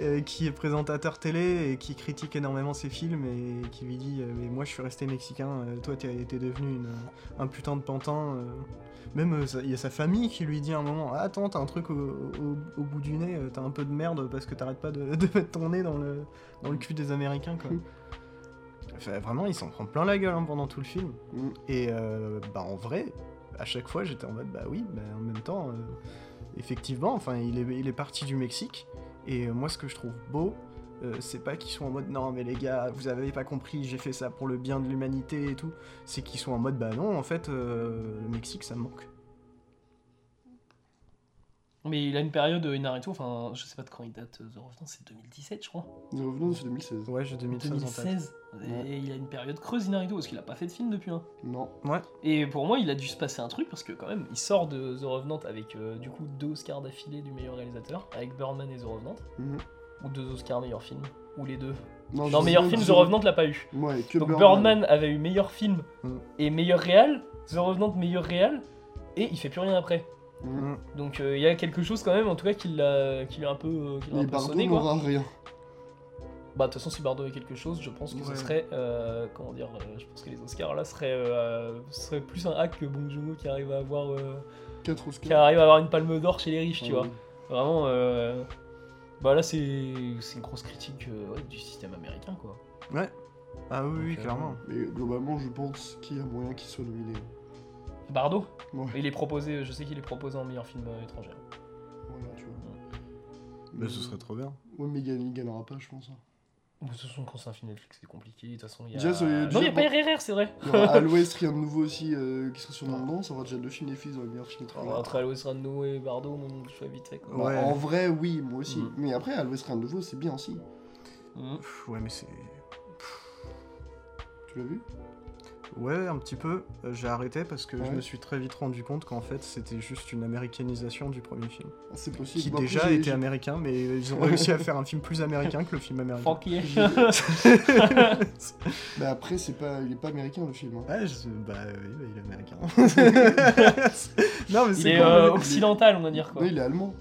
Speaker 3: euh, qui est présentateur télé et qui critique énormément ses films et qui lui dit euh, Mais moi je suis resté mexicain, euh, toi t'es t'es devenu une, euh, un putain de pantin. euh. Même euh, ça- il y a sa famille qui lui dit à un moment Attends, t'as un truc au, au- au bout du nez, euh, t'as un peu de merde parce que t'arrêtes pas de, <laughs> de mettre ton nez dans le, dans le cul des Américains quoi. Enfin, vraiment, il s'en prend plein la gueule hein, pendant tout le film.
Speaker 2: Mm.
Speaker 3: Et euh, bah, en vrai, à chaque fois, j'étais en mode Bah oui, bah, en même temps, euh, effectivement, enfin, il est, il est parti du Mexique. Et euh, moi, ce que je trouve beau, Euh, c'est pas qu'ils sont en mode non mais les gars vous avez pas compris j'ai fait ça pour le bien de l'humanité et tout c'est qu'ils sont en mode bah non en fait euh, le Mexique ça me manque
Speaker 1: Mais il a une période, euh, Naruto, enfin, je sais pas de quand il date, euh, The Revenant, c'est 2017, je crois.
Speaker 2: Nous revenons, c'est 2016.
Speaker 3: ouais j'ai 2016, en tête
Speaker 1: 2016.
Speaker 2: Ouais.
Speaker 1: Et il a une période creuse, Naruto, parce qu'il a pas fait de film depuis. hein.
Speaker 2: Non.
Speaker 1: Et pour moi, il a dû se passer un truc, parce que quand même, il sort de The Revenant avec euh, du coup deux Oscars d'affilée du meilleur réalisateur, avec Birdman et The Revenant,
Speaker 2: Mhm.
Speaker 1: ou deux Oscars meilleur film, ou les deux.
Speaker 2: Non,
Speaker 1: Non,
Speaker 2: je-
Speaker 1: meilleur film,
Speaker 2: je-
Speaker 1: The Revenant l'a pas eu.
Speaker 2: Ouais, que Mm.
Speaker 1: Donc
Speaker 2: Birdman.
Speaker 1: Birdman avait eu meilleur film
Speaker 3: Mhm.
Speaker 1: et meilleur réal, The Revenant meilleur réal, et il fait plus rien après.
Speaker 2: Mhm.
Speaker 3: Mm.
Speaker 1: Donc euh, il y a quelque chose quand même, en tout cas, qui l'a qui l'a un peu, euh, qui l'a un
Speaker 2: Et
Speaker 1: peu
Speaker 2: Bardot
Speaker 1: sonné, quoi.
Speaker 2: n'aura rien.
Speaker 1: Bah de toute façon si Bardo est quelque chose, je pense que ce
Speaker 3: Ouais.
Speaker 1: serait euh, comment dire, euh, je pense que les Oscars là seraient, euh, ce serait plus un hack que Bong Joon-ho qui arrive à avoir euh,
Speaker 2: 4
Speaker 1: qui
Speaker 2: Oscars.
Speaker 1: arrive à avoir une palme d'or chez les riches, tu
Speaker 2: Ouais.
Speaker 1: vois. Vraiment euh, bah là c'est c'est une grosse critique euh, ouais, du système américain quoi.
Speaker 3: ah oui, oui
Speaker 1: Donc, euh,
Speaker 3: clairement
Speaker 2: Mais globalement, je pense qu'il y a moyen qu'il soit nominé.
Speaker 1: Bardo,
Speaker 2: Ouais.
Speaker 1: il est proposé, je sais qu'il est proposé en meilleur film euh, étranger.
Speaker 2: Voilà, tu vois.
Speaker 3: mais ce serait trop bien
Speaker 2: Ouais, mais il gagne- il gagnera pas, je pense. hein.
Speaker 1: De toute façon quand c'est un film Netflix c'est compliqué, de toute façon il y a
Speaker 2: Déjà, ça, il y a
Speaker 1: Non,
Speaker 2: déjà
Speaker 1: il y a pas RRR, c'est vrai.
Speaker 2: Il y
Speaker 1: <laughs>
Speaker 2: aura à l'ouest rien de nouveau aussi euh, qui sera sur mon nom, ça aura déjà deux films des filles dans les meilleurs
Speaker 1: On
Speaker 2: films étrangers.
Speaker 1: va entre Alois Rando et Bardo, mon je fais vite fait quoi.
Speaker 2: Bah,
Speaker 3: Ouais.
Speaker 2: En vrai, oui, moi aussi.
Speaker 1: Mm.
Speaker 2: Mais après, à l'ouest rien de nouveau, c'est bien aussi.
Speaker 1: Mhm.
Speaker 3: Pff, ouais mais c'est
Speaker 2: Tu l'as vu
Speaker 3: ouais un petit peu Euh, j'ai arrêté parce que je
Speaker 2: Ouais.
Speaker 3: me suis très vite rendu compte qu'en fait c'était juste une américanisation du premier film
Speaker 2: Ah, C'est possible.
Speaker 3: qui
Speaker 2: Bon, après,
Speaker 3: déjà
Speaker 2: j'ai-
Speaker 3: était
Speaker 2: j'ai-
Speaker 3: américain mais ils ont réussi à faire un film plus américain que le film américain
Speaker 2: <laughs>
Speaker 1: Franck y est.
Speaker 2: Bah après, c'est pas... il est pas américain le film. hein.
Speaker 3: Ouais, je- bah oui, bah, il est <laughs> américain. non, mais
Speaker 1: Il
Speaker 3: c'est
Speaker 1: est
Speaker 3: quand
Speaker 1: euh,
Speaker 3: même-
Speaker 1: occidental on va dire quoi.
Speaker 2: Non, il est allemand.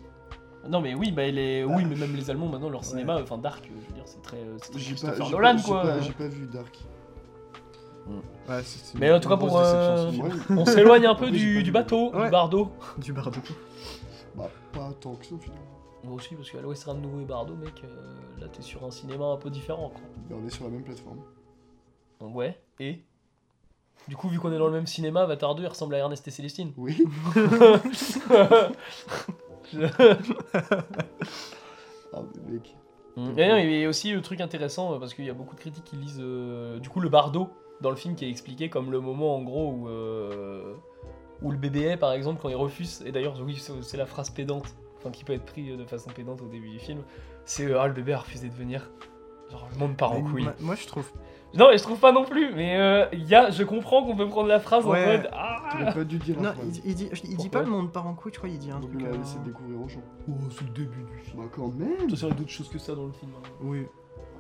Speaker 1: Non mais oui, bah les... oui, mais même les Allemands maintenant leur
Speaker 3: Ouais.
Speaker 1: cinéma, enfin Dark, euh, je veux dire, c'est très, euh, c'est très
Speaker 2: J'ai pas,
Speaker 1: Christopher
Speaker 2: j'ai
Speaker 1: Nolan
Speaker 2: pas- j'ai
Speaker 1: quoi.
Speaker 2: pas- j'ai pas vu Dark.
Speaker 3: Ouais, c'est- c'est
Speaker 1: Mais en
Speaker 3: une
Speaker 1: tout cas,
Speaker 3: grosse
Speaker 1: pour,
Speaker 3: déception, ce
Speaker 1: euh,
Speaker 3: film.
Speaker 2: Ouais,
Speaker 1: On s'éloigne un peu
Speaker 2: <laughs> Après, j'ai pas
Speaker 1: du,
Speaker 2: vu.
Speaker 1: du bateau,
Speaker 3: Ouais.
Speaker 1: du bardo.
Speaker 3: Du bardo.
Speaker 2: bah, pas tant que ça finalement.
Speaker 1: Moi aussi parce qu'à l'Ouest de nouveau et bardo, mec, euh, là t'es sur un cinéma un peu différent quoi.
Speaker 2: Mais on est sur la même plateforme.
Speaker 1: Donc ouais. Et du coup vu qu'on est dans le même cinéma, Avatar 2 il ressemble à Ernest et
Speaker 2: <laughs>
Speaker 1: Célestine. <laughs>
Speaker 2: Oui. Ah, mais mec.
Speaker 1: Mm. Et non, il y a aussi le truc intéressant, euh, parce qu'il y a beaucoup de critiques qui lisent euh, du coup le bardo dans le film qui est expliqué comme le moment en gros où, euh, où le BBA par exemple quand il refuse, et d'ailleurs oui c'est c'est la phrase pédante, enfin qui peut être prise de façon pédante au début du film, c'est euh, ah le bébé a refusé de venir. Genre le monde part en
Speaker 3: Mais
Speaker 1: couille.
Speaker 3: moi- Moi, je trouve.
Speaker 1: Non mais je trouve pas non plus, mais euh, il y a, je comprends qu'on peut prendre la phrase en
Speaker 3: Ouais.
Speaker 1: mode ah
Speaker 2: T'aurais pas dû dire la
Speaker 3: Non,
Speaker 2: phrase.
Speaker 3: il, il dit, il dit
Speaker 1: Pourquoi
Speaker 3: pas le monde part en couille, je crois, il dit un
Speaker 2: Donc
Speaker 3: truc.
Speaker 2: il a
Speaker 3: euh,
Speaker 2: laissé découvrir aux gens.
Speaker 1: Oh c'est le début du film.
Speaker 2: Bah quand même
Speaker 1: Ça d'autres choses que ça dans le film. hein.
Speaker 3: Oui.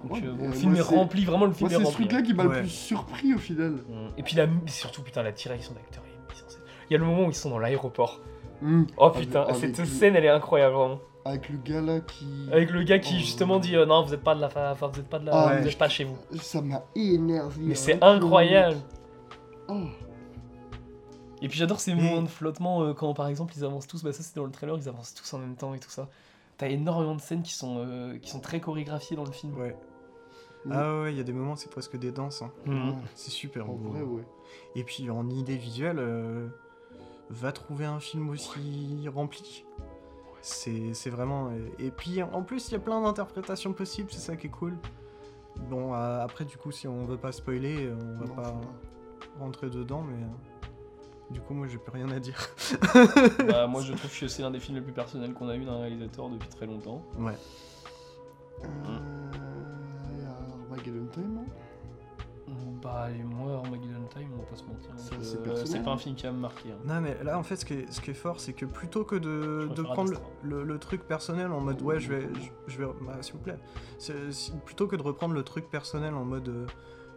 Speaker 1: Donc, euh,
Speaker 2: Ouais,
Speaker 1: bon, le
Speaker 2: mais
Speaker 1: film
Speaker 2: moi,
Speaker 1: est
Speaker 2: c'est-
Speaker 1: rempli, vraiment le
Speaker 2: Moi
Speaker 1: film est
Speaker 2: c'est ce
Speaker 1: rempli. hein.
Speaker 2: truc-là qui m'a
Speaker 3: Ouais.
Speaker 2: le plus surpris au final.
Speaker 1: Mm. Et puis la, mais surtout putain la direction d'acteur est mise en scène. Il y a le moment où ils sont dans l'aéroport.
Speaker 2: Hum.
Speaker 1: Oh
Speaker 2: mais-
Speaker 1: putain,
Speaker 2: ah, mais
Speaker 1: cette
Speaker 2: tu-
Speaker 1: scène elle est incroyable vraiment.
Speaker 2: Avec le gars là qui...
Speaker 1: Avec le gars qui
Speaker 2: Oh.
Speaker 1: justement dit euh, non vous êtes pas de la, fa- enfin, vous êtes pas de la,
Speaker 2: Ah,
Speaker 1: vous
Speaker 3: ouais.
Speaker 1: êtes pas chez vous.
Speaker 2: Ça m'a énervé.
Speaker 1: Mais
Speaker 2: hein.
Speaker 1: c'est incroyable.
Speaker 2: Oh.
Speaker 1: Et puis j'adore ces
Speaker 3: Mm.
Speaker 1: moments de flottement euh, quand par exemple ils avancent tous. Bah ça c'est dans le trailer, ils avancent tous en même temps et tout ça. T'as énormément de scènes qui sont euh, qui sont très chorégraphiées dans le film.
Speaker 3: Ouais.
Speaker 2: Oui.
Speaker 3: Ah ouais, il y a des moments, c'est presque des danses. hein.
Speaker 1: Mm.
Speaker 2: Ouais,
Speaker 3: C'est super
Speaker 2: En
Speaker 3: beau.
Speaker 2: vrai, ouais.
Speaker 3: Et puis en idée visuelle, euh, va trouver un film aussi rempli. C'est c'est vraiment. euh, Et puis en plus, il y a plein d'interprétations possibles, c'est ça qui est cool. Bon, euh, après, du coup, si on veut pas spoiler, euh, on va
Speaker 2: Non,
Speaker 3: pas
Speaker 2: faut
Speaker 3: rentrer dedans, mais. euh, Du coup, moi, j'ai plus rien à dire.
Speaker 1: <laughs> Bah, moi je trouve que c'est l'un des films les plus personnels qu'on a eu d'un réalisateur depuis très longtemps.
Speaker 3: Ouais.
Speaker 1: Hmm.
Speaker 2: Euh, Armageddon Time, hein.
Speaker 1: Bah et moi Armageddon Time on va pas se mentir. hein,
Speaker 2: Ça,
Speaker 1: que,
Speaker 2: c'est
Speaker 1: euh,
Speaker 2: personnel,
Speaker 1: c'est pas
Speaker 2: hein.
Speaker 1: un film qui va me marquer. hein.
Speaker 3: Non, mais là, en fait, ce qui est, ce qui est fort, c'est que plutôt que de,
Speaker 1: Je
Speaker 3: de
Speaker 1: préfère
Speaker 3: prendre le,
Speaker 1: Adastra.
Speaker 3: le- le truc personnel en mode ouais, je vais. Je, je vais bah, S'il vous plaît. C'est- si- plutôt que de reprendre le truc personnel en mode euh,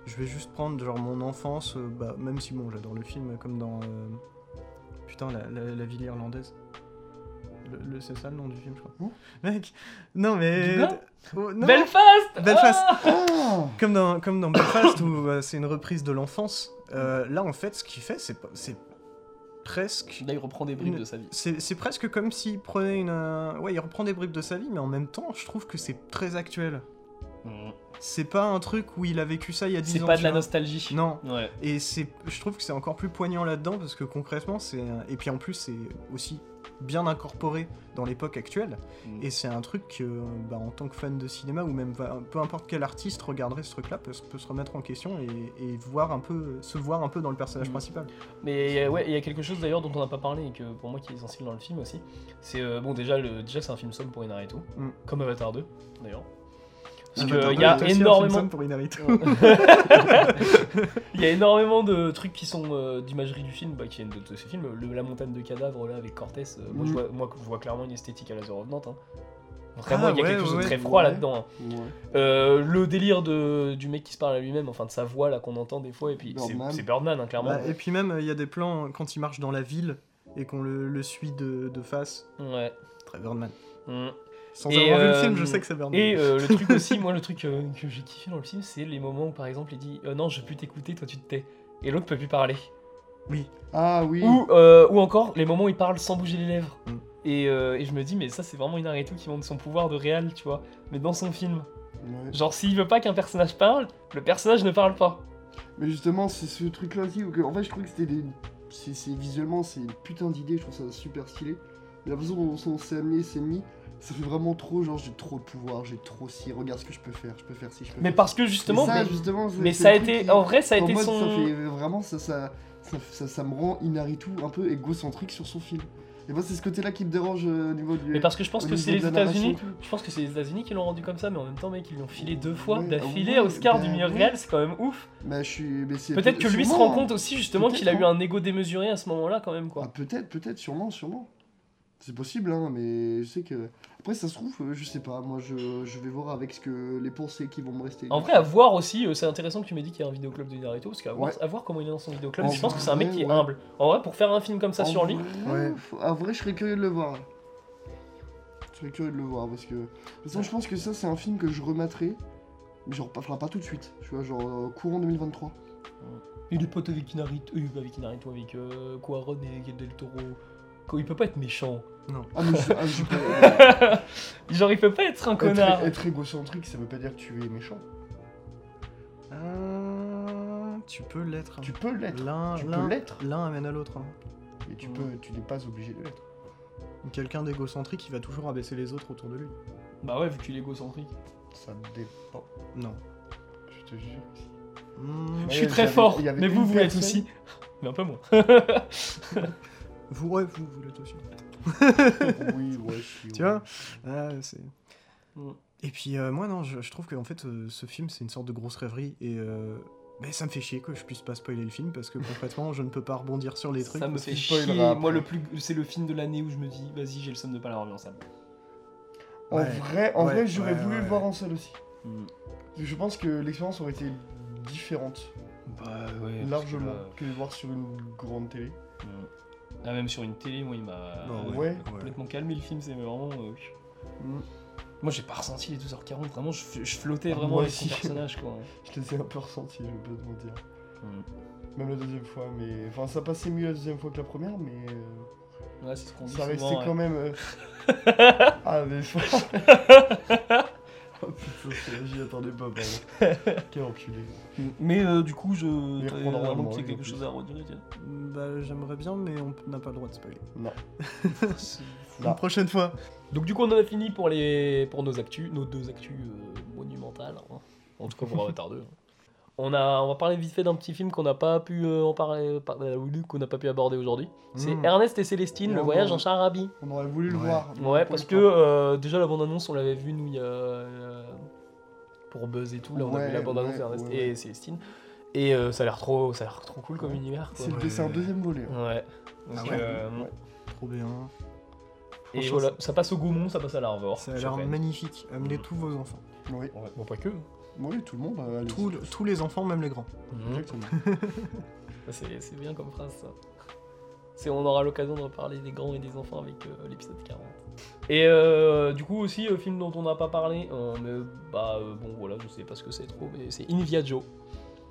Speaker 3: je vais juste prendre genre mon enfance, euh, bah, même si bon, j'adore le film, comme dans. euh, putain, la, la- la ville irlandaise. Le, le- c'est ça le nom du film, je crois.
Speaker 2: Ouh.
Speaker 3: Mec Non, mais.
Speaker 1: Dublin
Speaker 3: Oh, non,
Speaker 1: Belfast
Speaker 3: Belfast.
Speaker 1: Ah
Speaker 2: Ah
Speaker 3: comme dans, comme dans Belfast où euh, c'est une reprise de l'enfance, euh, là en fait ce qu'il fait c'est pas- c'est presque
Speaker 1: Là, il reprend des bribes
Speaker 3: Une-
Speaker 1: de sa vie.
Speaker 3: c'est c'est presque comme s'il prenait une. euh, Ouais, il reprend des bribes de sa vie, mais en même temps, je trouve que c'est très actuel. C'est pas un truc où il a vécu ça il y a 10 ans.
Speaker 1: C'est pas
Speaker 3: tu
Speaker 1: de la
Speaker 3: vois.
Speaker 1: nostalgie.
Speaker 3: Non,
Speaker 1: Ouais.
Speaker 3: Et c'est, je trouve que c'est encore plus poignant là-dedans parce que concrètement, c'est et puis en plus c'est aussi bien incorporé dans l'époque actuelle.
Speaker 2: Mm.
Speaker 3: Et c'est un truc que, bah, en tant que fan de cinéma ou même bah, peu importe quel artiste regarderait ce truc-là peut, se- peut se remettre en question et, et voir un peu, se voir un peu dans le personnage
Speaker 1: Mm.
Speaker 3: principal.
Speaker 1: Mais euh, ouais, il y a quelque chose d'ailleurs dont on n'a pas parlé et que pour moi qui est essentiel dans le film aussi. C'est euh, bon, déjà, le, déjà c'est un film somme pour Inarritu,
Speaker 3: Mm.
Speaker 1: comme Avatar 2 d'ailleurs. Parce
Speaker 3: Avatar
Speaker 1: qu'il
Speaker 3: deux
Speaker 1: y
Speaker 3: est
Speaker 1: a
Speaker 3: aussi un film
Speaker 1: énormément
Speaker 3: somme pour Inarritu.
Speaker 1: Il y a énormément de trucs qui sont euh, d'imagerie du film, bah, qui viennent de, de ce film. Le- la montagne de cadavres là avec Cortés, euh, moi, je
Speaker 3: Mm.
Speaker 1: vois, moi, je vois clairement une esthétique à la The Revenant. hein. Vraiment,
Speaker 3: Ah,
Speaker 1: il y a
Speaker 3: ouais,
Speaker 1: quelque chose
Speaker 3: ouais,
Speaker 1: de très
Speaker 3: ouais.
Speaker 1: froid
Speaker 3: Ouais.
Speaker 1: là-dedans. hein.
Speaker 2: Ouais.
Speaker 1: Euh, le délire de, du mec qui se parle à lui-même, enfin de sa voix là qu'on entend des fois, et puis c'est-
Speaker 2: Birdman.
Speaker 1: c'est Birdman hein, clairement.
Speaker 3: Bah, et puis même il y a des plans hein, quand il marche dans la ville et qu'on le, le suit de, de face.
Speaker 1: Ouais.
Speaker 3: Très Birdman.
Speaker 1: Mm.
Speaker 3: Sans
Speaker 1: Et,
Speaker 3: avoir vu le
Speaker 1: euh,
Speaker 3: film, je sais que c'est
Speaker 2: Ah,
Speaker 3: Birdman.
Speaker 1: Et euh, le truc
Speaker 2: <laughs>
Speaker 1: aussi, moi le truc euh, que j'ai kiffé dans le film, c'est les moments où par exemple il dit euh, non je peux plus t'écouter, toi tu te tais, et l'autre peut plus parler.
Speaker 2: Ah oui.
Speaker 1: Ou, euh, ou encore les moments où il parle sans bouger les lèvres.
Speaker 3: Mm.
Speaker 1: Et, euh, et je me dis, mais ça, c'est vraiment une Naruto qui montre son pouvoir de réel, tu vois. Mais dans son film.
Speaker 2: Ouais.
Speaker 1: Genre, s'il veut pas qu'un personnage parle, le personnage ne parle pas.
Speaker 2: Mais justement, c'est ce truc-là aussi. Où que- en fait, je trouve que c'était des. c'est- c'est- visuellement, c'est une putain d'idée. Je trouve ça super stylé. Mais la façon dont on s'est amené, c'est mis. Ça fait vraiment trop, genre, j'ai trop de pouvoir, j'ai trop si, regarde ce que je peux faire, je peux faire si, je peux
Speaker 1: Mais
Speaker 2: faire.
Speaker 1: parce que justement,
Speaker 2: Mais ça,
Speaker 1: mais,
Speaker 2: justement, c'est-
Speaker 1: mais
Speaker 2: c'est
Speaker 1: ça a
Speaker 2: le truc
Speaker 1: été.
Speaker 2: qui-
Speaker 1: En vrai, ça a
Speaker 2: en
Speaker 1: été
Speaker 2: mode,
Speaker 1: son.
Speaker 2: ça fait vraiment ça ça, ça, ça- ça me rend Inaritu un peu égocentrique sur son film. Et moi c'est ce côté là qui me dérange euh, au niveau du.
Speaker 1: Mais parce que je pense
Speaker 2: au
Speaker 1: que c'est les
Speaker 2: niveau de la narration
Speaker 1: États-Unis.
Speaker 2: et tout.
Speaker 1: Je pense que c'est les États-Unis qui l'ont rendu comme ça, mais en même temps, mec, ils l'ont filé deux fois
Speaker 2: Ouais,
Speaker 1: d'affilée
Speaker 2: ouais,
Speaker 1: à Oscar
Speaker 2: bah
Speaker 1: du meilleur
Speaker 2: ouais.
Speaker 1: réel, c'est quand même ouf.
Speaker 2: Bah, je suis. mais c'est-
Speaker 1: Peut-être que lui se
Speaker 2: sûrement,
Speaker 1: rend
Speaker 2: hein.
Speaker 1: compte aussi, ben justement, qu'il a
Speaker 2: Peut-être,
Speaker 1: eu un ego démesuré à ce moment-là, quand même,
Speaker 2: Ah,
Speaker 1: quoi.
Speaker 2: peut-être, peut-être, sûrement, sûrement. C'est possible, hein, mais je sais que. Après, ça se trouve, euh, je sais pas, moi je, je vais voir avec ce que les pensées qui vont me rester.
Speaker 1: En vrai, à voir aussi, euh, c'est intéressant que tu m'aies dit qu'il y a un vidéoclub de Naruto, parce qu'à voir,
Speaker 2: Ouais.
Speaker 1: à voir comment il est dans son vidéoclub,
Speaker 2: En
Speaker 1: je pense que c'est un mec qui est
Speaker 2: vrai, ouais.
Speaker 1: humble. En vrai, pour faire un film comme ça sur lui,
Speaker 2: Ouais. En vrai, je serais curieux de le voir. Je serais curieux de le voir parce que. De toute façon, je pense que ça, c'est un film que je rematerai. mais Genre, pas, enfin, pas tout de suite, tu vois, genre euh, courant 2023.
Speaker 1: il est pote avec Inarito, euh, avec Inarito, avec euh, Cuarón et Guillermo del Toro. Quoi, il peut pas être méchant.
Speaker 2: Ah, mais je, ah, je peux- euh,
Speaker 1: <laughs> Genre, il peut pas être un connard.
Speaker 2: être, être égocentrique, ça veut pas dire que tu es méchant.
Speaker 3: Euh, tu peux l'être.
Speaker 2: Tu peux l'être,
Speaker 1: Ah,
Speaker 3: L'un,
Speaker 2: tu
Speaker 3: l'un-
Speaker 2: peux l'être,
Speaker 3: l'un amène à l'autre. hein.
Speaker 2: mais tu peux, tu n'es pas obligé de l'être.
Speaker 3: Quelqu'un d'égocentrique, il va toujours abaisser les autres autour de lui.
Speaker 1: Bah ouais, vu qu'il est égocentrique.
Speaker 2: Ça dépend,
Speaker 3: Non.
Speaker 2: je te jure.
Speaker 3: Mmh.
Speaker 1: Je
Speaker 2: Ouais,
Speaker 1: suis très
Speaker 2: j'avais-
Speaker 1: fort,
Speaker 2: il y avait
Speaker 1: mais
Speaker 2: une
Speaker 1: vous, vous l'êtes
Speaker 2: personne-
Speaker 1: aussi. Mais un peu moins.
Speaker 3: Vous, ouais, vous, vous l'êtes aussi.
Speaker 2: oui, ouais, je suis.
Speaker 3: Tu vois Ah, c'est-
Speaker 1: Mm.
Speaker 3: Et puis, euh, moi, non, je, je trouve que en fait, euh, ce film, c'est une sorte de grosse rêverie. Et euh, ben, ça me fait chier que je puisse pas spoiler le film parce que <laughs> concrètement, je ne peux pas rebondir sur les trucs.
Speaker 1: Ça me
Speaker 3: parce
Speaker 1: fait
Speaker 3: que-
Speaker 2: spoilera
Speaker 1: chier.
Speaker 2: après.
Speaker 1: Moi, le plus, c'est le film de l'année où je me dis, vas-y, j'ai le somme de pas l'avoir vu en salle.
Speaker 2: En
Speaker 3: Ouais.
Speaker 2: vrai, en
Speaker 3: Ouais,
Speaker 2: vrai, j'aurais
Speaker 3: ouais,
Speaker 2: voulu
Speaker 3: ouais.
Speaker 2: le voir en salle aussi. Je pense que l'expérience aurait été différente,
Speaker 1: Bah ouais.
Speaker 2: largement, que de voir sur une grande télé.
Speaker 1: Ah, même sur une télé, moi, il m'a
Speaker 3: Non,
Speaker 1: il m'a
Speaker 2: Bah, ouais,
Speaker 1: complètement calmé le film, c'est vraiment. euh,
Speaker 2: Mm.
Speaker 1: Moi, j'ai pas ressenti les 2h40, vraiment, je, je flottais
Speaker 2: Ah,
Speaker 1: vraiment
Speaker 2: moi
Speaker 1: avec son
Speaker 2: aussi.
Speaker 1: personnage,
Speaker 2: <laughs>
Speaker 1: quoi.
Speaker 2: Je les ai un peu ressentis, je peux te mentir.
Speaker 1: Mm.
Speaker 2: Même la deuxième fois, mais. Enfin, ça passait mieux la deuxième fois que la première, mais. euh,
Speaker 1: Ouais, c'est ce qu'on dit.
Speaker 2: Ça restait
Speaker 1: souvent, ouais.
Speaker 2: quand même. euh, ah, mais. oh putain, j'y attendais pas, pardon. Quel enculé.
Speaker 1: Mais euh, du coup, je.
Speaker 2: Les
Speaker 1: t'avais
Speaker 2: reprendre en
Speaker 1: vraiment
Speaker 2: main,
Speaker 1: qu'il y a
Speaker 2: en
Speaker 1: quelque
Speaker 2: plus.
Speaker 1: chose à redire. tiens.
Speaker 3: Bah, j'aimerais bien, mais on n'a pas le droit de spoiler. <laughs>
Speaker 2: Non.
Speaker 3: La
Speaker 2: Non.
Speaker 3: prochaine fois.
Speaker 1: Donc du coup, on en a fini pour les pour nos actus, nos deux actus euh, monumentales. hein. En tout cas
Speaker 2: <laughs>
Speaker 1: pour Avatar 2. hein. On a on va parler vite fait d'un petit film qu'on n'a pas pu euh, en parler par- euh, qu'on n'a pas pu aborder aujourd'hui. C'est
Speaker 2: Hmm.
Speaker 3: Mm.
Speaker 1: Ernest et Célestine, le
Speaker 2: Non,
Speaker 1: voyage
Speaker 2: non.
Speaker 1: en charabie.
Speaker 2: On aurait voulu le
Speaker 3: Ouais.
Speaker 2: voir. mais on
Speaker 1: Ouais,
Speaker 2: pouvait
Speaker 1: parce que
Speaker 2: pas.
Speaker 1: euh, déjà la bande annonce, on l'avait vu nous il y a euh, pour Buzz et tout. Là, on a
Speaker 2: Ouais,
Speaker 1: vu la bande annonce
Speaker 2: ouais,
Speaker 1: d'Ernest
Speaker 2: ouais,
Speaker 1: et Célestine. Et euh, ça a l'air trop ça a l'air trop cool comme
Speaker 2: Ouais.
Speaker 1: univers. Quoi.
Speaker 2: C'est le- c'est un deuxième volet. hein.
Speaker 1: Ouais.
Speaker 3: Ah
Speaker 1: Donc,
Speaker 3: ouais.
Speaker 1: euh,
Speaker 2: Ouais.
Speaker 3: Trop bien.
Speaker 1: Et
Speaker 3: Franchement,
Speaker 1: voilà, ça passe au Gaumont, ça passe à l'Arvor.
Speaker 3: Ça a l'air magnifique. Amenez
Speaker 1: Mm.
Speaker 3: tous vos enfants.
Speaker 2: Oui.
Speaker 1: Ouais, bon, pas que.
Speaker 2: oui, tout le monde. euh, allez-y.
Speaker 3: Tous le- tous les enfants, même les grands.
Speaker 1: <laughs>
Speaker 2: Exactement.
Speaker 1: C'est c'est bien comme phrase, ça. C'est- On aura l'occasion de reparler des grands et des enfants avec euh, l'épisode 40. Et euh, du coup, aussi, euh, film dont on n'a pas parlé, euh, mais bah euh, bon, voilà, je sais pas ce que c'est trop, mais c'est In Viaggio.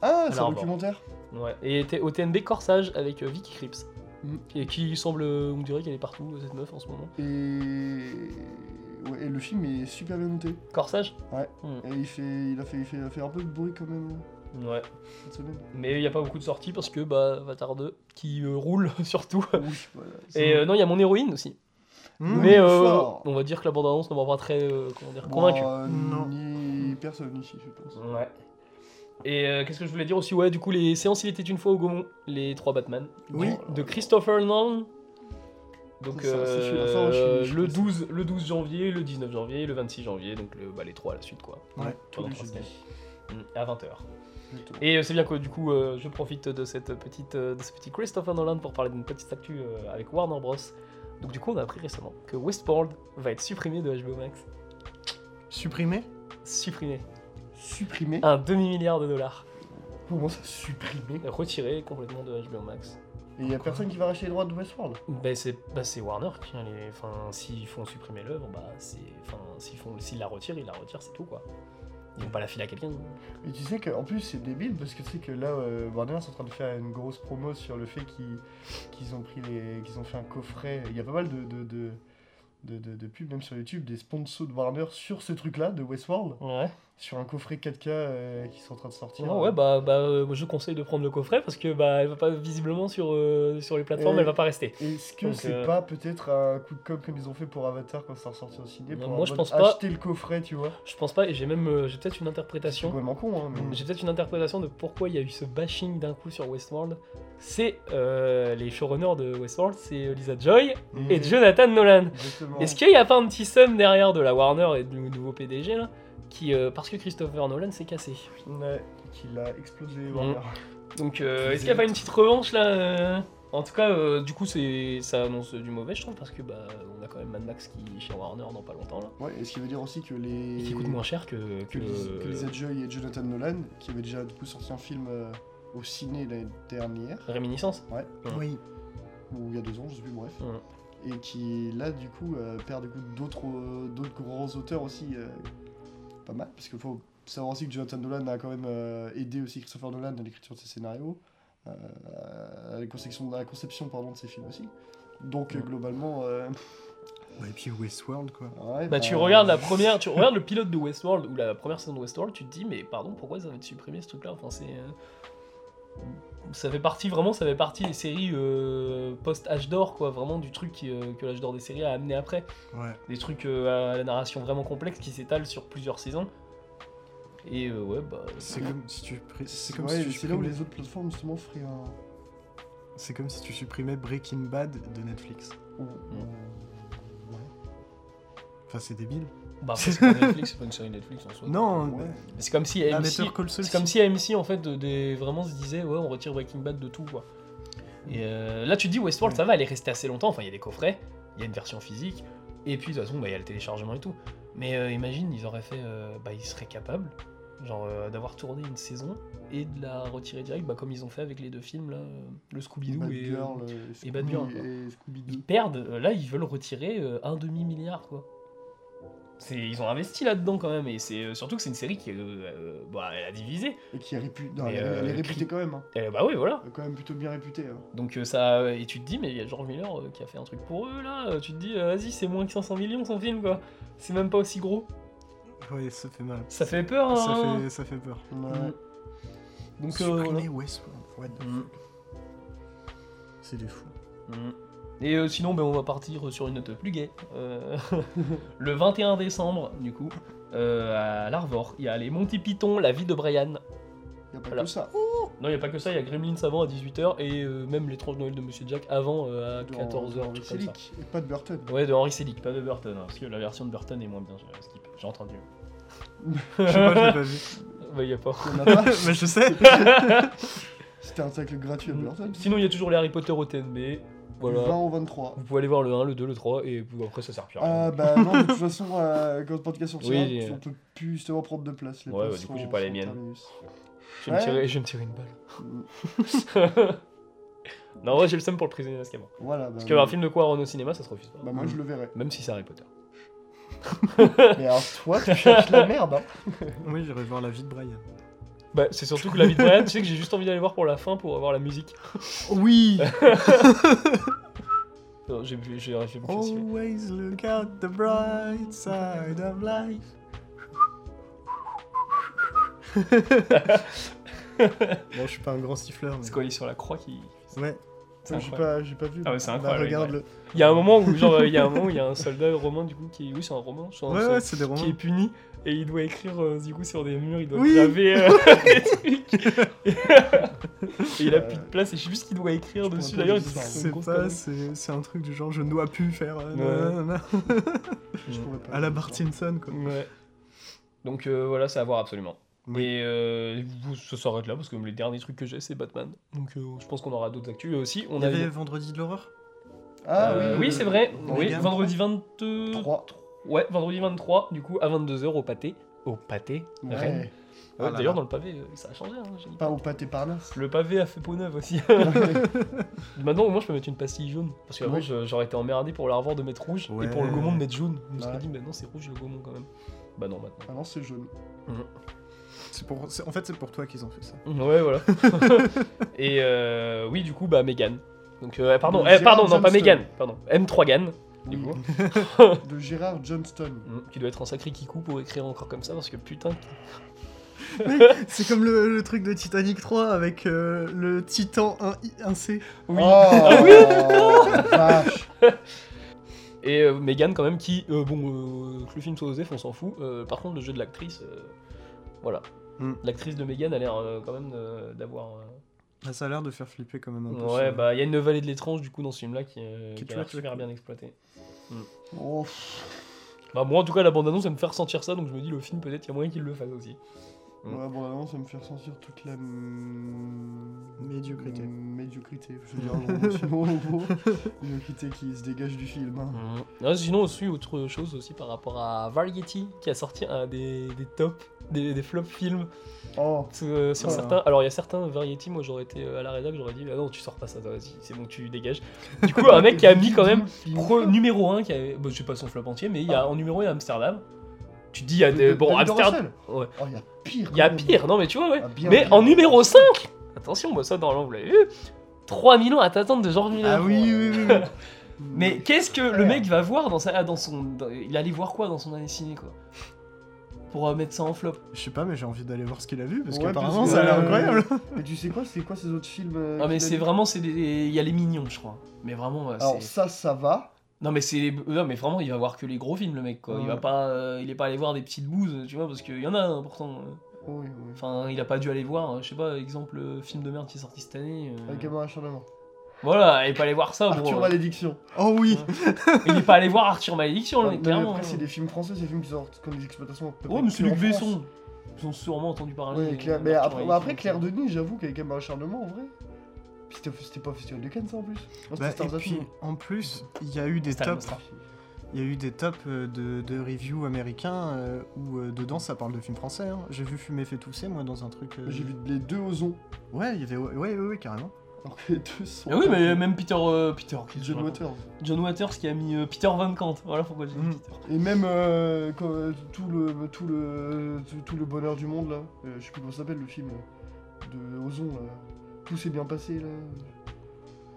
Speaker 2: Ah, c'est
Speaker 1: Alors,
Speaker 2: un
Speaker 1: bon.
Speaker 2: documentaire
Speaker 1: Ouais, et était au TNB Corsage avec euh, Vicky Cripps.
Speaker 2: Mhm.
Speaker 1: Et qui semble, euh, on dirait qu'elle est partout, euh, cette meuf en ce moment.
Speaker 2: Et. ouais, et le film est super bien monté.
Speaker 1: Corsage
Speaker 2: Et il, fait, il, a fait, il, fait, il a fait un peu de bruit quand même euh,
Speaker 1: Ouais. <laughs>
Speaker 2: cette semaine.
Speaker 1: Mais il n'y a pas beaucoup de sorties parce que, bah, Avatar 2 qui euh, roule <laughs> surtout.
Speaker 2: Oui, voilà.
Speaker 1: Et euh, non, il y a mon héroïne aussi.
Speaker 3: Mmh.
Speaker 1: Mais
Speaker 2: il est
Speaker 1: euh,
Speaker 2: fort.
Speaker 1: on va dire que la bande-annonce ne m'a pas très euh, comment dire,
Speaker 2: Bon,
Speaker 1: convaincu.
Speaker 2: euh,
Speaker 3: Non.
Speaker 2: Ni personne ici, je pense.
Speaker 1: Ouais. Et euh, qu'est-ce que je voulais dire aussi Ouais, du coup, les séances Il était une fois au Gaumont, les trois Batman.
Speaker 3: Oui.
Speaker 1: Du- De Christopher Nolan. Donc,
Speaker 2: Ça, ça, ça, je suis-
Speaker 1: euh,
Speaker 2: enfin, je suis- je
Speaker 1: le,
Speaker 2: suis-
Speaker 1: 12, le 12 janvier, le 19 janvier, le 26 janvier, donc le, bah, les trois à la suite, quoi.
Speaker 3: Ouais,
Speaker 2: Tous
Speaker 1: Pendant
Speaker 2: les
Speaker 1: trois
Speaker 2: jeudis.
Speaker 1: semaines. Mm, À 20h.
Speaker 2: Exactement.
Speaker 1: Et euh, c'est bien que du coup, euh, je profite de, cette petite, euh, de ce petit Christopher Nolan pour parler d'une petite actu euh, avec Warner Bros. Donc du coup, on a appris récemment que Westworld va être supprimé de HBO Max.
Speaker 3: Supprimé
Speaker 1: Supprimé.
Speaker 2: Supprimé.
Speaker 1: Un demi-milliard de dollars.
Speaker 2: Comment ça, supprimé
Speaker 1: Retiré complètement de HBO Max.
Speaker 2: Et il y a personne qui va racheter les droits de Westworld.
Speaker 1: Ben c'est bah, c'est Warner qui a les... Enfin, s'ils font supprimer l'œuvre, bah c'est... Enfin, s'ils, font... s'ils la retirent, ils la retirent, c'est tout, quoi. Ils vont pas la filer à quelqu'un.
Speaker 2: Et tu sais qu'en plus, c'est débile parce que tu sais que là, euh, Warner sont en train de faire une grosse promo sur le fait qu'ils qu'ils ont pris les, qu'ils ont fait un coffret. Il y a pas mal de, de, de, de, de- de pubs, même sur YouTube, des sponsors de Warner sur ce truc-là, de Westworld,
Speaker 1: Ouais.
Speaker 2: sur un coffret 4K euh, qui sont en train de sortir.
Speaker 1: ouais, bah, bah euh, moi, je conseille de prendre le coffret parce que bah elle va pas visiblement sur, euh, sur les plateformes,
Speaker 2: Et-
Speaker 1: elle va pas rester.
Speaker 2: Est-ce que
Speaker 1: Donc,
Speaker 2: c'est
Speaker 1: euh,
Speaker 2: pas peut-être un coup de com' comme ils ont fait pour Avatar quand c'est ressorti au ciné
Speaker 1: Non,
Speaker 2: pour
Speaker 1: moi,
Speaker 2: en
Speaker 1: je
Speaker 2: mode
Speaker 1: pense pas.
Speaker 2: acheter le coffret, tu vois
Speaker 1: Je pense pas, et j'ai même euh, j'ai peut-être une
Speaker 2: C'est
Speaker 1: interprétation.
Speaker 2: complètement con, hein, mais...
Speaker 1: J'ai peut-être une interprétation de pourquoi il y a eu ce bashing d'un coup sur Westworld. C'est euh, les showrunners de Westworld, c'est euh, Lisa Joy et
Speaker 2: Mhm.
Speaker 1: Jonathan Nolan.
Speaker 2: Exactement.
Speaker 1: Est-ce qu'il n'y a pas un petit somme derrière de la Warner et du nouveau PDG là qui, euh, parce que Christopher Nolan s'est cassé.
Speaker 2: Ouais, qu'il a explosé.
Speaker 1: Mm.
Speaker 2: Warner.
Speaker 1: Donc, euh, est-ce qu'il n'y a pas une petite revanche là euh En tout cas, euh, du coup, c'est ça annonce du mauvais, je trouve, parce que bah, on a quand même Mad Max qui est chez Warner dans pas longtemps là,
Speaker 2: Ouais, et ce qui veut dire aussi que les.
Speaker 1: et qui coûte moins cher que
Speaker 2: que,
Speaker 1: que,
Speaker 3: Euh,
Speaker 2: Lis- que Lisa Joy et Jonathan Nolan, qui avaient déjà du coup sorti un film euh, au ciné l'année dernière,
Speaker 1: Réminiscence. Ouais.
Speaker 3: Mmh. Oui.
Speaker 2: ou il y a deux ans, je sais plus, bref.
Speaker 1: Ouais.
Speaker 2: Et qui là du coup euh, perd du coup d'autres euh, d'autres grands auteurs aussi euh, pas mal, parce qu'il faut savoir aussi que Jonathan Nolan a quand même euh, aidé aussi Christopher Nolan à l'écriture de ses scénarios, euh, à, la conception, à la conception pardon, de ses films aussi. Donc euh,
Speaker 1: Ouais.
Speaker 2: globalement, euh,
Speaker 3: Bah, et puis Westworld, quoi.
Speaker 2: ouais,
Speaker 1: Bah, tu
Speaker 3: Euh.
Speaker 1: regardes la première, tu regardes le pilote de Westworld ou la première saison de Westworld, tu te dis mais pardon, pourquoi ça va être supprimé ce truc-là Enfin, c'est euh, ça fait partie vraiment, ça fait partie des séries euh, post H d'or quoi, vraiment du truc qui, euh, que l'âge d'or des séries a amené après,
Speaker 3: Ouais.
Speaker 1: des trucs euh, à la narration vraiment complexe qui s'étale sur plusieurs saisons. Et euh, ouais bah
Speaker 3: C'est comme si tu, pré- c'est comme
Speaker 2: Ouais,
Speaker 3: si tu
Speaker 2: c'est là où
Speaker 3: supprimais...
Speaker 2: les autres plateformes justement hein. feraient un.
Speaker 3: c'est comme si tu supprimais Breaking Bad de Netflix.
Speaker 2: ou- Ouais.
Speaker 3: Enfin, c'est débile.
Speaker 1: bah après,
Speaker 3: <laughs>
Speaker 1: c'est pas Netflix, c'est pas une série Netflix en soi.
Speaker 3: Non,
Speaker 2: Ouais.
Speaker 1: Mais c'est comme si
Speaker 3: mais... Ah,
Speaker 1: AMC,
Speaker 3: Better Call Saul,
Speaker 1: C'est comme si AMC en fait de- des- vraiment se disait ouais on retire Breaking Bad de tout quoi. Et euh, là tu te dis Westworld ça va, elle est restée assez longtemps, enfin il y a des coffrets, il y a une version physique, et puis de toute façon bah, il y a le téléchargement et tout. Mais euh, imagine ils auraient fait, euh, bah ils seraient capables genre euh, d'avoir tourné une saison et de la retirer direct bah, comme ils ont fait avec les deux films là, euh, le Scooby-Doo
Speaker 2: Bad
Speaker 1: et... euh,
Speaker 2: Girl, euh,
Speaker 1: et Bad Girl, hein.
Speaker 2: Scooby
Speaker 1: quoi.
Speaker 2: et
Speaker 1: ils
Speaker 2: Scooby-Doo.
Speaker 1: perdent, euh, là ils veulent retirer euh, un demi-milliard quoi. C'est- Ils ont investi là-dedans quand même, et c'est euh, surtout que c'est une série qui est, euh, euh, bah, elle a divisé.
Speaker 2: Et qui est répu- non,
Speaker 1: Mais,
Speaker 2: elle, est- elle
Speaker 1: euh,
Speaker 2: est réputée
Speaker 1: Cri-
Speaker 2: quand même. hein.
Speaker 1: Et, bah oui, voilà.
Speaker 2: Elle est quand même plutôt bien réputée. hein.
Speaker 1: Donc euh, ça, euh, et tu te dis, mais il y a George Miller euh, qui a fait un truc pour eux là, euh, tu te dis, euh, vas-y, c'est moins que 500 millions son film quoi, c'est même pas aussi gros,
Speaker 3: Ouais, ça fait mal.
Speaker 1: ça fait peur
Speaker 3: Ça
Speaker 1: hein
Speaker 3: fait, ça fait peur.
Speaker 1: Mm.
Speaker 2: Ouais.
Speaker 1: Donc euh, voilà.
Speaker 3: Supprimer Westworld. What the
Speaker 1: Mm.
Speaker 3: fuck. C'est des fous.
Speaker 1: Mm. Et euh, sinon, ben, on va partir sur une note plus gaie. Euh, <laughs> le 21 décembre, du coup, euh, à l'Arvor, il y a les Monty Python, La vie de Brian.
Speaker 2: Y a pas
Speaker 1: Voilà.
Speaker 2: que ça.
Speaker 1: Non, il a pas que ça, il y a Gremlins avant à 18h et euh, même l'étrange Noël de Monsieur Jack avant euh, à
Speaker 2: De-
Speaker 1: 14h. un
Speaker 2: de
Speaker 1: truc comme ça.
Speaker 2: Selick et pas
Speaker 1: <laughs>
Speaker 2: de Burton.
Speaker 1: Ouais, de Henry Selick, pas de Burton, hein, parce que la version de Burton est moins bien, je skip, j'ai entendu.
Speaker 3: Je sais pas, je l'ai pas vu.
Speaker 1: bah, y a pas.
Speaker 2: Y en a pas.
Speaker 3: Mais je sais.
Speaker 2: C'était un tacle gratuit à Burton.
Speaker 1: Sinon, il y a toujours les Harry Potter au TNB.
Speaker 2: Du 20
Speaker 1: Mmh. Voilà.
Speaker 2: au 23.
Speaker 1: Vous pouvez aller voir le 1, le 2, le 3, et puis après ça sert plus à rien.
Speaker 2: Ah bah non, de toute façon, euh, quand le podcast sortira,
Speaker 1: Oui,
Speaker 2: tu-
Speaker 1: euh.
Speaker 2: on peut plus justement prendre de place. Les
Speaker 1: Ouais,
Speaker 2: places
Speaker 1: bah, du coup, j'ai
Speaker 2: sont-
Speaker 1: pas les
Speaker 2: sont
Speaker 1: miennes.
Speaker 2: terminus.
Speaker 1: je, vais me
Speaker 2: ouais.
Speaker 1: tirer, je vais me tirer une balle.
Speaker 2: Mm,
Speaker 1: <laughs> non, ouais, j'ai le seum pour le prisonnier d'Azkaban.
Speaker 2: Voilà. Bah,
Speaker 1: Parce qu'un film de quoi au cinéma, ça se refuse pas.
Speaker 2: Bah moi, je le
Speaker 1: <laughs>
Speaker 2: verrai.
Speaker 1: Même si c'est Harry Potter.
Speaker 2: Mais alors, toi, tu cherches la merde. hein.
Speaker 3: Oui, j'irai voir la vie de Brian.
Speaker 1: Bah, c'est surtout que la vie de Brian, tu sais que j'ai juste envie d'aller voir pour la fin pour avoir la musique.
Speaker 3: Oui
Speaker 1: Non, j'ai j'ai- j'aurais fait plus facile.
Speaker 3: Always look at the bright side of life.
Speaker 1: <laughs>
Speaker 3: bon, je suis pas un grand siffleur,
Speaker 1: C'est
Speaker 3: mais.
Speaker 1: quoi, il est sur la croix qui.
Speaker 3: Ouais.
Speaker 1: C'est
Speaker 2: J'ai
Speaker 1: incroyable.
Speaker 2: pas, j'ai pas vu.
Speaker 1: Ah ouais, c'est
Speaker 2: Bah,
Speaker 1: incroyable,
Speaker 2: regarde le.
Speaker 1: Il y a un moment où, <laughs> genre, il y a un moment où il y a un soldat romain, du coup, qui. Oui, c'est un romain, je pense,
Speaker 3: Ouais,
Speaker 1: euh,
Speaker 3: ouais, c'est des romans.
Speaker 1: qui est puni et il doit écrire, euh, du coup, sur des murs, il doit
Speaker 3: Oui.
Speaker 1: graver euh, des trucs. et il a plus de place et je sais plus ce qu'il doit écrire
Speaker 2: Je
Speaker 1: dessus
Speaker 2: prends un peu
Speaker 1: d'ailleurs.
Speaker 2: de distance.
Speaker 1: c'est une
Speaker 3: C'est
Speaker 1: grosse
Speaker 3: pas,
Speaker 1: connerie.
Speaker 3: c'est c'est un truc du genre je ne dois plus faire. euh,
Speaker 1: Ouais.
Speaker 3: nanana,
Speaker 2: Je pourrais pas
Speaker 3: à la
Speaker 2: le-
Speaker 3: Bartinson, quoi.
Speaker 1: Ouais. Donc euh, voilà, c'est à voir absolument.
Speaker 3: Oui.
Speaker 1: Et euh, vous- ça s'arrête là parce que les derniers trucs que j'ai, c'est Batman. Donc euh, je pense qu'on aura d'autres actus. Et aussi, on
Speaker 3: Il y
Speaker 1: avait.
Speaker 3: avait Vendredi de l'horreur
Speaker 2: Ah
Speaker 1: Euh,
Speaker 2: oui,
Speaker 1: oui,
Speaker 2: le-
Speaker 1: c'est vrai.
Speaker 2: le-
Speaker 1: Oui,
Speaker 3: Omega
Speaker 1: vendredi 22.
Speaker 2: 3.
Speaker 1: Ouais, vendredi 23, du coup, à 22h au pâté. Au pâté
Speaker 2: Ouais.
Speaker 1: Mmh. Rennes.
Speaker 3: Ah
Speaker 1: Ouais,
Speaker 3: là
Speaker 1: D'ailleurs,
Speaker 3: là.
Speaker 1: dans le pavé, euh, ça a changé. hein, j'ai dit.
Speaker 2: Pas au
Speaker 1: <laughs>
Speaker 2: pâté Parnasse.
Speaker 1: Le pavé a fait peau neuve aussi. Maintenant, au moins, je peux mettre une pastille jaune. Parce qu'avant,
Speaker 2: Ouais.
Speaker 1: je- j'aurais été emmerdé pour la revoir de mettre rouge et pour le
Speaker 3: Ouais.
Speaker 1: gaumont de mettre jaune. Je me serais
Speaker 2: Ouais.
Speaker 1: dit, mais non, c'est rouge le gaumont quand même. Bah non, maintenant.
Speaker 2: Ah non, c'est jaune.
Speaker 3: C'est pour- c'est- En fait, c'est pour toi qu'ils ont fait ça.
Speaker 1: <laughs> Ouais, voilà. et euh, oui, du coup, bah, Megan. Donc, euh, pardon,
Speaker 2: Donc,
Speaker 1: eh, pardon,
Speaker 2: Gérard
Speaker 1: non, pas
Speaker 2: Johnston.
Speaker 1: Megan, pardon. M3 Gan, du
Speaker 2: Oui.
Speaker 1: coup.
Speaker 2: <laughs> De Gérard Johnston.
Speaker 1: Mm, Qui doit être un sacré kikou pour écrire encore comme ça, parce que putain,
Speaker 3: C'est comme le, le truc de Titanic 3 avec euh, le Titan 1C.
Speaker 1: oui. Ah
Speaker 2: Oh,
Speaker 1: oui,
Speaker 2: vache.
Speaker 1: Et euh, Megan, quand même, qui, euh, bon, euh, que le film soit osef, on s'en fout. Euh, par contre, le jeu de l'actrice, euh, voilà.
Speaker 3: Mm.
Speaker 1: L'actrice de Megan a l'air euh, quand même euh, d'avoir. euh,
Speaker 3: Ah, ça a l'air de faire flipper quand même un peu.
Speaker 1: Ouais,
Speaker 3: ce-
Speaker 1: bah, il y a une vallée de l'étrange, du coup, dans ce film-là, qui, euh,
Speaker 3: Qui est
Speaker 1: qui a l'air
Speaker 3: toujours-
Speaker 1: super bien exploitée.
Speaker 2: Oh, pff.
Speaker 1: Bah, moi, en tout cas, la bande-annonce, elle me fait ressentir ça, donc je me dis, le film, peut-être, il y a moyen qu'il le fasse aussi. Mm.
Speaker 2: Ouais, bon, vraiment, ça me fait ressentir toute la. mm,
Speaker 3: Médiocrité.
Speaker 2: mm, Médiocrité. Je veux dire, un gros mot, en gros. Médiocrité qui se dégage du film. hein.
Speaker 3: Mm.
Speaker 1: Ouais, sinon, aussi, autre chose aussi par rapport à Variety qui a sorti un des, des tops, des, des flops films
Speaker 2: Oh,
Speaker 1: euh, sur
Speaker 2: Oh.
Speaker 1: certains. Alors, il y a certains Variety, moi j'aurais été euh, à la rédac, j'aurais dit Ah non, tu sors pas ça, toi, vas-y, c'est bon, tu dégages. Du coup, un mec qui a mis quand
Speaker 3: <laughs>
Speaker 1: même pro- numéro 1, qui a, bah, je sais pas son flop entier, mais il y a, en numéro 1, il y a Amsterdam. Tu te dis, il y a des.
Speaker 2: De- de-
Speaker 1: euh, Bon,
Speaker 2: David
Speaker 1: Amsterdam.
Speaker 2: Russell
Speaker 1: Ouais.
Speaker 2: Oh, il y a pire.
Speaker 1: Il y a
Speaker 2: quand même.
Speaker 1: pire, non mais tu vois, ouais.
Speaker 2: Ah, bien
Speaker 1: mais
Speaker 2: pire.
Speaker 1: en numéro 5, attention, moi ça, normalement, vous l'avez vu. 3000 ans à t'attendre de Georges Miller.
Speaker 3: Ah oui, oui, oui. oui.
Speaker 1: Mais qu'est-ce que le mec va voir dans sa, ah, dans son, dans- il allait voir quoi dans son année ciné quoi Pour euh, mettre ça en flop.
Speaker 3: Je sais pas, mais j'ai envie d'aller voir ce qu'il a vu parce
Speaker 2: Ouais,
Speaker 3: qu'apparemment
Speaker 2: parce que- euh,
Speaker 3: ça a l'air
Speaker 2: Ouais,
Speaker 3: incroyable. <laughs>
Speaker 2: Mais tu sais quoi, c'est quoi ces autres films euh,
Speaker 1: Non mais
Speaker 2: qu'il a
Speaker 1: c'est
Speaker 2: dit
Speaker 1: vraiment, c'est des- il y a les mignons je crois. Mais vraiment, euh,
Speaker 2: Alors,
Speaker 1: c'est-
Speaker 2: ça, ça va.
Speaker 1: non mais c'est, non mais vraiment, il va voir que les gros films le mec quoi. Il va
Speaker 2: Ouais.
Speaker 1: pas, euh, il est pas allé voir des petites bouses, tu vois, parce qu'il y en a hein, pourtant. euh.
Speaker 2: Oui, oui.
Speaker 1: Enfin, il a pas dû aller voir, euh, je sais pas, exemple euh, film de merde qui est sorti cette année. euh,
Speaker 2: Avec Amara Charlemagne.
Speaker 1: Voilà, il est pas allé voir ça.
Speaker 2: Arthur
Speaker 1: Bro.
Speaker 2: Malédiction.
Speaker 3: Oh oui.
Speaker 1: Il est pas allé voir Arthur Malédiction le
Speaker 2: Non,
Speaker 1: mec,
Speaker 2: mais
Speaker 1: clairement.
Speaker 2: après, c'est des films français, c'est des films qui sortent comme des exploitations. à peu
Speaker 1: Ouais
Speaker 2: près
Speaker 1: mais c'est
Speaker 2: que
Speaker 1: les
Speaker 2: en France.
Speaker 1: Besson. Ils ont sûrement entendu parler.
Speaker 2: Ouais,
Speaker 1: euh,
Speaker 2: Claire- mais
Speaker 1: d'Arthur
Speaker 2: après,
Speaker 1: Malédiction,
Speaker 2: après,
Speaker 1: tu
Speaker 2: Claire
Speaker 1: vois.
Speaker 2: Denis, j'avoue qu'avec Amara Charlemagne, en vrai. C'était c'était pas au Festival de Cannes, ça en plus. Non, c'était
Speaker 3: Bah,
Speaker 2: Stars Ah,
Speaker 3: et puis
Speaker 2: Affinity.
Speaker 3: en plus, il y a eu des
Speaker 1: Star
Speaker 3: tops,
Speaker 1: Wars.
Speaker 3: il y a eu des tops euh, de, de reviews américains euh, où euh, dedans ça parle de films français. hein. J'ai vu Fumer fait tousser moi dans un truc. euh,
Speaker 2: J'ai vu les deux Ozon.
Speaker 3: Ouais, il y avait ouais ouais ouais, ouais, carrément.
Speaker 2: Alors que les deux sont.
Speaker 1: Ah oui, mais même Peter. euh, Peter, qu'est-ce que je
Speaker 2: John
Speaker 1: raconte
Speaker 2: Waters.
Speaker 1: John Waters qui a mis euh, Peter Van Kant. Voilà pourquoi j'ai dit
Speaker 3: Mm.
Speaker 1: Peter.
Speaker 2: Et même euh, quand, euh, tout, le, tout, le, tout, tout le bonheur du monde là, Euh, je sais plus comment ça s'appelle le film là, de Ozon là. Tout s'est bien passé là.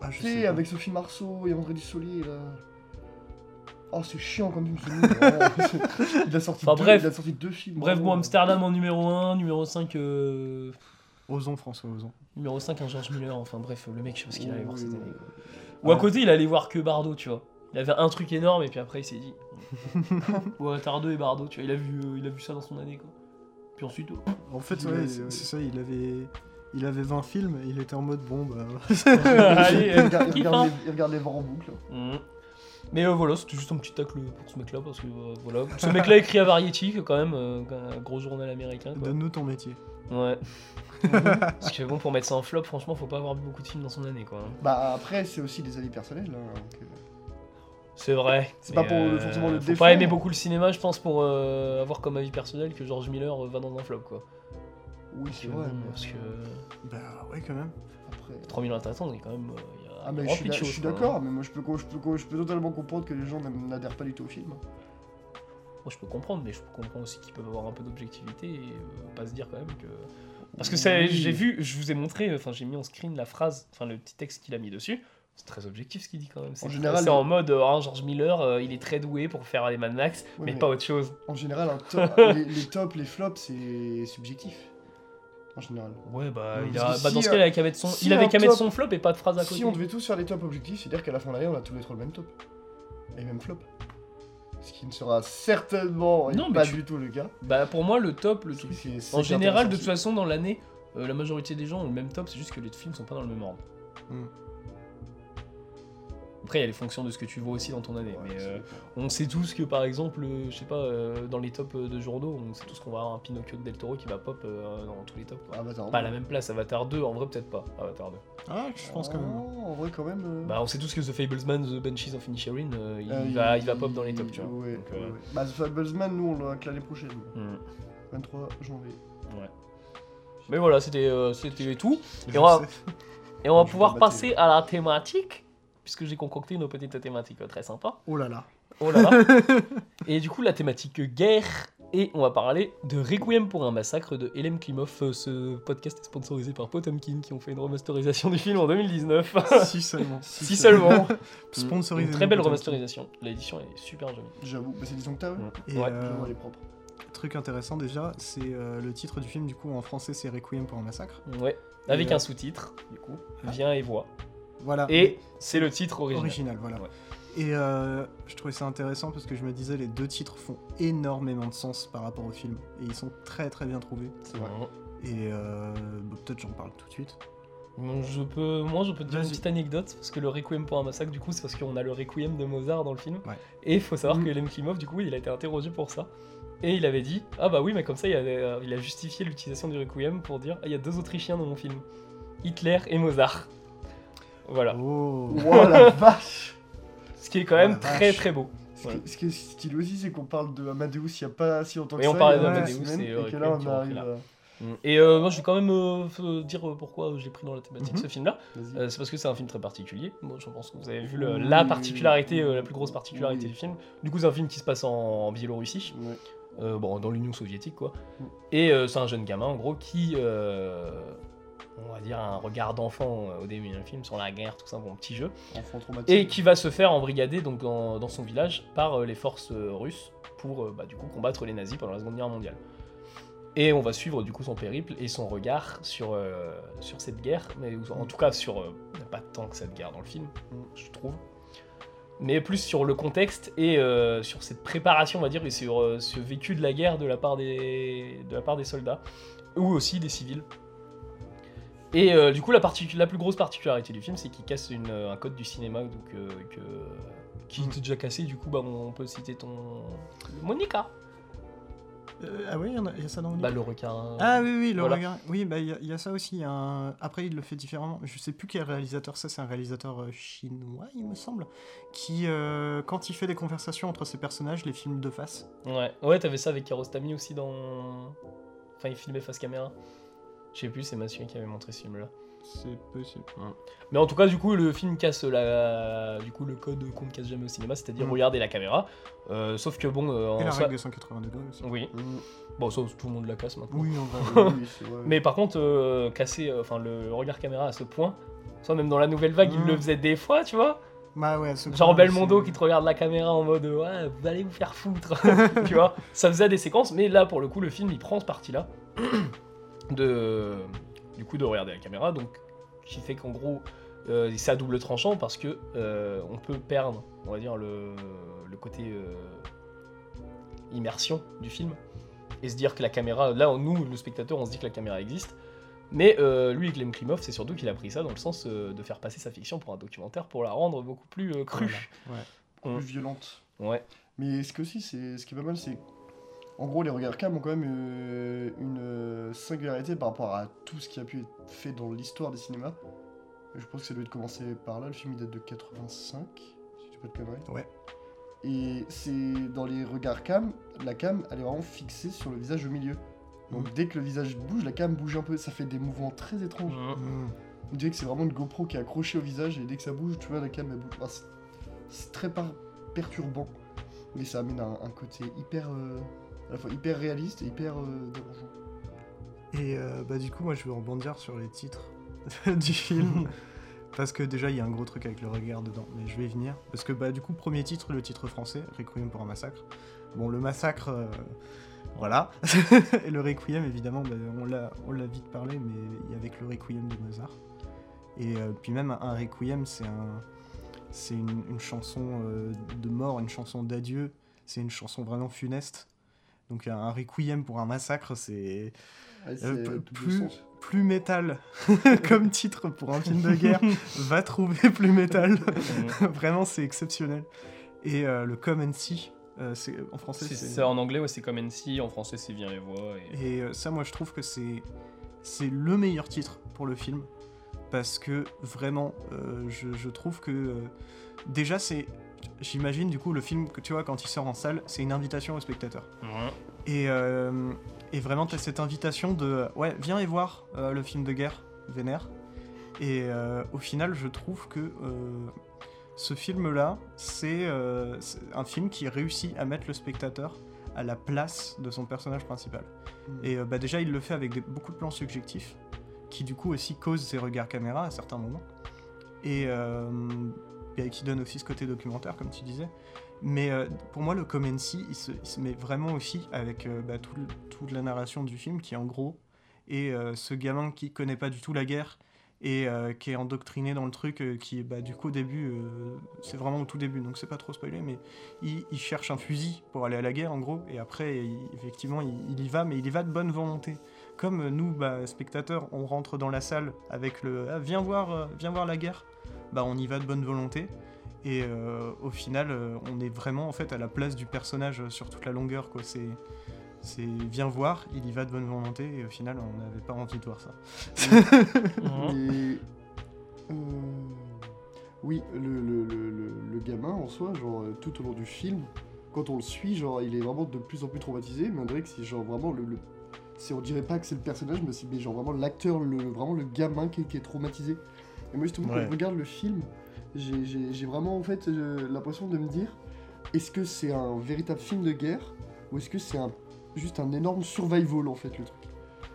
Speaker 3: Ah, je
Speaker 2: Tu sais,
Speaker 3: pas.
Speaker 2: avec Sophie Marceau et André Dussolier là. Oh, c'est chiant comme film Oh, ce nul, vraiment. il, a sorti
Speaker 1: Enfin,
Speaker 2: deux,
Speaker 1: bref.
Speaker 2: il a sorti deux films.
Speaker 1: Bref, bon,
Speaker 2: vraiment, euh, là.
Speaker 1: Amsterdam en numéro 1, numéro 5. euh,
Speaker 3: Ozon François Ozon.
Speaker 1: Numéro 5, un George Miller. Enfin bref, le mec, je sais pas ce qu'il allait voir
Speaker 2: Oui,
Speaker 1: cette
Speaker 2: oui,
Speaker 1: année.
Speaker 2: oui.
Speaker 1: Ou à
Speaker 3: Ouais.
Speaker 1: côté, il allait voir que Bardo, tu vois. Il avait un truc énorme et puis après, il s'est
Speaker 2: <laughs>
Speaker 1: dit. ouais, Tardo et Bardo, tu vois. Il a vu, euh, il a vu ça dans son année, quoi. Puis ensuite. oh.
Speaker 3: En fait,
Speaker 2: Il
Speaker 3: ouais,
Speaker 2: est-
Speaker 3: c'est
Speaker 2: ouais.
Speaker 3: c'est ça, il avait, il avait 20 films, et il était en mode bon, bah. <laughs>
Speaker 1: Allez,
Speaker 2: <laughs> il,
Speaker 1: euh,
Speaker 2: regarde, il
Speaker 1: kiff,
Speaker 2: regarde
Speaker 1: hein.
Speaker 2: les, il regarde les vents en boucle.
Speaker 1: Mm. Mais euh, voilà, c'était juste un petit tacle pour ce mec-là, parce que euh, voilà. Ce mec-là écrit à Variety, qui est quand même, euh, un gros journal américain. quoi.
Speaker 3: Donne-nous ton métier.
Speaker 1: <laughs> Ouais. Parce que bon, pour mettre ça en flop, franchement, faut pas avoir vu beaucoup de films dans son année, quoi.
Speaker 2: Bah après, c'est aussi des avis personnels là. donc, euh,
Speaker 1: C'est vrai.
Speaker 2: C'est
Speaker 1: mais, euh,
Speaker 2: pas pour, forcément, le
Speaker 1: Faut
Speaker 2: défendre.
Speaker 1: pas aimer beaucoup le cinéma, je pense, pour euh, avoir comme avis personnel que George Miller euh, va dans un flop, quoi.
Speaker 2: Oui, c'est vrai.
Speaker 1: Bon,
Speaker 2: mais
Speaker 1: Parce que
Speaker 3: Bah ouais, quand même.
Speaker 2: Après...
Speaker 1: 3000 ans à t'attendre, il est quand même. euh, il y a
Speaker 2: Ah
Speaker 1: un
Speaker 2: mais je
Speaker 1: grand
Speaker 2: suis
Speaker 1: pitch
Speaker 2: d'a- je
Speaker 1: show,
Speaker 2: suis
Speaker 1: quoi.
Speaker 2: d'accord, mais moi je peux, co- je, peux, co- je peux totalement comprendre que les gens n'aiment- n'adhèrent pas du tout au film. hein.
Speaker 1: Moi, je peux comprendre, mais je comprends aussi qu'ils peuvent avoir un peu d'objectivité et euh, pas se dire quand même que. Parce que ça,
Speaker 2: Oui.
Speaker 1: j'ai vu, je vous ai montré, enfin j'ai mis en screen la phrase, enfin le petit texte qu'il a mis dessus. C'est très objectif ce qu'il dit quand même. C'est
Speaker 2: général,
Speaker 1: c'est
Speaker 2: le-
Speaker 1: en mode euh, Ah, George Miller, euh, il est très doué pour faire les Mad Max,
Speaker 2: Oui,
Speaker 1: mais,
Speaker 2: mais-
Speaker 1: pas autre chose.
Speaker 2: En général, un
Speaker 1: <laughs>
Speaker 2: top- les, les tops, les flops, c'est subjectif. En général.
Speaker 1: Ouais, bah,
Speaker 2: Oui,
Speaker 1: il
Speaker 2: parce
Speaker 1: a-
Speaker 2: que
Speaker 1: bah,
Speaker 2: si,
Speaker 1: dans ce
Speaker 2: euh,
Speaker 1: cas, il avait qu'à mettre son,
Speaker 2: si
Speaker 1: il avait
Speaker 2: un
Speaker 1: qu'à mettre
Speaker 2: top-
Speaker 1: son flop et pas de phrase à côté.
Speaker 2: Si on devait tous faire les tops objectifs, c'est-à-dire qu'à la fin de l'année, on a tous les trois le même top. Et même flop. Ce qui ne sera certainement et
Speaker 1: Non, mais
Speaker 2: pas
Speaker 1: tu-
Speaker 2: du tout le cas.
Speaker 1: Bah, pour moi, le top, le truc.
Speaker 2: C'est- c'est
Speaker 1: En général, de toute
Speaker 2: intéressant.
Speaker 1: façon, dans l'année, euh, la majorité des gens ont le même top, c'est juste que les films sont pas dans le même ordre.
Speaker 2: Hmm.
Speaker 1: Après, il y a les fonctions de ce que tu vois aussi dans ton année.
Speaker 2: Ouais,
Speaker 1: mais,
Speaker 2: c'est-
Speaker 1: euh, on sait tous que, par exemple, euh, je sais pas, euh, dans les tops euh, de journaux, on sait tous qu'on va avoir un Pinocchio de Del Toro qui va pop euh, dans tous les tops. quoi.
Speaker 2: Ah, bah, attends.
Speaker 1: Pas à la même place, Avatar 2, en vrai, peut-être pas. Avatar 2.
Speaker 3: Ah, je pense
Speaker 2: Ah,
Speaker 3: quand même.
Speaker 2: En vrai, quand même. euh,
Speaker 1: Bah, on sait tous que The Fablesman, The Banshees of Inisherin, euh, il,
Speaker 2: euh,
Speaker 1: va, il va pop dans les tops, tu vois.
Speaker 2: Ouais,
Speaker 1: Donc, euh,
Speaker 2: ouais, ouais. Bah, The Fablesman, nous, on l'aura que l'année prochaine.
Speaker 1: hmm.
Speaker 2: 23 janvier.
Speaker 1: Mais voilà, c'était euh, c'était tout.
Speaker 3: Je
Speaker 1: on va-
Speaker 3: sais.
Speaker 1: Et on va
Speaker 2: Je vais
Speaker 1: pouvoir
Speaker 2: pas battre.
Speaker 1: passer à la thématique, puisque j'ai concocté nos petites thématiques euh, très sympas.
Speaker 3: <laughs> Oh là
Speaker 1: <laughs>
Speaker 3: là.
Speaker 1: Oh là là. et du coup, la thématique euh, guerre. Et on va parler de Requiem pour un massacre de Helm Klimov. Euh, Ce podcast est sponsorisé par Potemkin qui ont fait une remasterisation du film en 2019.
Speaker 3: si
Speaker 1: si
Speaker 3: seulement. <laughs>
Speaker 1: seulement.
Speaker 3: Sponsorisé.
Speaker 1: Une très belle remasterisation. L'édition est super jolie.
Speaker 2: J'avoue, bah, c'est l'édition que t'as, ouais.
Speaker 3: Et
Speaker 1: Ouais.
Speaker 3: euh,
Speaker 2: J'avoue, elle est propre.
Speaker 3: truc intéressant déjà, c'est euh, le titre du film du coup en français c'est Requiem pour un massacre.
Speaker 1: Ouais. Avec
Speaker 3: Et, euh, Ah.
Speaker 1: un sous-titre, du coup. Viens et vois.
Speaker 3: Voilà.
Speaker 1: Et c'est le titre original.
Speaker 3: original, voilà.
Speaker 1: Ouais.
Speaker 3: Et euh, je trouvais ça intéressant parce que je me disais les deux titres font énormément de sens par rapport au film et ils sont très très bien trouvés.
Speaker 2: C'est vrai.
Speaker 3: Et euh, bah, peut-être j'en parle tout de suite.
Speaker 1: Bon, je peux, moi, je peux te dire une
Speaker 3: Vas-y.
Speaker 1: petite anecdote, parce que le Requiem pour un massacre, du coup, c'est parce qu'on a le Requiem de Mozart dans le film.
Speaker 3: Ouais.
Speaker 1: Et il faut savoir
Speaker 3: Mhm.
Speaker 1: que Lem Klimov, du coup, il a été interrogé pour ça. Et il avait dit Ah bah oui, mais comme ça, il, avait, euh, il a justifié l'utilisation du Requiem pour dire Ah, il y a deux Autrichiens dans mon film, Hitler et Mozart. Voilà.
Speaker 3: Oh.
Speaker 1: <laughs>
Speaker 2: Wow, la vache
Speaker 1: Ce qui est quand
Speaker 3: Oh la
Speaker 1: même très
Speaker 3: vache.
Speaker 1: très beau.
Speaker 2: Ce
Speaker 1: Ouais.
Speaker 2: qui- ce qui est stylé aussi, c'est qu'on parle de Amadeus il n'y a pas si longtemps que
Speaker 1: Oui, on
Speaker 2: ça.
Speaker 1: parlait
Speaker 2: il y a
Speaker 3: d'Amadeus,
Speaker 2: une semaine,
Speaker 1: c'est, euh,
Speaker 2: Et que là,
Speaker 1: Clem qui
Speaker 2: on
Speaker 1: en
Speaker 2: arrive
Speaker 1: fait là.
Speaker 2: à-
Speaker 3: Mm.
Speaker 1: Et euh, moi, je vais quand même euh, f- dire euh, pourquoi j'ai pris dans la thématique
Speaker 3: Mhm.
Speaker 1: ce film-là.
Speaker 2: Vas-y.
Speaker 1: Euh, c'est parce que c'est un film très particulier. Moi, je pense que vous avez vu le-
Speaker 2: Oui,
Speaker 1: la
Speaker 2: oui,
Speaker 1: particularité,
Speaker 2: oui,
Speaker 1: euh,
Speaker 2: oui.
Speaker 1: la plus grosse particularité
Speaker 2: Oui.
Speaker 1: du film. Du coup, c'est un film qui se passe en, en Biélorussie,
Speaker 2: Ouais.
Speaker 1: euh, bon, dans l'Union soviétique, quoi.
Speaker 2: Mm.
Speaker 1: Et euh, c'est un jeune gamin, en gros, qui, euh, on va dire, a un regard d'enfant euh, au début du film sur la guerre, tout ça, bon, petit jeu.
Speaker 2: Enfant traumatisé.
Speaker 1: Et qui va se faire embrigader donc, dans, dans son village par euh, les forces euh, russes pour euh, bah, du coup combattre les nazis pendant la Seconde Guerre mondiale. Et on va suivre du coup son périple et son regard sur, euh, sur cette guerre, mais ou- en tout cas sur euh, il y a pas tant que cette guerre dans le film,
Speaker 2: Mm.
Speaker 1: je trouve, mais plus sur le contexte et euh, sur cette préparation, on va dire, et sur euh, ce vécu de la guerre de la part des, de la part des soldats ou aussi des civils. Et euh, du coup, la, particu- la plus grosse particularité du film, c'est qu'il casse une, euh, un code du cinéma donc, euh, que, qui
Speaker 3: Mm.
Speaker 1: était déjà cassé. Du coup, bah, on, on peut citer ton. Monica
Speaker 3: Euh, ah oui, il y en a- il y, a ça dans le
Speaker 1: Bah,
Speaker 3: livre
Speaker 1: le requin.
Speaker 3: Ah oui, oui, le
Speaker 1: Voilà.
Speaker 3: regard. Oui, bah, il y, a- il y a ça aussi. il y a un- Après, il le fait différemment. Je sais plus quel réalisateur ça, c'est un réalisateur euh, chinois, il me semble, qui, euh, quand il fait des conversations entre ses personnages, les filme de face.
Speaker 1: Ouais, ouais t'avais ça avec Kiarostami aussi dans. Enfin, il filmait face caméra. Je sais plus, c'est Mathieu qui avait montré ce film-là.
Speaker 3: C'est possible.
Speaker 1: Mais en tout cas, du coup, le film casse la... du coup, le code qu'on ne casse jamais au cinéma, c'est-à-dire
Speaker 3: Mm.
Speaker 1: regarder la caméra. Euh, sauf que bon, euh,
Speaker 3: Et
Speaker 1: en
Speaker 3: la
Speaker 1: soi-
Speaker 3: règle des 180 degrés aussi.
Speaker 1: Oui, <laughs>
Speaker 2: Mm.
Speaker 1: bon, ça, tout le monde la casse maintenant.
Speaker 3: Oui, on va.
Speaker 1: <laughs>
Speaker 2: Ouais, oui, c'est vrai.
Speaker 1: Mais par contre, euh, casser euh, enfin, le regard caméra à ce point, soit même dans la nouvelle vague,
Speaker 3: Mm.
Speaker 1: ils le faisaient des fois, tu vois.
Speaker 3: Bah ouais, ce
Speaker 1: Genre
Speaker 3: point,
Speaker 1: Belmondo
Speaker 3: c'est-
Speaker 1: qui te regarde la caméra en mode ouais, vous allez vous faire foutre, <laughs> tu vois. Ça faisait des séquences, mais là pour le coup, le film il prend ce parti-là <clears throat> de du coup de regarder la caméra, donc qui fait qu'en gros euh, c'est à double tranchant parce que euh, on peut perdre, on va dire le, le côté euh, immersion du film et se dire que la caméra, là nous le spectateur, on se dit que la caméra existe. Mais euh, lui, Clem Klimov, c'est surtout qu'il a pris ça dans le sens euh, de faire passer sa fiction pour un documentaire pour la rendre beaucoup plus euh, crue.
Speaker 3: Voilà.
Speaker 2: Plus violente.
Speaker 1: Ouais.
Speaker 2: Mais ce que aussi, c'est ce qui est pas mal, c'est en gros les regards cam ont quand même euh, une euh, singularité par rapport à tout ce qui a pu être fait dans l'histoire des cinémas. Et je pense que ça doit être commencé par là. Le film il date de 85, si tu peux de conneries.
Speaker 3: Ouais.
Speaker 2: Et c'est dans les regards cam, la cam elle est vraiment fixée sur le visage au milieu. Donc
Speaker 1: Mm.
Speaker 2: dès que le visage bouge, la cam bouge un peu. Ça fait des mouvements très étranges.
Speaker 1: Mm.
Speaker 3: Mmh.
Speaker 2: On dirait que c'est vraiment une GoPro qui est accrochée au visage et dès que ça bouge, tu vois, la cam elle bouge. Ah, c'est- c'est très par- perturbant, mais ça amène un, un côté hyper. euh, à la fois hyper réaliste et hyper euh, dérangeant.
Speaker 3: <laughs> Et euh, bah, du coup, moi je vais rebondir sur les titres du film. Parce que déjà, il y a un gros truc avec le regard dedans, mais je vais y venir. Parce que, bah, du coup, premier titre, le titre français, Requiem pour un massacre. Bon, le massacre, euh, voilà. <laughs> Et le Requiem, évidemment, bah, on l'a on l'a vite parlé, mais avec le Requiem de Mozart. Et euh, puis même, un Requiem, c'est un, c'est une, une chanson euh, de mort, une chanson d'adieu. C'est une chanson vraiment funeste. Donc un, un Requiem pour un massacre, c'est
Speaker 2: Ouais, c'est,
Speaker 3: euh, p-
Speaker 2: euh, double
Speaker 3: plus,
Speaker 2: sens.
Speaker 3: plus métal <laughs> comme titre pour un film de guerre. va trouver plus métal. <laughs>
Speaker 1: Mm.
Speaker 3: Vraiment, c'est exceptionnel. Et euh, le Come and See, euh, c'est- en français,
Speaker 1: C'est
Speaker 3: c'est-
Speaker 1: ça en anglais, ouais, c'est comme NC, en français c'est Viens les voix. Et...
Speaker 3: Et euh, ça, moi, je trouve que c'est c'est le meilleur titre pour le film parce que vraiment, euh, je, je trouve que euh, déjà c'est, j'imagine du coup le film que tu vois quand il sort en salle, c'est une invitation aux spectateurs.
Speaker 1: Mhm.
Speaker 3: Et, euh, et vraiment, t'as cette invitation de euh, ouais, viens et voir euh, le film de guerre, Vénère. Et euh, au final, je trouve que euh, ce film-là, c'est euh, c'est un film qui réussit à mettre le spectateur à la place de son personnage principal.
Speaker 2: Mm.
Speaker 3: Et euh, bah, déjà, il le fait avec des- beaucoup de plans subjectifs, qui du coup aussi causent ses regards caméra à certains moments. Et, euh, et qui donne aussi ce côté documentaire, comme tu disais. Mais euh, pour moi, le Comency, il se, il se met vraiment aussi avec euh, bah, tout le- toute la narration du film, qui en gros est euh, ce gamin qui connaît pas du tout la guerre et euh, qui est endoctriné dans le truc, euh, qui bah, du coup au début, euh, c'est vraiment au tout début, donc c'est pas trop spoilé, mais il, il cherche un fusil pour aller à la guerre en gros, et après, il- effectivement, il, il y va, mais il y va de bonne volonté. Comme euh, nous, bah, spectateurs, on rentre dans la salle avec le ah, viens, voir, euh, viens voir la guerre, bah, on y va de bonne volonté. Et euh, au final, euh, on est vraiment en fait à la place du personnage euh, sur toute la longueur. quoi. C'est, c'est viens voir, il y va de bonne volonté, et au final, on n'avait pas envie de voir ça.
Speaker 1: <laughs> Mhm.
Speaker 2: Mais, euh, oui, le, le- le- le- le gamin en soi, genre euh, tout au long du film, quand on le suit, genre il est vraiment de plus en plus traumatisé, mais on dirait que c'est genre vraiment le. le- c'est- on dirait pas que c'est le personnage, mais c'est mais genre vraiment l'acteur, le, vraiment le gamin qui, qui est traumatisé. Et moi justement, quand
Speaker 3: Ouais.
Speaker 2: je regarde le film, j'ai- j'ai j'ai vraiment en fait euh, l'impression de me dire, est-ce que c'est un véritable film de guerre ou est-ce que c'est un, juste un énorme survival en fait le truc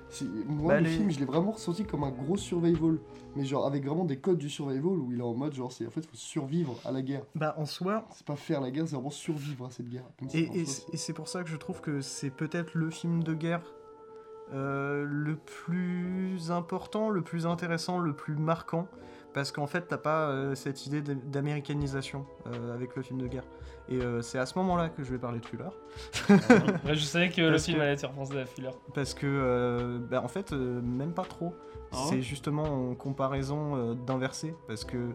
Speaker 2: C'est- Moi
Speaker 3: Bah,
Speaker 2: le
Speaker 3: les-
Speaker 2: film je l'ai vraiment ressenti comme un gros survival, mais genre avec vraiment des codes du survival où il est en mode genre c'est en fait faut survivre à la guerre.
Speaker 3: <laughs> Bah, en soi,
Speaker 2: C'est pas faire la guerre, c'est vraiment survivre à cette guerre. Comme ça,
Speaker 3: Et,
Speaker 2: en
Speaker 3: et <laughs>
Speaker 2: soi,
Speaker 3: c'est- et c'est pour ça que je trouve que c'est peut-être le film de guerre euh, le plus important, le plus intéressant, le plus marquant, parce qu'en fait, t'as pas euh, cette idée d'am- d'américanisation euh, avec le film de guerre. Et euh, c'est à ce moment-là que je vais parler de Fuller,
Speaker 1: Ouais, je savais que le
Speaker 3: Parce
Speaker 1: film
Speaker 3: que-
Speaker 1: allait être français à Fuller.
Speaker 3: parce que, euh, bah, en fait, euh, même pas trop.
Speaker 1: Ah ouais
Speaker 3: c'est justement en comparaison euh, d'inversé, parce que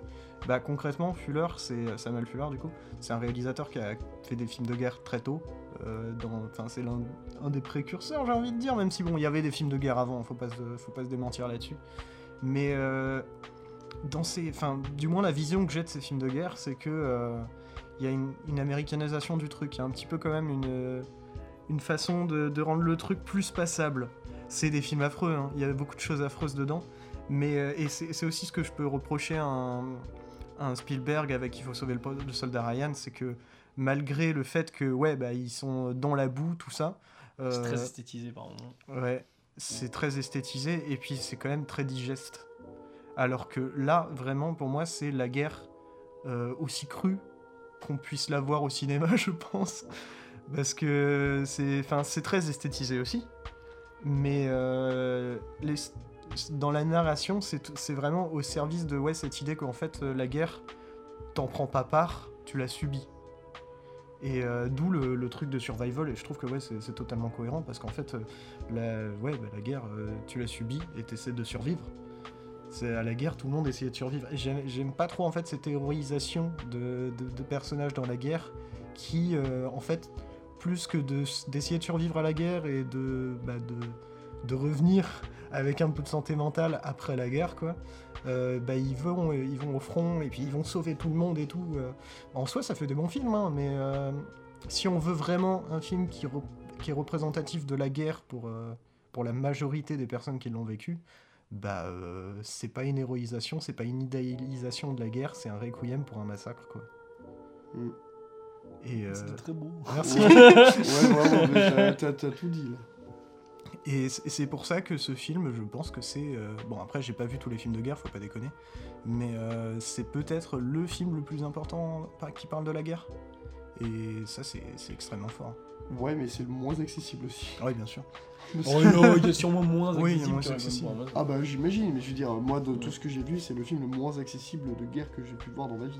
Speaker 3: bah, concrètement, Fuller, c'est Samuel Fuller du coup, c'est un réalisateur qui a fait des films de guerre très tôt. euh, dans- Enfin, c'est l'un un des précurseurs, j'ai envie de dire, même si bon, il y avait des films de guerre avant, faut pas se, faut pas se démentir là-dessus. Mais euh, dans ces, enfin, du moins la vision que j'ai de ces films de guerre, c'est que euh, il y a une, une américanisation du truc, il y a un petit peu quand même une euh, une façon de, de rendre le truc plus passable. C'est des films affreux, hein, il y a beaucoup de choses affreuses dedans, mais euh, et c'est c'est aussi ce que je peux reprocher à un, à un Spielberg avec Il faut sauver le, po- le soldat Ryan, c'est que malgré le fait que ouais bah ils sont dans la boue tout ça,
Speaker 1: C'est très
Speaker 3: euh,
Speaker 1: esthétisé par moment.
Speaker 3: Ouais, c'est très esthétisé et puis c'est quand même très digeste. Alors que là, vraiment, pour moi, c'est la guerre euh, aussi crue qu'on puisse la voir au cinéma, <laughs> je pense. Parce que c'est enfin, c'est très esthétisé aussi. Mais euh, les- dans la narration, c'est tout- c'est vraiment au service de ouais, cette idée qu'en fait, euh, la guerre, t'en prends pas part, tu la subis. Et euh, d'où le, le truc de survival, et je trouve que ouais, c'est c'est totalement cohérent, parce qu'en fait, euh, la, ouais, bah, la guerre, euh, tu la subis et t'essaies de survivre. C'est à la guerre, tout le monde essayait de survivre. Et J'aime j'aime pas trop en fait cette héroïsation de, de- de personnages dans la guerre qui, euh, en fait, plus que de s- d'essayer de, survivre à la guerre et de, bah, de, de revenir avec un peu de santé mentale après la guerre, quoi. euh, bah, ils, vont, ils vont au front et puis ils vont sauver tout le monde et tout. euh. En soi, ça fait des bons films, hein, mais euh, si on veut vraiment un film qui, re- qui est représentatif de la guerre pour, euh, pour la majorité des personnes qui l'ont vécu, bah euh, c'est pas une héroïsation, c'est pas une idéalisation de la guerre, c'est un requiem pour un massacre quoi.
Speaker 2: Mm.
Speaker 3: Et euh,
Speaker 1: C'était très beau.
Speaker 3: merci.
Speaker 2: Ouais, vraiment, mais t'as- t'as t'as tout dit là.
Speaker 3: Et c- et c'est pour ça que ce film, je pense que c'est. euh, Bon, après, j'ai pas vu tous les films de guerre, faut pas déconner. Mais euh, c'est peut-être le film le plus important par- qui parle de la guerre. Et ça, c'est c'est extrêmement fort.
Speaker 2: Ouais, mais c'est le moins accessible aussi.
Speaker 3: Ah Oui, bien sûr.
Speaker 1: Oh non, il y a sûrement moins
Speaker 3: Oui, il
Speaker 1: accessible
Speaker 3: y a moins
Speaker 1: que la
Speaker 3: accessible.
Speaker 1: Bonne Bourgeoise.
Speaker 2: Ah bah j'imagine, mais je veux dire, moi de
Speaker 1: Ouais.
Speaker 2: tout ce que j'ai vu, c'est le film le moins accessible de guerre que j'ai pu voir dans ma vie.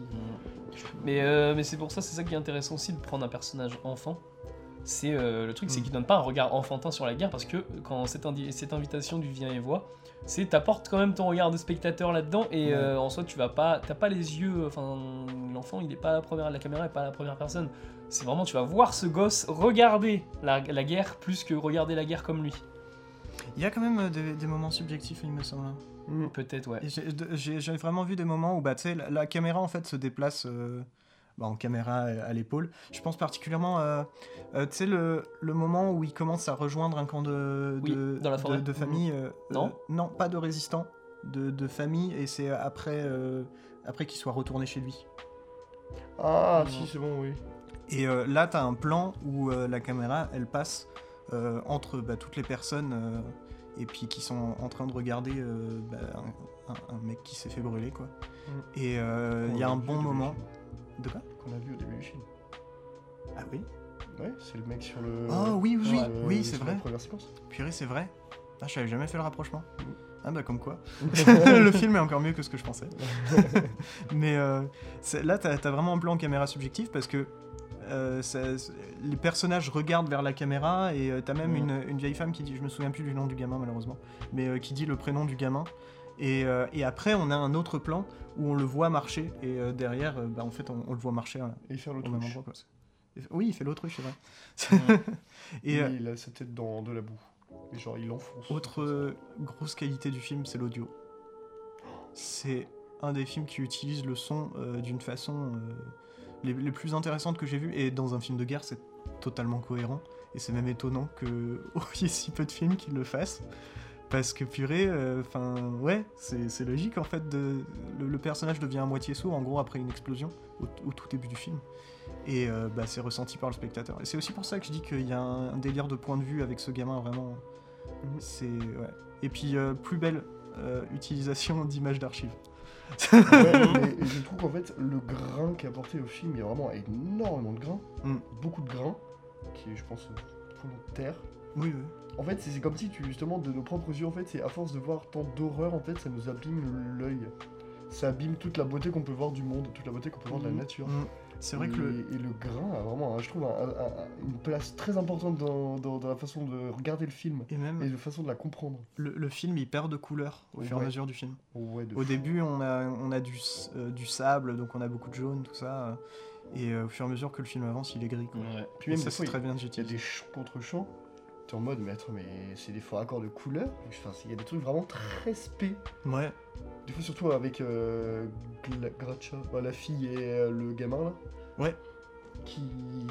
Speaker 1: Mais, euh, mais c'est pour ça, c'est ça qui est intéressant aussi de prendre un personnage enfant. C'est euh, le truc, c'est
Speaker 3: Mm.
Speaker 1: qu'il donne pas un regard enfantin sur la guerre parce que quand cette, indi- cette invitation du viens et vois, c'est t'apportes quand même ton regard de spectateur là-dedans et
Speaker 3: Ouais.
Speaker 1: euh, en soi tu vas pas, t'as pas les yeux, enfin l'enfant il est pas à la première, la caméra est pas à la première personne. C'est vraiment tu vas voir ce gosse regarder la, la guerre plus que regarder la guerre comme lui.
Speaker 3: Il y a quand même euh, des, des moments subjectifs, il me semble.
Speaker 1: Peut-être ouais.
Speaker 3: Et j'ai- de- J'ai j'ai vraiment vu des moments où bah, tu sais, la, la caméra en fait se déplace euh, bah, en caméra à, à l'épaule. Je pense particulièrement, euh, euh, tu sais, le, le moment où il commence à rejoindre un camp de,
Speaker 1: Oui,
Speaker 3: de,
Speaker 1: dans la
Speaker 3: de-
Speaker 1: forêt.
Speaker 3: de famille. euh,
Speaker 1: Non.
Speaker 3: euh, Non, pas de résistant, de, de famille, et c'est après, euh, après qu'il soit retourné chez lui.
Speaker 2: Ah
Speaker 3: Ouais.
Speaker 2: si, c'est bon, oui.
Speaker 3: Et euh, là, t'as un plan où euh, la caméra, elle passe euh, entre bah, toutes les personnes euh, et puis qui sont en train de regarder euh, bah, un, un- un mec qui s'est fait brûler, quoi.
Speaker 2: Mm.
Speaker 3: Et euh, il y a
Speaker 2: Qu'on
Speaker 3: un
Speaker 2: vu au
Speaker 3: bon
Speaker 2: début du
Speaker 3: moment.
Speaker 2: film.
Speaker 3: De quoi
Speaker 2: Qu'on a vu au début du film.
Speaker 3: Ah oui
Speaker 2: Ouais, c'est le mec sur le.
Speaker 3: Oh oui, oui,
Speaker 2: sur
Speaker 3: oui,
Speaker 2: le-
Speaker 3: oui, c'est
Speaker 2: sur
Speaker 3: vrai.
Speaker 2: La première séquence.
Speaker 3: Purée, c'est vrai. Ah, je n'avais jamais fait le rapprochement.
Speaker 2: Mm.
Speaker 3: Ah bah comme quoi. le film est encore mieux que ce que je pensais. Mais euh, c'est- là, t'as as vraiment un plan en caméra subjective parce que euh, ça- c'est- les personnages regardent vers la caméra et euh, t'as même
Speaker 2: Mhm.
Speaker 3: une, une vieille femme qui dit, je me souviens plus du nom du gamin malheureusement, mais euh, qui dit le prénom du gamin. Et, euh, et après, on a un autre plan où on le voit marcher et euh, derrière, euh, bah, en fait, on, on le voit marcher hein,
Speaker 2: Et faire
Speaker 3: au
Speaker 2: l'autre
Speaker 3: même endroit. quoi. Et- Oui, il fait l'autruche, c'est
Speaker 1: Mhm.
Speaker 3: vrai. <laughs> et
Speaker 2: Et
Speaker 3: euh,
Speaker 2: il a sa tête dans de la boue. Et genre, il enfonce.
Speaker 3: autre euh, grosse qualité du film, c'est l'audio. C'est un des films qui utilise le son euh, d'une façon euh, les, les plus intéressantes que j'ai vues. Et dans un film de guerre, c'est totalement cohérent. Et c'est même étonnant <laughs> qu'il y ait si peu de films qui le fassent. Parce que purée, euh, enfin ouais, c'est c'est logique en fait. De, le, le personnage devient à moitié sourd en gros après une explosion au, au tout début du film. Et euh, bah, c'est ressenti par le spectateur. Et c'est aussi pour ça que je dis qu'il y a un, un délire de point de vue avec ce gamin vraiment. C'est ouais. Et puis euh, plus belle euh, utilisation <laughs>
Speaker 2: <laughs>
Speaker 3: d'images d'archives. euh,
Speaker 2: Ouais,
Speaker 3: <laughs>
Speaker 2: mais je trouve qu'en fait, le grain qu'a apporté au film, il y a vraiment énormément de grain.
Speaker 3: Mm.
Speaker 2: Beaucoup de grain. Qui est, je pense, euh, volontaire.
Speaker 3: Oui, oui.
Speaker 2: En fait, c'est c'est comme si tu, justement, de nos propres yeux, en fait, c'est à force de voir tant d'horreur, en fait, ça nous abîme l'œil. Ça abîme toute la beauté qu'on peut voir du monde, toute la beauté qu'on peut voir de la
Speaker 3: Mhm.
Speaker 2: nature.
Speaker 3: Mm. C'est vrai que le.
Speaker 2: Et, et le grain a vraiment, hein, je trouve, un- un- un- une place très importante dans, dans- dans la façon de regarder le film
Speaker 3: Et même
Speaker 2: et de façon de la comprendre.
Speaker 3: le, le film, il perd de couleur au fur et à
Speaker 2: Ouais.
Speaker 3: mesure du film.
Speaker 2: Ouais, de
Speaker 3: Au
Speaker 2: fou.
Speaker 3: début, on a, on a du, s- euh, du sable, donc on a beaucoup de jaune, tout ça. euh, et euh, au fur et à mesure que le film avance, il est gris. Quoi.
Speaker 1: Ouais.
Speaker 2: Puis
Speaker 3: Et
Speaker 2: même,
Speaker 3: ça,
Speaker 2: des
Speaker 3: c'est
Speaker 2: fois,
Speaker 3: très bien dit.
Speaker 2: il y a des chants contre chants. T'es en mode, mais attends, mais c'est des faux accords de couleurs. Enfin, c'est- il y a des trucs vraiment très spé.
Speaker 3: Ouais.
Speaker 2: Du coup, surtout avec euh, Gla- Gratia, bah, la fille et euh, le gamin là.
Speaker 3: Ouais.
Speaker 2: Qui,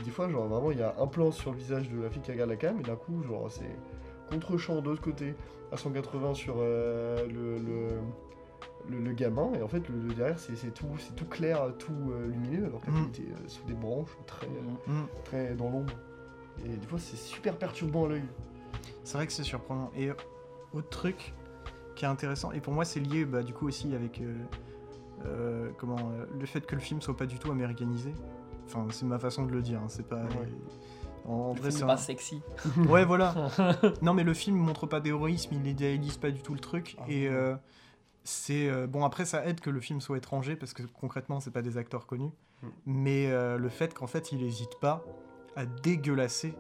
Speaker 2: des fois, genre vraiment, il y a un plan sur le visage de la fille qui regarde la cam, et d'un coup, genre, c'est contre-champ de l'autre côté, à 180 sur euh, le, le, le- le gamin, et en fait, le, le derrière, c'est c'est tout, c'est tout clair, tout euh, lumineux, alors qu'elle
Speaker 3: Mm.
Speaker 2: était euh, sous des branches très, euh,
Speaker 3: Mm.
Speaker 2: très dans l'ombre. Et des fois, c'est super perturbant à l'œil.
Speaker 3: C'est vrai que c'est surprenant. Et autre truc qui est intéressant, et pour moi c'est lié bah, du coup aussi avec euh, euh, comment, euh, le fait que le film soit pas du tout américanisé. Enfin, c'est ma façon de le dire, hein, c'est pas.
Speaker 2: Ouais.
Speaker 3: En, en
Speaker 1: Le
Speaker 3: vrai,
Speaker 1: film
Speaker 3: c'est
Speaker 1: est
Speaker 3: un-
Speaker 1: pas sexy.
Speaker 3: Ouais, voilà.
Speaker 2: <laughs>
Speaker 3: non, mais le film montre pas d'héroïsme, il idéalise pas du tout le truc.
Speaker 2: Ah,
Speaker 3: et
Speaker 2: ouais.
Speaker 3: euh, c'est. euh, bon, après, ça aide que le film soit étranger, parce que concrètement, c'est pas des acteurs connus.
Speaker 2: Mm.
Speaker 3: Mais euh, le fait qu'en fait, il hésite pas à dégueulasser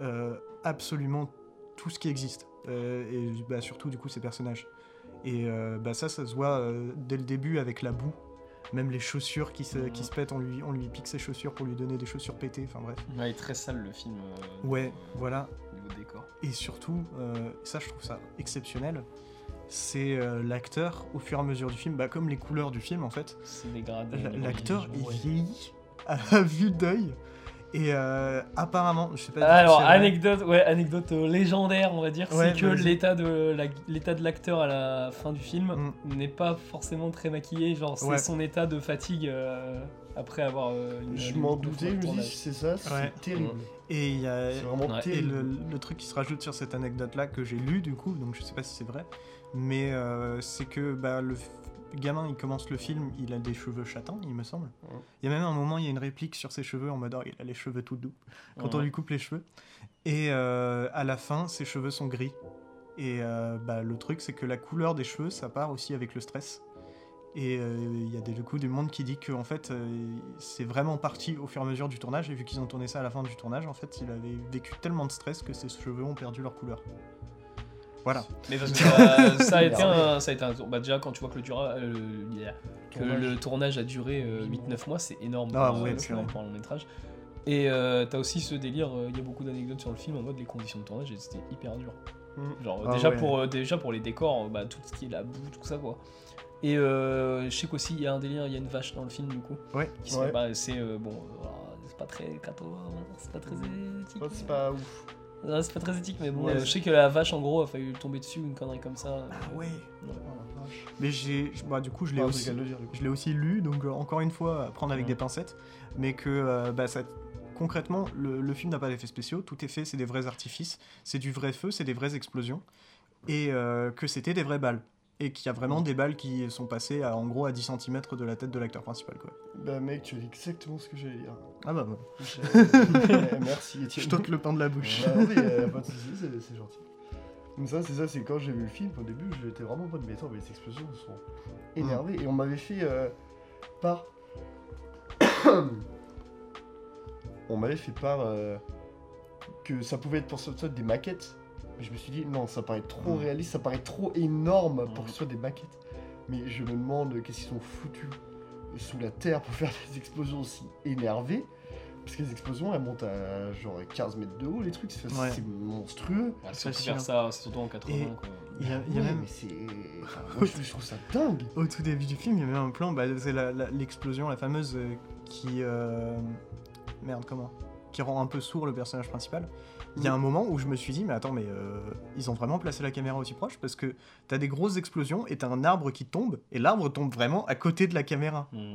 Speaker 3: euh, absolument tout ce qui existe. Euh, et bah, surtout, du coup, ses personnages. Et euh, bah, ça, ça se voit euh, dès le début avec la boue. Même les chaussures qui se, qui
Speaker 1: Mhm.
Speaker 2: Mm.
Speaker 3: se pètent, on lui, on lui pique ses chaussures pour lui donner des chaussures pétées, enfin bref.
Speaker 1: Ouais, il est très sale le film. euh,
Speaker 3: Ouais,
Speaker 1: euh,
Speaker 3: voilà.
Speaker 1: Niveau décor.
Speaker 3: Et surtout, euh, ça je trouve ça exceptionnel, c'est euh, l'acteur au fur et à mesure du film, bah, comme les couleurs du film en fait,
Speaker 1: C'est dégradé.
Speaker 3: l-
Speaker 1: oui,
Speaker 3: Euh, l'acteur
Speaker 1: je
Speaker 3: il
Speaker 1: vois.
Speaker 3: vieillit à la vue d'œil. Et euh, apparemment, je sais pas. du tout si
Speaker 1: Alors,
Speaker 3: c'est vrai.
Speaker 1: anecdote, ouais, anecdote euh, légendaire, on va dire,
Speaker 3: Ouais,
Speaker 1: c'est que
Speaker 3: vas-y.
Speaker 1: l'état de la- l'état de l'acteur à la fin du film
Speaker 3: Mm.
Speaker 1: n'est pas forcément très maquillé, genre c'est
Speaker 3: Ouais.
Speaker 1: son état de fatigue euh, après avoir. euh, une-
Speaker 2: Je
Speaker 1: une-
Speaker 2: m'en
Speaker 1: une fois
Speaker 2: doutais, je
Speaker 1: le
Speaker 2: me dis,
Speaker 1: tournage.
Speaker 2: c'est ça, c'est
Speaker 3: Ouais.
Speaker 2: terrible.
Speaker 3: Et il y a,
Speaker 2: C'est vraiment
Speaker 1: Ouais.
Speaker 3: Et
Speaker 2: terrible.
Speaker 3: le, le truc qui se rajoute sur cette anecdote-là que j'ai lu du coup, donc je sais pas si c'est vrai, mais euh, c'est que bah, le f- gamin il commence le film, il a des cheveux châtains, il me semble.
Speaker 2: Ouais.
Speaker 3: Il y a même un moment, il y a une réplique sur ses cheveux en mode oh, il a les cheveux tout doux quand on
Speaker 1: Ouais.
Speaker 3: lui coupe les cheveux. Et euh, à la fin, ses cheveux sont gris. Et euh, bah, le truc, c'est que la couleur des cheveux, ça part aussi avec le stress. Et euh, il y a des, du coup du monde qui dit que en fait, euh, c'est vraiment parti au fur et à mesure du tournage. Et vu qu'ils ont tourné ça à la fin du tournage, en fait, il avait vécu tellement de stress que ses cheveux ont perdu leur couleur. Voilà.
Speaker 1: Mais parce que ça,
Speaker 3: <laughs>
Speaker 1: ça a
Speaker 2: Merde.
Speaker 1: été un, ça a été un tour- bah déjà quand tu vois que le, dura- euh, yeah, que
Speaker 2: Tournage.
Speaker 1: le tournage a duré euh, 8-9 mois, c'est énorme
Speaker 3: Ah
Speaker 1: pour, un-
Speaker 3: ouais,
Speaker 1: pour
Speaker 3: purée.
Speaker 1: un- pour un long métrage. Et euh, t'as aussi ce délire, euh, il y a beaucoup d'anecdotes sur le film en mode les conditions de tournage, et c'était hyper dur.
Speaker 3: Mm.
Speaker 1: Genre
Speaker 3: Ah
Speaker 1: déjà
Speaker 3: ouais.
Speaker 1: pour euh, déjà pour les décors, euh, bah, tout ce qui est la boue, tout ça quoi. Et euh, je sais qu'aussi il y a un délire, il y a une vache dans le film du coup.
Speaker 3: Ouais.
Speaker 1: Qui se
Speaker 2: Ouais.
Speaker 1: fait- bah, c'est euh, bon, euh, alors, c'est pas très catho, on va dire, c'est pas très
Speaker 3: Mm.
Speaker 1: éthique.
Speaker 2: Ouais, C'est pas ouf.
Speaker 1: Non, c'est pas très éthique, mais bon,
Speaker 3: Ouais.
Speaker 1: euh, je sais que la vache en gros a failli tomber dessus, une connerie comme ça. Euh,
Speaker 3: Ah ouais.
Speaker 2: Oh la vache.
Speaker 3: Mais j'ai, je- bah, du coup, je l'ai
Speaker 2: Ah,
Speaker 3: aussi.
Speaker 2: c'est le cas de le dire, du coup.
Speaker 3: Je l'ai aussi lu, donc euh, encore une fois, à prendre avec
Speaker 1: Ouais.
Speaker 3: des pincettes, mais que euh, bah, ça, concrètement, le, le film n'a pas d'effets spéciaux, tout est fait, c'est des vrais artifices, c'est du vrai feu, c'est des vraies explosions, et euh, que c'était des vraies balles. Et qu'il y a vraiment des balles qui sont passées à, en gros à 10 cm de la tête de l'acteur principal. Quoi.
Speaker 2: Bah mec, tu as dit exactement ce que j'allais <laughs> dire.
Speaker 3: Ah bah, <laughs> bah,
Speaker 2: Eh, Merci Étienne.
Speaker 3: je t'ôte le pain de la bouche.
Speaker 2: Bah oui, euh, pas de soucis, c'est c'est gentil. Mais ça, c'est ça, c'est quand j'ai vu le film, au début, j'étais vraiment en mode, mais attends, mais les explosions sont énervées. Et on m'avait fait euh, part. <coughs> on m'avait fait part euh, que ça pouvait être pour ça soit des maquettes. Mais je me suis dit, non, ça paraît trop
Speaker 3: Mm.
Speaker 2: réaliste, ça paraît trop énorme pour
Speaker 1: Mm.
Speaker 2: que ce soit des maquettes. Mais je me demande qu'est-ce qu'ils sont foutus sous la terre pour faire des explosions aussi énervées. Parce que les explosions, elles montent à genre 15 mètres de haut, les trucs, c'est
Speaker 3: Ouais.
Speaker 2: c'est monstrueux.
Speaker 1: Ouais,
Speaker 3: Ça,
Speaker 1: surtout
Speaker 3: c'est
Speaker 1: faire
Speaker 3: sûr.
Speaker 1: ça, c'est surtout en 80.
Speaker 3: Et-
Speaker 1: quoi.
Speaker 3: Il y a, il y a
Speaker 2: Ouais,
Speaker 3: même,
Speaker 2: mais c'est. enfin, moi, je je trouve ça dingue!
Speaker 3: au tout début du film, il y a même un plan, bah, c'est la- la- l'explosion, la, fameuse, euh, qui... euh, Merde, comment Qui rend un peu sourd le personnage principal. Il y a un moment où je me suis dit, mais attends, mais euh, ils ont vraiment placé la caméra aussi proche parce que t'as des grosses explosions et t'as un arbre qui tombe et l'arbre tombe vraiment à côté de la caméra.
Speaker 1: Mm.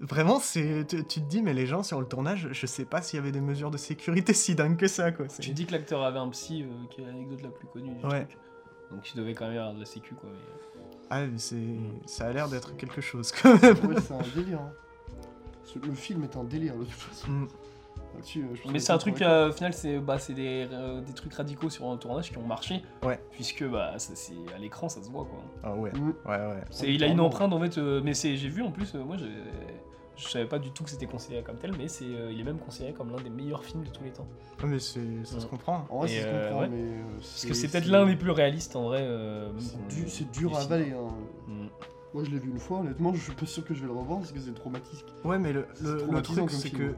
Speaker 3: Vraiment, c'est tu, tu te dis, mais les gens sur le tournage, je sais pas s'il y avait des mesures de sécurité <laughs> si dingue que ça, quoi. C'est-
Speaker 1: Tu dis que l'acteur avait un psy, euh, qui est l'anecdote la plus connue. du
Speaker 3: Ouais.
Speaker 1: truc. Donc tu devais quand même avoir de la sécu quoi. mais-
Speaker 3: Ah, mais c'est ça a l'air d'être quelque chose quand même.
Speaker 2: Ouais, c'est un délire. hein. Ce- Le film est un délire, de toute façon.
Speaker 3: Mm.
Speaker 2: Là-dessus, euh, je pense
Speaker 1: Mais
Speaker 2: qu'on
Speaker 1: c'est un
Speaker 2: peut
Speaker 1: truc,
Speaker 2: trouver-
Speaker 1: euh, au final, c'est bah, c'est des, euh, des trucs radicaux sur un tournage qui ont marché.
Speaker 3: Ouais.
Speaker 1: Puisque bah, ça, c'est- à l'écran, ça se voit quoi.
Speaker 3: Ah ouais,
Speaker 2: Mm.
Speaker 3: ouais, ouais.
Speaker 1: C'est- Il a une empreinte en fait, euh, mais c'est- j'ai vu en plus, euh, moi je, je savais pas du tout que c'était considéré comme tel, mais c'est euh, il est même considéré comme l'un des meilleurs films de tous les temps.
Speaker 3: Ah, mais c'est ça se
Speaker 1: Mm.
Speaker 3: comprend.
Speaker 2: En vrai,
Speaker 1: Et,
Speaker 2: ça se
Speaker 1: euh,
Speaker 2: comprend,
Speaker 1: ouais.
Speaker 2: mais. euh,
Speaker 1: Parce que c'est peut-être l'un des plus réalistes en vrai. euh, même qu'on-
Speaker 2: C'est du- c'est dur
Speaker 1: du
Speaker 2: à
Speaker 1: cinéma.
Speaker 2: avaler. hein.
Speaker 1: Mm.
Speaker 2: Moi, je l'ai vu une fois, honnêtement, je suis pas sûr que je vais le revoir parce que c'est traumatique.
Speaker 3: Ouais, mais le,
Speaker 2: C'est
Speaker 3: le- le
Speaker 2: traumatisant
Speaker 3: truc
Speaker 2: comme
Speaker 3: c'est
Speaker 2: film.
Speaker 3: que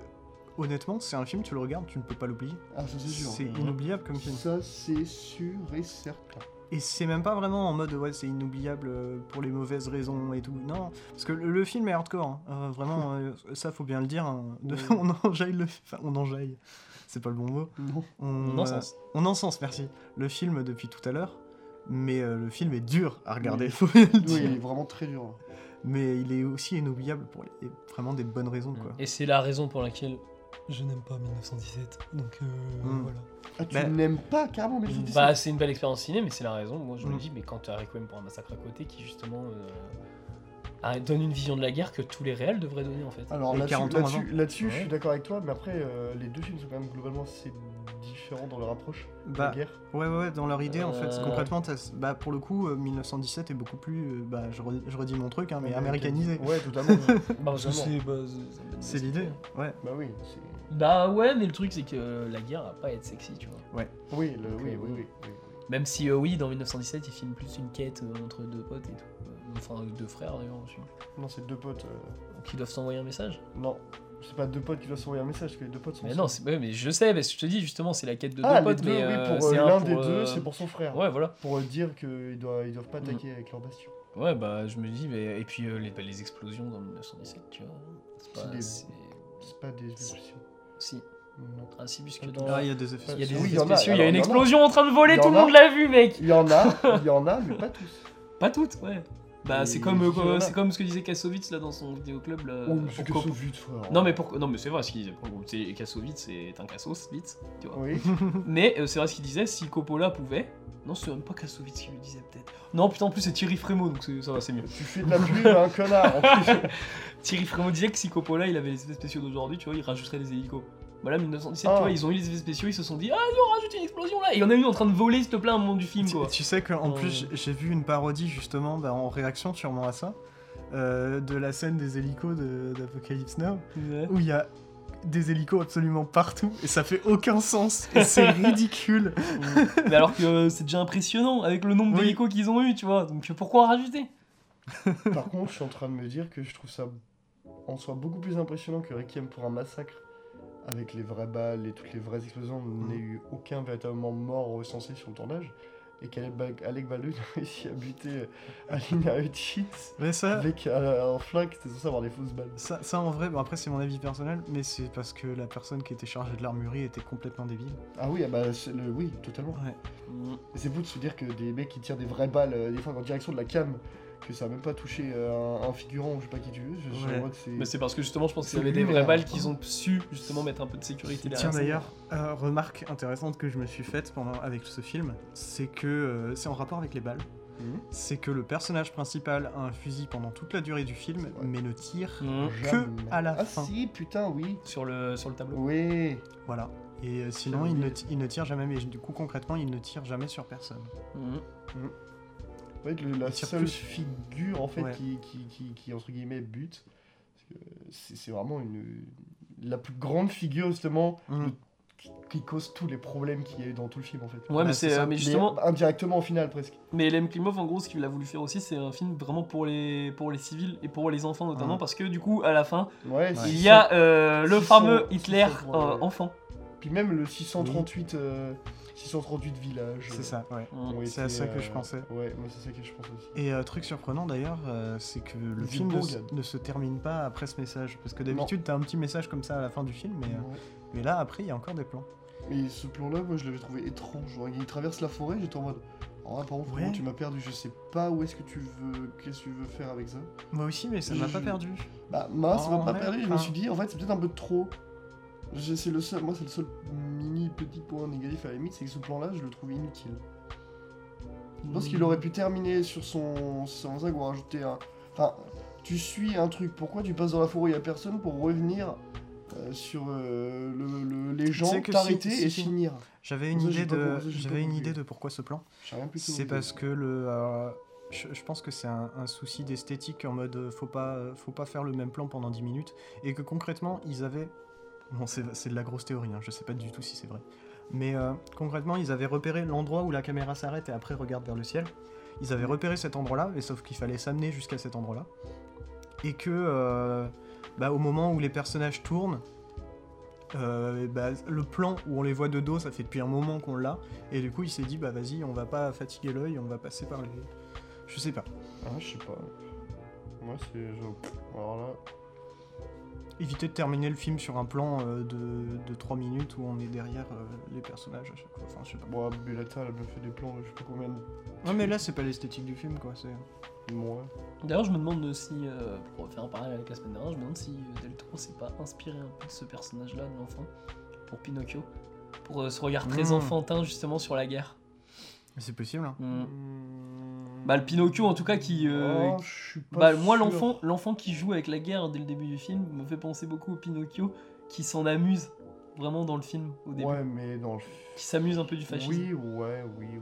Speaker 3: honnêtement, c'est un film, tu le regardes, tu ne peux pas l'oublier.
Speaker 2: Ah, ça, c'est sûr.
Speaker 3: C'est
Speaker 1: Mm.
Speaker 3: inoubliable comme film.
Speaker 2: Ça, c'est sûr et certain.
Speaker 3: Et c'est même pas vraiment en mode ouais c'est inoubliable euh, pour les mauvaises raisons et tout. Non, parce que le, le film est hardcore. hein. Euh,
Speaker 2: <laughs>
Speaker 3: vraiment, euh, ça faut bien le dire. hein. De-
Speaker 2: Ouais.
Speaker 3: <laughs> on enjaille le, enfin on enjaille. C'est pas le bon mot.
Speaker 2: Non.
Speaker 3: On,
Speaker 1: On encense.
Speaker 3: euh, on encense, merci. Le film depuis tout à l'heure, mais euh, le film est dur à regarder.
Speaker 2: Oui.
Speaker 3: Faut bien le
Speaker 2: Oui,
Speaker 3: dire.
Speaker 2: il est vraiment très dur.
Speaker 3: Mais il est aussi inoubliable pour les- vraiment des bonnes raisons quoi.
Speaker 1: Et c'est la raison pour laquelle je n'aime pas 1917. Donc euh,
Speaker 3: Mm.
Speaker 1: voilà.
Speaker 2: Ah, tu
Speaker 3: Bah-
Speaker 2: n'aimes pas carrément mais c'est
Speaker 1: Bah, c'est une belle expérience ciné, mais c'est la raison. Moi, je me
Speaker 3: Mm.
Speaker 1: dis, mais quand tu as Requiem pour un massacre à côté, qui justement euh, a- donne une vision de la guerre que tous les réels devraient donner en fait.
Speaker 2: Alors
Speaker 3: Et
Speaker 2: là-dessus,
Speaker 3: 40 ans
Speaker 2: là-dessus-
Speaker 3: avant.
Speaker 2: là-dessus, je
Speaker 1: Ouais.
Speaker 2: suis d'accord avec toi, mais après, euh, les deux films sont quand même globalement assez différents dans leur approche de
Speaker 3: Bah,
Speaker 2: la guerre.
Speaker 3: Ouais, ouais, ouais, dans leur idée en fait.
Speaker 1: Euh,
Speaker 3: Concrètement, t'as- bah, pour le coup, euh, 1917 est beaucoup plus. euh, bah, je, re- je redis mon truc, hein, mais américanisé.
Speaker 1: <laughs>
Speaker 2: Ouais, totalement.
Speaker 1: Bah, parce que
Speaker 2: Vraiment.
Speaker 1: c'est bah, c'est- ça me donne
Speaker 3: C'est
Speaker 1: des-
Speaker 3: l'idée, ouais.
Speaker 2: bah oui, c'est...
Speaker 1: Bah ouais, mais le truc c'est que euh, la guerre a pas à être sexy, tu vois.
Speaker 2: Oui, le-
Speaker 1: Donc,
Speaker 2: oui,
Speaker 1: euh,
Speaker 2: oui, oui, oui.
Speaker 1: Même si euh, oui, dans 1917, ils filment plus une quête euh, entre deux potes et tout. Euh, Enfin, deux frères d'ailleurs, je sais plus.
Speaker 2: Non, c'est deux potes. euh,
Speaker 1: qui doivent s'envoyer un message.
Speaker 2: Non, c'est pas deux potes qui doivent s'envoyer un message, parce que les deux potes sont...
Speaker 1: Mais
Speaker 2: ensemble.
Speaker 1: non, c'est- ouais, mais je sais, parce que je te dis justement, c'est la quête de
Speaker 2: ah,
Speaker 1: deux
Speaker 2: les
Speaker 1: potes,
Speaker 2: deux,
Speaker 1: mais
Speaker 2: oui,
Speaker 1: euh,
Speaker 2: pour
Speaker 1: c'est
Speaker 2: euh,
Speaker 1: un
Speaker 2: l'un des
Speaker 1: pour,
Speaker 2: deux,
Speaker 1: euh,
Speaker 2: c'est pour son frère.
Speaker 1: Ouais, Mm. voilà.
Speaker 2: Pour euh, dire qu'ils doivent, ils doivent pas attaquer avec leur bastion.
Speaker 1: Ouais, bah je me dis, mais- et puis euh, les, bah, les explosions dans 1917, tu vois. C'est
Speaker 2: C'est
Speaker 1: pas.
Speaker 2: des-
Speaker 1: c'est-
Speaker 2: C'est pas des...
Speaker 1: C'est-
Speaker 2: explosions.
Speaker 1: Si,
Speaker 2: Non.
Speaker 1: ainsi puisque dans.
Speaker 3: Ah, il y a des effets.
Speaker 1: Il y a des
Speaker 2: Oui, il
Speaker 1: effets
Speaker 2: y en a,
Speaker 1: spéciaux, il y a
Speaker 2: alors,
Speaker 1: une
Speaker 2: il y en a.
Speaker 1: explosion en train de voler,
Speaker 2: Il y
Speaker 1: tout
Speaker 2: en
Speaker 1: le
Speaker 2: a.
Speaker 1: monde l'a vu, mec
Speaker 2: Il y en a, il y en a, mais pas tous.
Speaker 1: Pas toutes, ouais. Bah,
Speaker 2: Et
Speaker 1: c'est comme, euh,
Speaker 2: il y en a.
Speaker 1: c'est comme ce que disait Kassovitz là dans son vidéoclub. Là,
Speaker 2: Oh,
Speaker 1: pour
Speaker 2: monsieur
Speaker 1: Euh, cop-
Speaker 2: Kassovitz, frère.
Speaker 1: Non, mais pourquoi Non, mais c'est vrai ce qu'il disait. Pour le coup, c'est- Kassovitz est un Kassos, vite, tu vois.
Speaker 2: Oui.
Speaker 1: Mais euh, c'est vrai ce qu'il disait, si Coppola pouvait. Non, c'est même pas Kassovitz qui lui disait peut-être. Non, putain, en plus c'est Thierry Frémaux, donc c'est- ça va, c'est mieux.
Speaker 2: tu fais de la pub à un connard. En plus.
Speaker 1: <laughs> Thierry Frémaux disait que si Coppola il avait les effets spéciaux d'aujourd'hui, tu vois, il rajouterait des hélicos. Voilà, 1917,
Speaker 2: Ah.
Speaker 1: tu vois, ils ont eu les effets spéciaux, ils se sont dit, ah, viens, on rajoute une explosion là Et il y en a une en train de voler, s'il te plaît, à un moment du film,
Speaker 3: Tu,
Speaker 1: quoi.
Speaker 3: tu sais qu'en
Speaker 1: Euh.
Speaker 3: plus, j- j'ai vu une parodie justement bah, en réaction sûrement à ça, euh, de la scène des hélicos de- d'Apocalypse Now,
Speaker 1: Ouais.
Speaker 3: où il y a des hélicos absolument partout et ça fait aucun sens et c'est ridicule.
Speaker 1: <laughs> Mais alors que euh, c'est déjà impressionnant avec le nombre
Speaker 3: Oui.
Speaker 1: d'hélicos qu'ils ont eu, tu vois, donc euh, pourquoi en rajouter
Speaker 2: Par contre, je suis en train de me dire que je trouve ça en soi beaucoup plus impressionnant que Requiem pour un massacre. Avec les vraies balles et toutes les vraies explosions,
Speaker 1: Mm.
Speaker 2: on n'a eu aucun véritablement mort recensé sur le tournage. Et qu'Alec Bal- Alec Baldwin a réussi à buter euh, Alina Hutchins
Speaker 3: Mais ça,
Speaker 2: avec euh, un flingue, c'était censé avoir des fausses balles.
Speaker 3: ça, ça, en vrai, bon, après c'est mon avis personnel, mais c'est parce que la personne qui était chargée de l'armurerie était complètement débile.
Speaker 2: Ah oui, ah bah, c'est le, oui, totalement. C'est beau de se dire que des mecs qui tirent des vraies balles, euh, des fois en direction de la cam, que ça a même pas touché euh, un, un figurant ou je sais pas qui tu veux. Je, je
Speaker 3: Ouais.
Speaker 2: vois que c'est-
Speaker 1: Mais c'est parce que justement, je pense
Speaker 2: C'est
Speaker 1: qu'ils avaient des
Speaker 2: lui,
Speaker 1: vraies
Speaker 2: là.
Speaker 1: balles qu'ils ont su justement mettre un peu de sécurité derrière.
Speaker 3: Tiens
Speaker 1: ça.
Speaker 3: d'ailleurs, euh, remarque intéressante que je me suis faite pendant avec ce film, c'est que euh, c'est en rapport avec les balles.
Speaker 2: Mhm.
Speaker 3: C'est que le personnage principal a un fusil pendant toute la durée du film,
Speaker 2: C'est vrai.
Speaker 3: mais ne tire
Speaker 1: Mmh.
Speaker 2: Jamais.
Speaker 3: à la
Speaker 2: ah,
Speaker 3: fin.
Speaker 2: si, putain, oui.
Speaker 1: Sur, le, sur le tableau.
Speaker 2: Oui.
Speaker 3: Voilà. Et euh, sinon,
Speaker 2: J'avais
Speaker 3: il ne,
Speaker 2: oublié.
Speaker 3: il ne tire jamais, mais du coup, concrètement, il ne tire jamais sur personne.
Speaker 1: Mmh.
Speaker 2: En fait, le- la
Speaker 3: Il tire
Speaker 2: seule
Speaker 3: plus.
Speaker 2: figure en fait
Speaker 3: Ouais.
Speaker 2: qui, qui, qui, qui, entre guillemets bute, parce que c'est c'est vraiment une la plus grande figure justement
Speaker 3: Mhm.
Speaker 2: qui, qui cause tous les problèmes qu'il y a eu dans tout le film en fait.
Speaker 1: Ouais, mais,
Speaker 3: c'est
Speaker 1: c'est,
Speaker 3: ça.
Speaker 1: euh, mais justement,
Speaker 2: Mais indirectement au final presque.
Speaker 1: mais Lem Klimov, en gros, ce qu'il a voulu faire aussi, c'est un film vraiment pour les, pour les civils et pour les enfants notamment,
Speaker 3: Mmh.
Speaker 1: parce que du coup, à la fin,
Speaker 2: Ouais.
Speaker 3: Ouais.
Speaker 1: il
Speaker 2: c'est-
Speaker 1: y a euh, le
Speaker 2: Six
Speaker 1: fameux
Speaker 2: cents-
Speaker 1: Hitler
Speaker 2: six cents,
Speaker 1: euh,
Speaker 2: ouais.
Speaker 1: enfant.
Speaker 2: Puis même le 638 euh, 638 villages. euh,
Speaker 3: C'est ça, ouais.
Speaker 1: Mmh.
Speaker 2: ont
Speaker 3: C'est
Speaker 2: été,
Speaker 3: à ça que je pensais.
Speaker 2: Ouais, moi c'est ça que je pense aussi.
Speaker 3: Et euh, truc surprenant d'ailleurs, euh, c'est que le
Speaker 2: Ils
Speaker 3: film
Speaker 2: sont
Speaker 3: ne,
Speaker 2: beaux,
Speaker 3: se-
Speaker 2: Gab.
Speaker 3: ne se termine pas après ce message. Parce que
Speaker 2: Non.
Speaker 3: d'habitude, t'as un petit message comme ça à la fin du film, mais, euh,
Speaker 2: Ouais.
Speaker 3: mais là, après, il y a encore des plans.
Speaker 2: Mais ce plan-là, moi je l'avais trouvé étrange. Genre, il traverse la forêt, j'étais en mode. Oh, par contre,
Speaker 3: Ouais.
Speaker 2: vraiment, tu m'as perdu, je sais pas où est-ce que tu veux. Qu'est-ce que tu veux faire avec ça
Speaker 3: Moi aussi, mais ça m'a pas
Speaker 2: Je-
Speaker 3: perdu.
Speaker 2: Bah, moi, ça m'a
Speaker 3: Oh,
Speaker 2: pas
Speaker 3: merde,
Speaker 2: perdu, je me
Speaker 3: hein.
Speaker 2: suis dit, en fait, c'est peut-être un peu trop. Je- C'est le seul, moi, c'est le seul mini petit point négatif à la limite, c'est que ce plan-là, je le trouve inutile. Je
Speaker 1: Hmm.
Speaker 2: pense qu'il aurait pu terminer sur son, son zag ou rajouter un. Enfin, tu suis un truc, pourquoi tu passes dans la forêt, il y a personne pour revenir euh, sur euh, le- le- les gens,
Speaker 3: sais que si-
Speaker 2: t'arrêter
Speaker 3: si
Speaker 2: et
Speaker 3: tu-
Speaker 2: finir.
Speaker 3: J'avais une,
Speaker 2: Ça, j'ai pas
Speaker 3: idée de...
Speaker 2: compris, j'ai pas
Speaker 3: j'avais une
Speaker 2: compris.
Speaker 3: idée de pourquoi ce plan.
Speaker 2: J'ai rien hein, plutôt.
Speaker 3: C'est parce que le. euh, je, je pense que c'est un, un souci d'esthétique en mode euh, faut pas, euh, faut pas faire le même plan pendant 10 minutes et que concrètement ils avaient. Bon, c'est c'est de la grosse théorie, hein, je sais pas du tout si c'est vrai. Mais euh, concrètement, ils avaient repéré l'endroit où la caméra s'arrête et après regarde vers le ciel. Ils avaient repéré cet endroit-là, mais sauf qu'il fallait s'amener jusqu'à cet endroit-là. Et que euh, bah, au moment où les personnages tournent, euh, bah, le plan où on les voit de dos, ça fait depuis un moment qu'on l'a. Et du coup, il s'est dit, bah vas-y, on va pas fatiguer l'œil, on va passer par les. Je sais pas.
Speaker 2: Ah, je sais pas. Moi, c'est. genre, Alors là.
Speaker 3: Éviter de terminer le film sur un plan euh, de, de 3 minutes où on est derrière euh, les personnages à chaque fois. Enfin, je sais pas.
Speaker 2: Bon, Bulata, elle a bien fait des plans, je sais pas combien de.
Speaker 3: Ouais, mais là, c'est pas l'esthétique du film, quoi. C'est...
Speaker 2: Moi.
Speaker 1: D'ailleurs, je me demande si, euh, pour faire un parallèle avec la semaine dernière, je me demande si euh, Del Toro s'est pas inspiré un peu de ce personnage-là, de l'enfant, pour Pinocchio, pour euh, ce regard très
Speaker 3: Mmh.
Speaker 1: enfantin justement sur la guerre.
Speaker 3: Mais c'est possible, hein.
Speaker 1: Mmh.
Speaker 2: Mmh.
Speaker 1: Bah, le Pinocchio, en tout cas, qui, euh,
Speaker 2: Oh, je suis pas
Speaker 1: Bah, moi,
Speaker 2: sûr.
Speaker 1: l'enfant, l'enfant qui joue avec la guerre dès le début du film me fait penser beaucoup au Pinocchio qui s'en amuse vraiment dans le film au début,
Speaker 2: Ouais, mais non. je-
Speaker 1: qui s'amuse un peu du fascisme.
Speaker 2: Oui, ouais, oui. oui.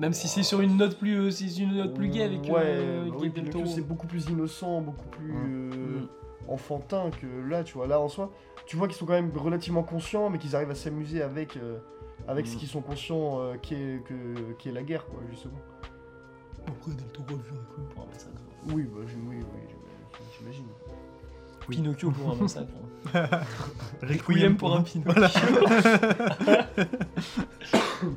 Speaker 1: Même si c'est sur une note plus, euh, c'est une note plus gay avec,
Speaker 2: Ouais,
Speaker 1: euh,
Speaker 2: bah
Speaker 1: Guy
Speaker 2: oui,
Speaker 1: Del
Speaker 2: Pinocchio,
Speaker 1: Toro.
Speaker 2: c'est beaucoup plus innocent, beaucoup plus euh,
Speaker 1: Mm.
Speaker 2: enfantin que là, tu vois. Là, en soi, tu vois qu'ils sont quand même relativement conscients, mais qu'ils arrivent à s'amuser avec, euh, avec ce
Speaker 1: Mm.
Speaker 2: qu'ils sont conscients euh, qu'est que- qu'est la guerre, quoi, justement.
Speaker 1: Après, Del Toro a vu un
Speaker 2: Euh,
Speaker 1: coup pour un massacre.
Speaker 2: Oui, bah, j'im- oui, oui, j'im- j'imagine.
Speaker 3: Oui.
Speaker 1: Pinocchio pour un
Speaker 2: <laughs>
Speaker 1: massacre.
Speaker 3: Requiem
Speaker 1: pour un Pinocchio.
Speaker 3: Voilà.
Speaker 1: <laughs>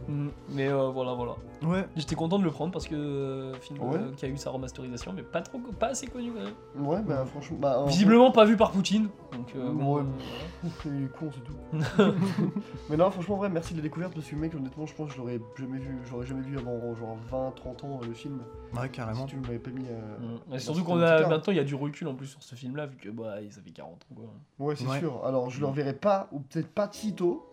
Speaker 1: Mm, Mais euh, voilà, voilà.
Speaker 3: ouais.
Speaker 1: J'étais content de le prendre parce que euh, film
Speaker 2: Ouais.
Speaker 1: euh, qui a eu sa remasterisation, mais pas trop, pas assez connu quand même.
Speaker 2: Ouais, bah franchement. Bah, en-
Speaker 1: Visiblement pas vu par Poutine. Donc, euh, bon,
Speaker 2: Ouais.
Speaker 1: euh,
Speaker 2: Il est con, <laughs> c'est tout.
Speaker 3: <laughs>
Speaker 2: mais non, franchement, ouais, merci de la découverte parce que, mec, honnêtement, je pense que je l'aurais jamais vu, j'aurais jamais vu avant genre 20-30 ans euh, le film.
Speaker 3: Ouais, carrément.
Speaker 2: Si tu ne m'avais pas mis. euh,
Speaker 1: Mm. Mais
Speaker 2: bah,
Speaker 1: surtout
Speaker 2: c'était
Speaker 1: qu'on
Speaker 2: une
Speaker 1: a
Speaker 2: guitare.
Speaker 1: maintenant il y a du recul en plus sur ce film là vu que bah ça fait 40 ans quoi.
Speaker 2: Ouais, c'est
Speaker 3: Ouais. Mm.
Speaker 2: sûr. Alors, je le reverrai pas, ou peut-être pas Tito,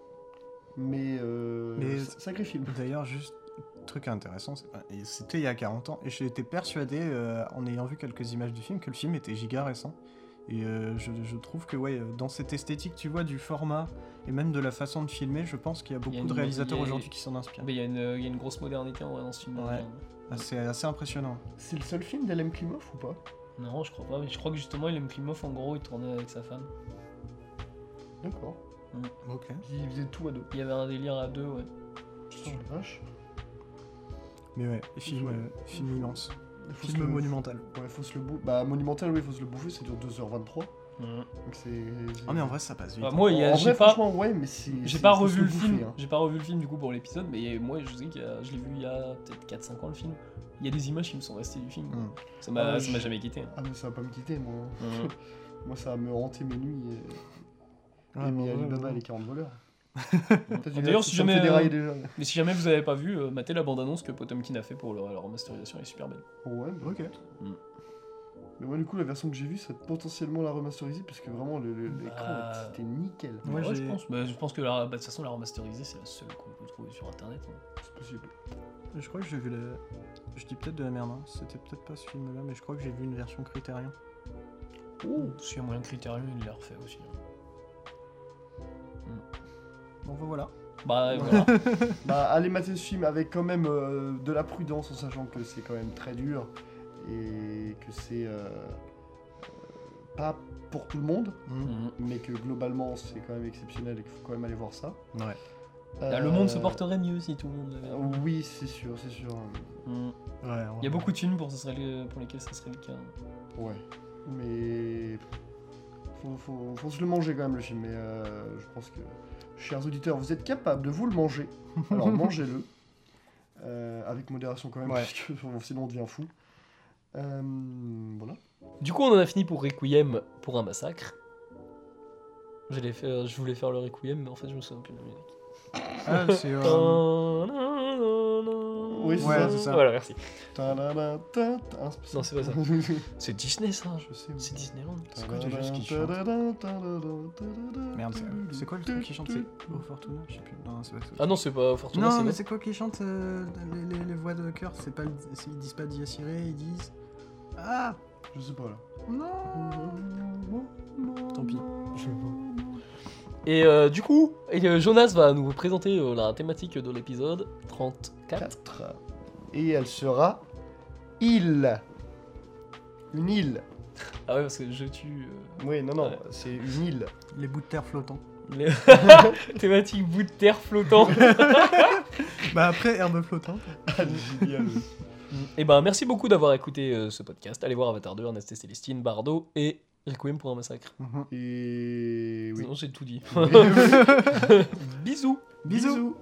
Speaker 2: mais. Euh...
Speaker 3: Mais-
Speaker 2: sac- Sacré film.
Speaker 3: D'ailleurs, juste un truc intéressant, c'est- enfin, et c'était il y a 40 ans, et j'étais persuadé, euh, en ayant vu quelques images du film, que le film était giga récent. Et euh, je, je trouve que, ouais, euh, dans cette esthétique, tu vois, du format et même de la façon de filmer, je pense qu'il y a beaucoup
Speaker 1: une-
Speaker 3: de
Speaker 1: il
Speaker 3: réalisateurs
Speaker 1: y a-
Speaker 3: aujourd'hui qui s'en inspirent.
Speaker 1: Mais il y, a une- il y a une grosse modernité en vrai dans ce film.
Speaker 3: Ouais. Ah, C'est assez impressionnant.
Speaker 2: C'est le seul film d'Alem Klimov ou pas
Speaker 1: Non je crois pas, mais je crois que justement il aime Klimov en gros il tournait avec sa femme.
Speaker 2: D'accord.
Speaker 3: Ok.
Speaker 2: Ils faisaient tout à deux.
Speaker 1: Il y avait un délire à deux ouais.
Speaker 3: Mm.
Speaker 2: Putain, la vache.
Speaker 3: Mais ouais, film,
Speaker 2: Ouais.
Speaker 3: euh, film immense.
Speaker 2: Il faut se
Speaker 3: Film
Speaker 2: le-
Speaker 3: monumental.
Speaker 2: Ouais, faut se le bouffer. Bah, Monumental, oui, faut se le bouffer, ça dure 2h23.
Speaker 1: Mm.
Speaker 2: Donc c'est.
Speaker 3: Ah, mais en vrai, ça passe vite.
Speaker 1: Bah, moi il y a-
Speaker 2: en
Speaker 1: j'ai
Speaker 2: vrai,
Speaker 1: pas
Speaker 2: franchement, ouais, mais c'est.
Speaker 1: J'ai
Speaker 2: c'est-
Speaker 1: pas
Speaker 2: faut se
Speaker 1: revu le
Speaker 2: bouffer,
Speaker 1: film,
Speaker 2: hein.
Speaker 1: j'ai pas revu le film du coup pour l'épisode, mais moi je sais que euh, je l'ai vu il y a peut-être 4-5 ans le film. Il y a des images qui me sont restées du film.
Speaker 3: Mm.
Speaker 1: Ça m'a
Speaker 2: Ah,
Speaker 1: ça m'a
Speaker 2: je-
Speaker 1: jamais quitté. hein.
Speaker 2: Ah, mais ça va pas me quitter, moi. Moi, ça va me hanter mes nuits. Et...
Speaker 3: Ouais,
Speaker 2: et mes
Speaker 3: bah ouais,
Speaker 2: Alibaba
Speaker 3: ouais.
Speaker 2: et les 40
Speaker 3: <laughs>
Speaker 2: voleurs. T'as dit,
Speaker 1: D'ailleurs,
Speaker 2: ça
Speaker 1: si
Speaker 2: me fait
Speaker 1: jamais,
Speaker 2: dérailler
Speaker 1: euh,
Speaker 2: déjà.
Speaker 1: <laughs> mais si jamais vous avez pas vu, euh, matez la bande-annonce que Potemkin a fait pour leur, leur remasterisation, elle est super belle.
Speaker 2: Ouais, bah,
Speaker 3: Ok.
Speaker 2: Mais moi, du coup, la version que j'ai vue, c'est potentiellement la remasteriser parce que vraiment, le- le- l'écran,
Speaker 1: Bah.
Speaker 2: c'était nickel.
Speaker 3: Moi,
Speaker 1: Ouais, je
Speaker 3: j'ai-
Speaker 1: pense. Bah, je pense que la, bah, de toute façon, la remasterisée, c'est la seule qu'on peut trouver sur internet. hein.
Speaker 2: C'est possible.
Speaker 3: Je crois que j'ai vu la. Je dis peut-être de la merde, hein. c'était peut-être pas ce film-là, mais je crois que j'ai vu une version Criterion.
Speaker 1: S'il y a moyen de Criterion, il l'a refait aussi. hein.
Speaker 3: Bon, bah, voilà.
Speaker 1: Bah, voilà.
Speaker 2: Bah, allez mater ce film avec quand même euh, de la prudence en sachant que c'est quand même très dur et que c'est euh, euh, pas pour tout le monde,
Speaker 3: Mhm.
Speaker 1: Mhm.
Speaker 2: mais que globalement, c'est quand même exceptionnel et qu'il faut quand même aller voir ça.
Speaker 3: Ouais.
Speaker 1: Bah, le monde se
Speaker 2: Euh,
Speaker 1: porterait mieux si tout le monde l'avait.
Speaker 2: euh, Oui, c'est sûr, c'est sûr.
Speaker 1: Mhm.
Speaker 3: Ouais,
Speaker 1: Il y a beaucoup de films pour, ce serait le- pour lesquels ça serait le cas. hein.
Speaker 2: Ouais. Mais. Faut, faut- faut se le manger quand même le film. Mais euh, je pense que. Chers auditeurs, vous êtes capables de vous le
Speaker 3: <laughs>
Speaker 2: manger. Alors mangez-le. Euh, avec modération quand même,
Speaker 3: Ouais.
Speaker 2: parce que <laughs> sinon on devient fou. Euh, voilà.
Speaker 1: Du coup, on en a fini pour Requiem pour un massacre. J'allais faire, je voulais faire le Requiem, mais en fait, je me souviens plus de la musique.
Speaker 3: Ah, c'est. euh,
Speaker 1: Oui,
Speaker 2: c'est Ouais, ça.
Speaker 3: c'est ça.
Speaker 1: Voilà, merci.
Speaker 2: Ta-da-da, ta- ta- hein,
Speaker 1: Non, c'est pas ça.
Speaker 2: <laughs> je
Speaker 1: C'est Disney, ça. je-
Speaker 2: sais.
Speaker 1: C'est Disneyland.
Speaker 3: C'est quoi déjà ce qui chante Merde, c'est- c'est quoi le truc qui chante C'est Oh Fortuna Je sais plus. Non, c'est pas ça.
Speaker 1: Ah non, c'est pas Fortuna,
Speaker 3: non, mais
Speaker 1: c'est
Speaker 3: c'est quoi qui chante euh, les, les- les voix de cœur C'est pas. le- c'est- Ils disent pas Diaciré, ils disent. Ah
Speaker 2: Je sais pas là.
Speaker 3: Non Tant pis.
Speaker 1: Et euh, du coup, et, euh, Jonas va nous présenter euh, la thématique de l'épisode 34.
Speaker 2: 4. Et elle sera île. Une île.
Speaker 1: Ah ouais, parce que je tue. euh,
Speaker 2: Oui, non, non,
Speaker 1: Ouais.
Speaker 2: c'est une <laughs> île.
Speaker 3: Les bouts de terre flottants.
Speaker 1: les- <laughs> thématique bout de terre flottant.
Speaker 3: <laughs> Bah après, herbe flottant.
Speaker 2: Génial.
Speaker 1: et ben, merci beaucoup d'avoir écouté euh, ce podcast. Allez voir Avatar 2, Ernest et Célestine, Bardo et Requiem pour un massacre.
Speaker 3: Mm-hmm.
Speaker 2: Et oui.
Speaker 1: Non, j'ai tout dit. <laughs>
Speaker 2: Bisous.
Speaker 1: Bisous.
Speaker 3: Bisous.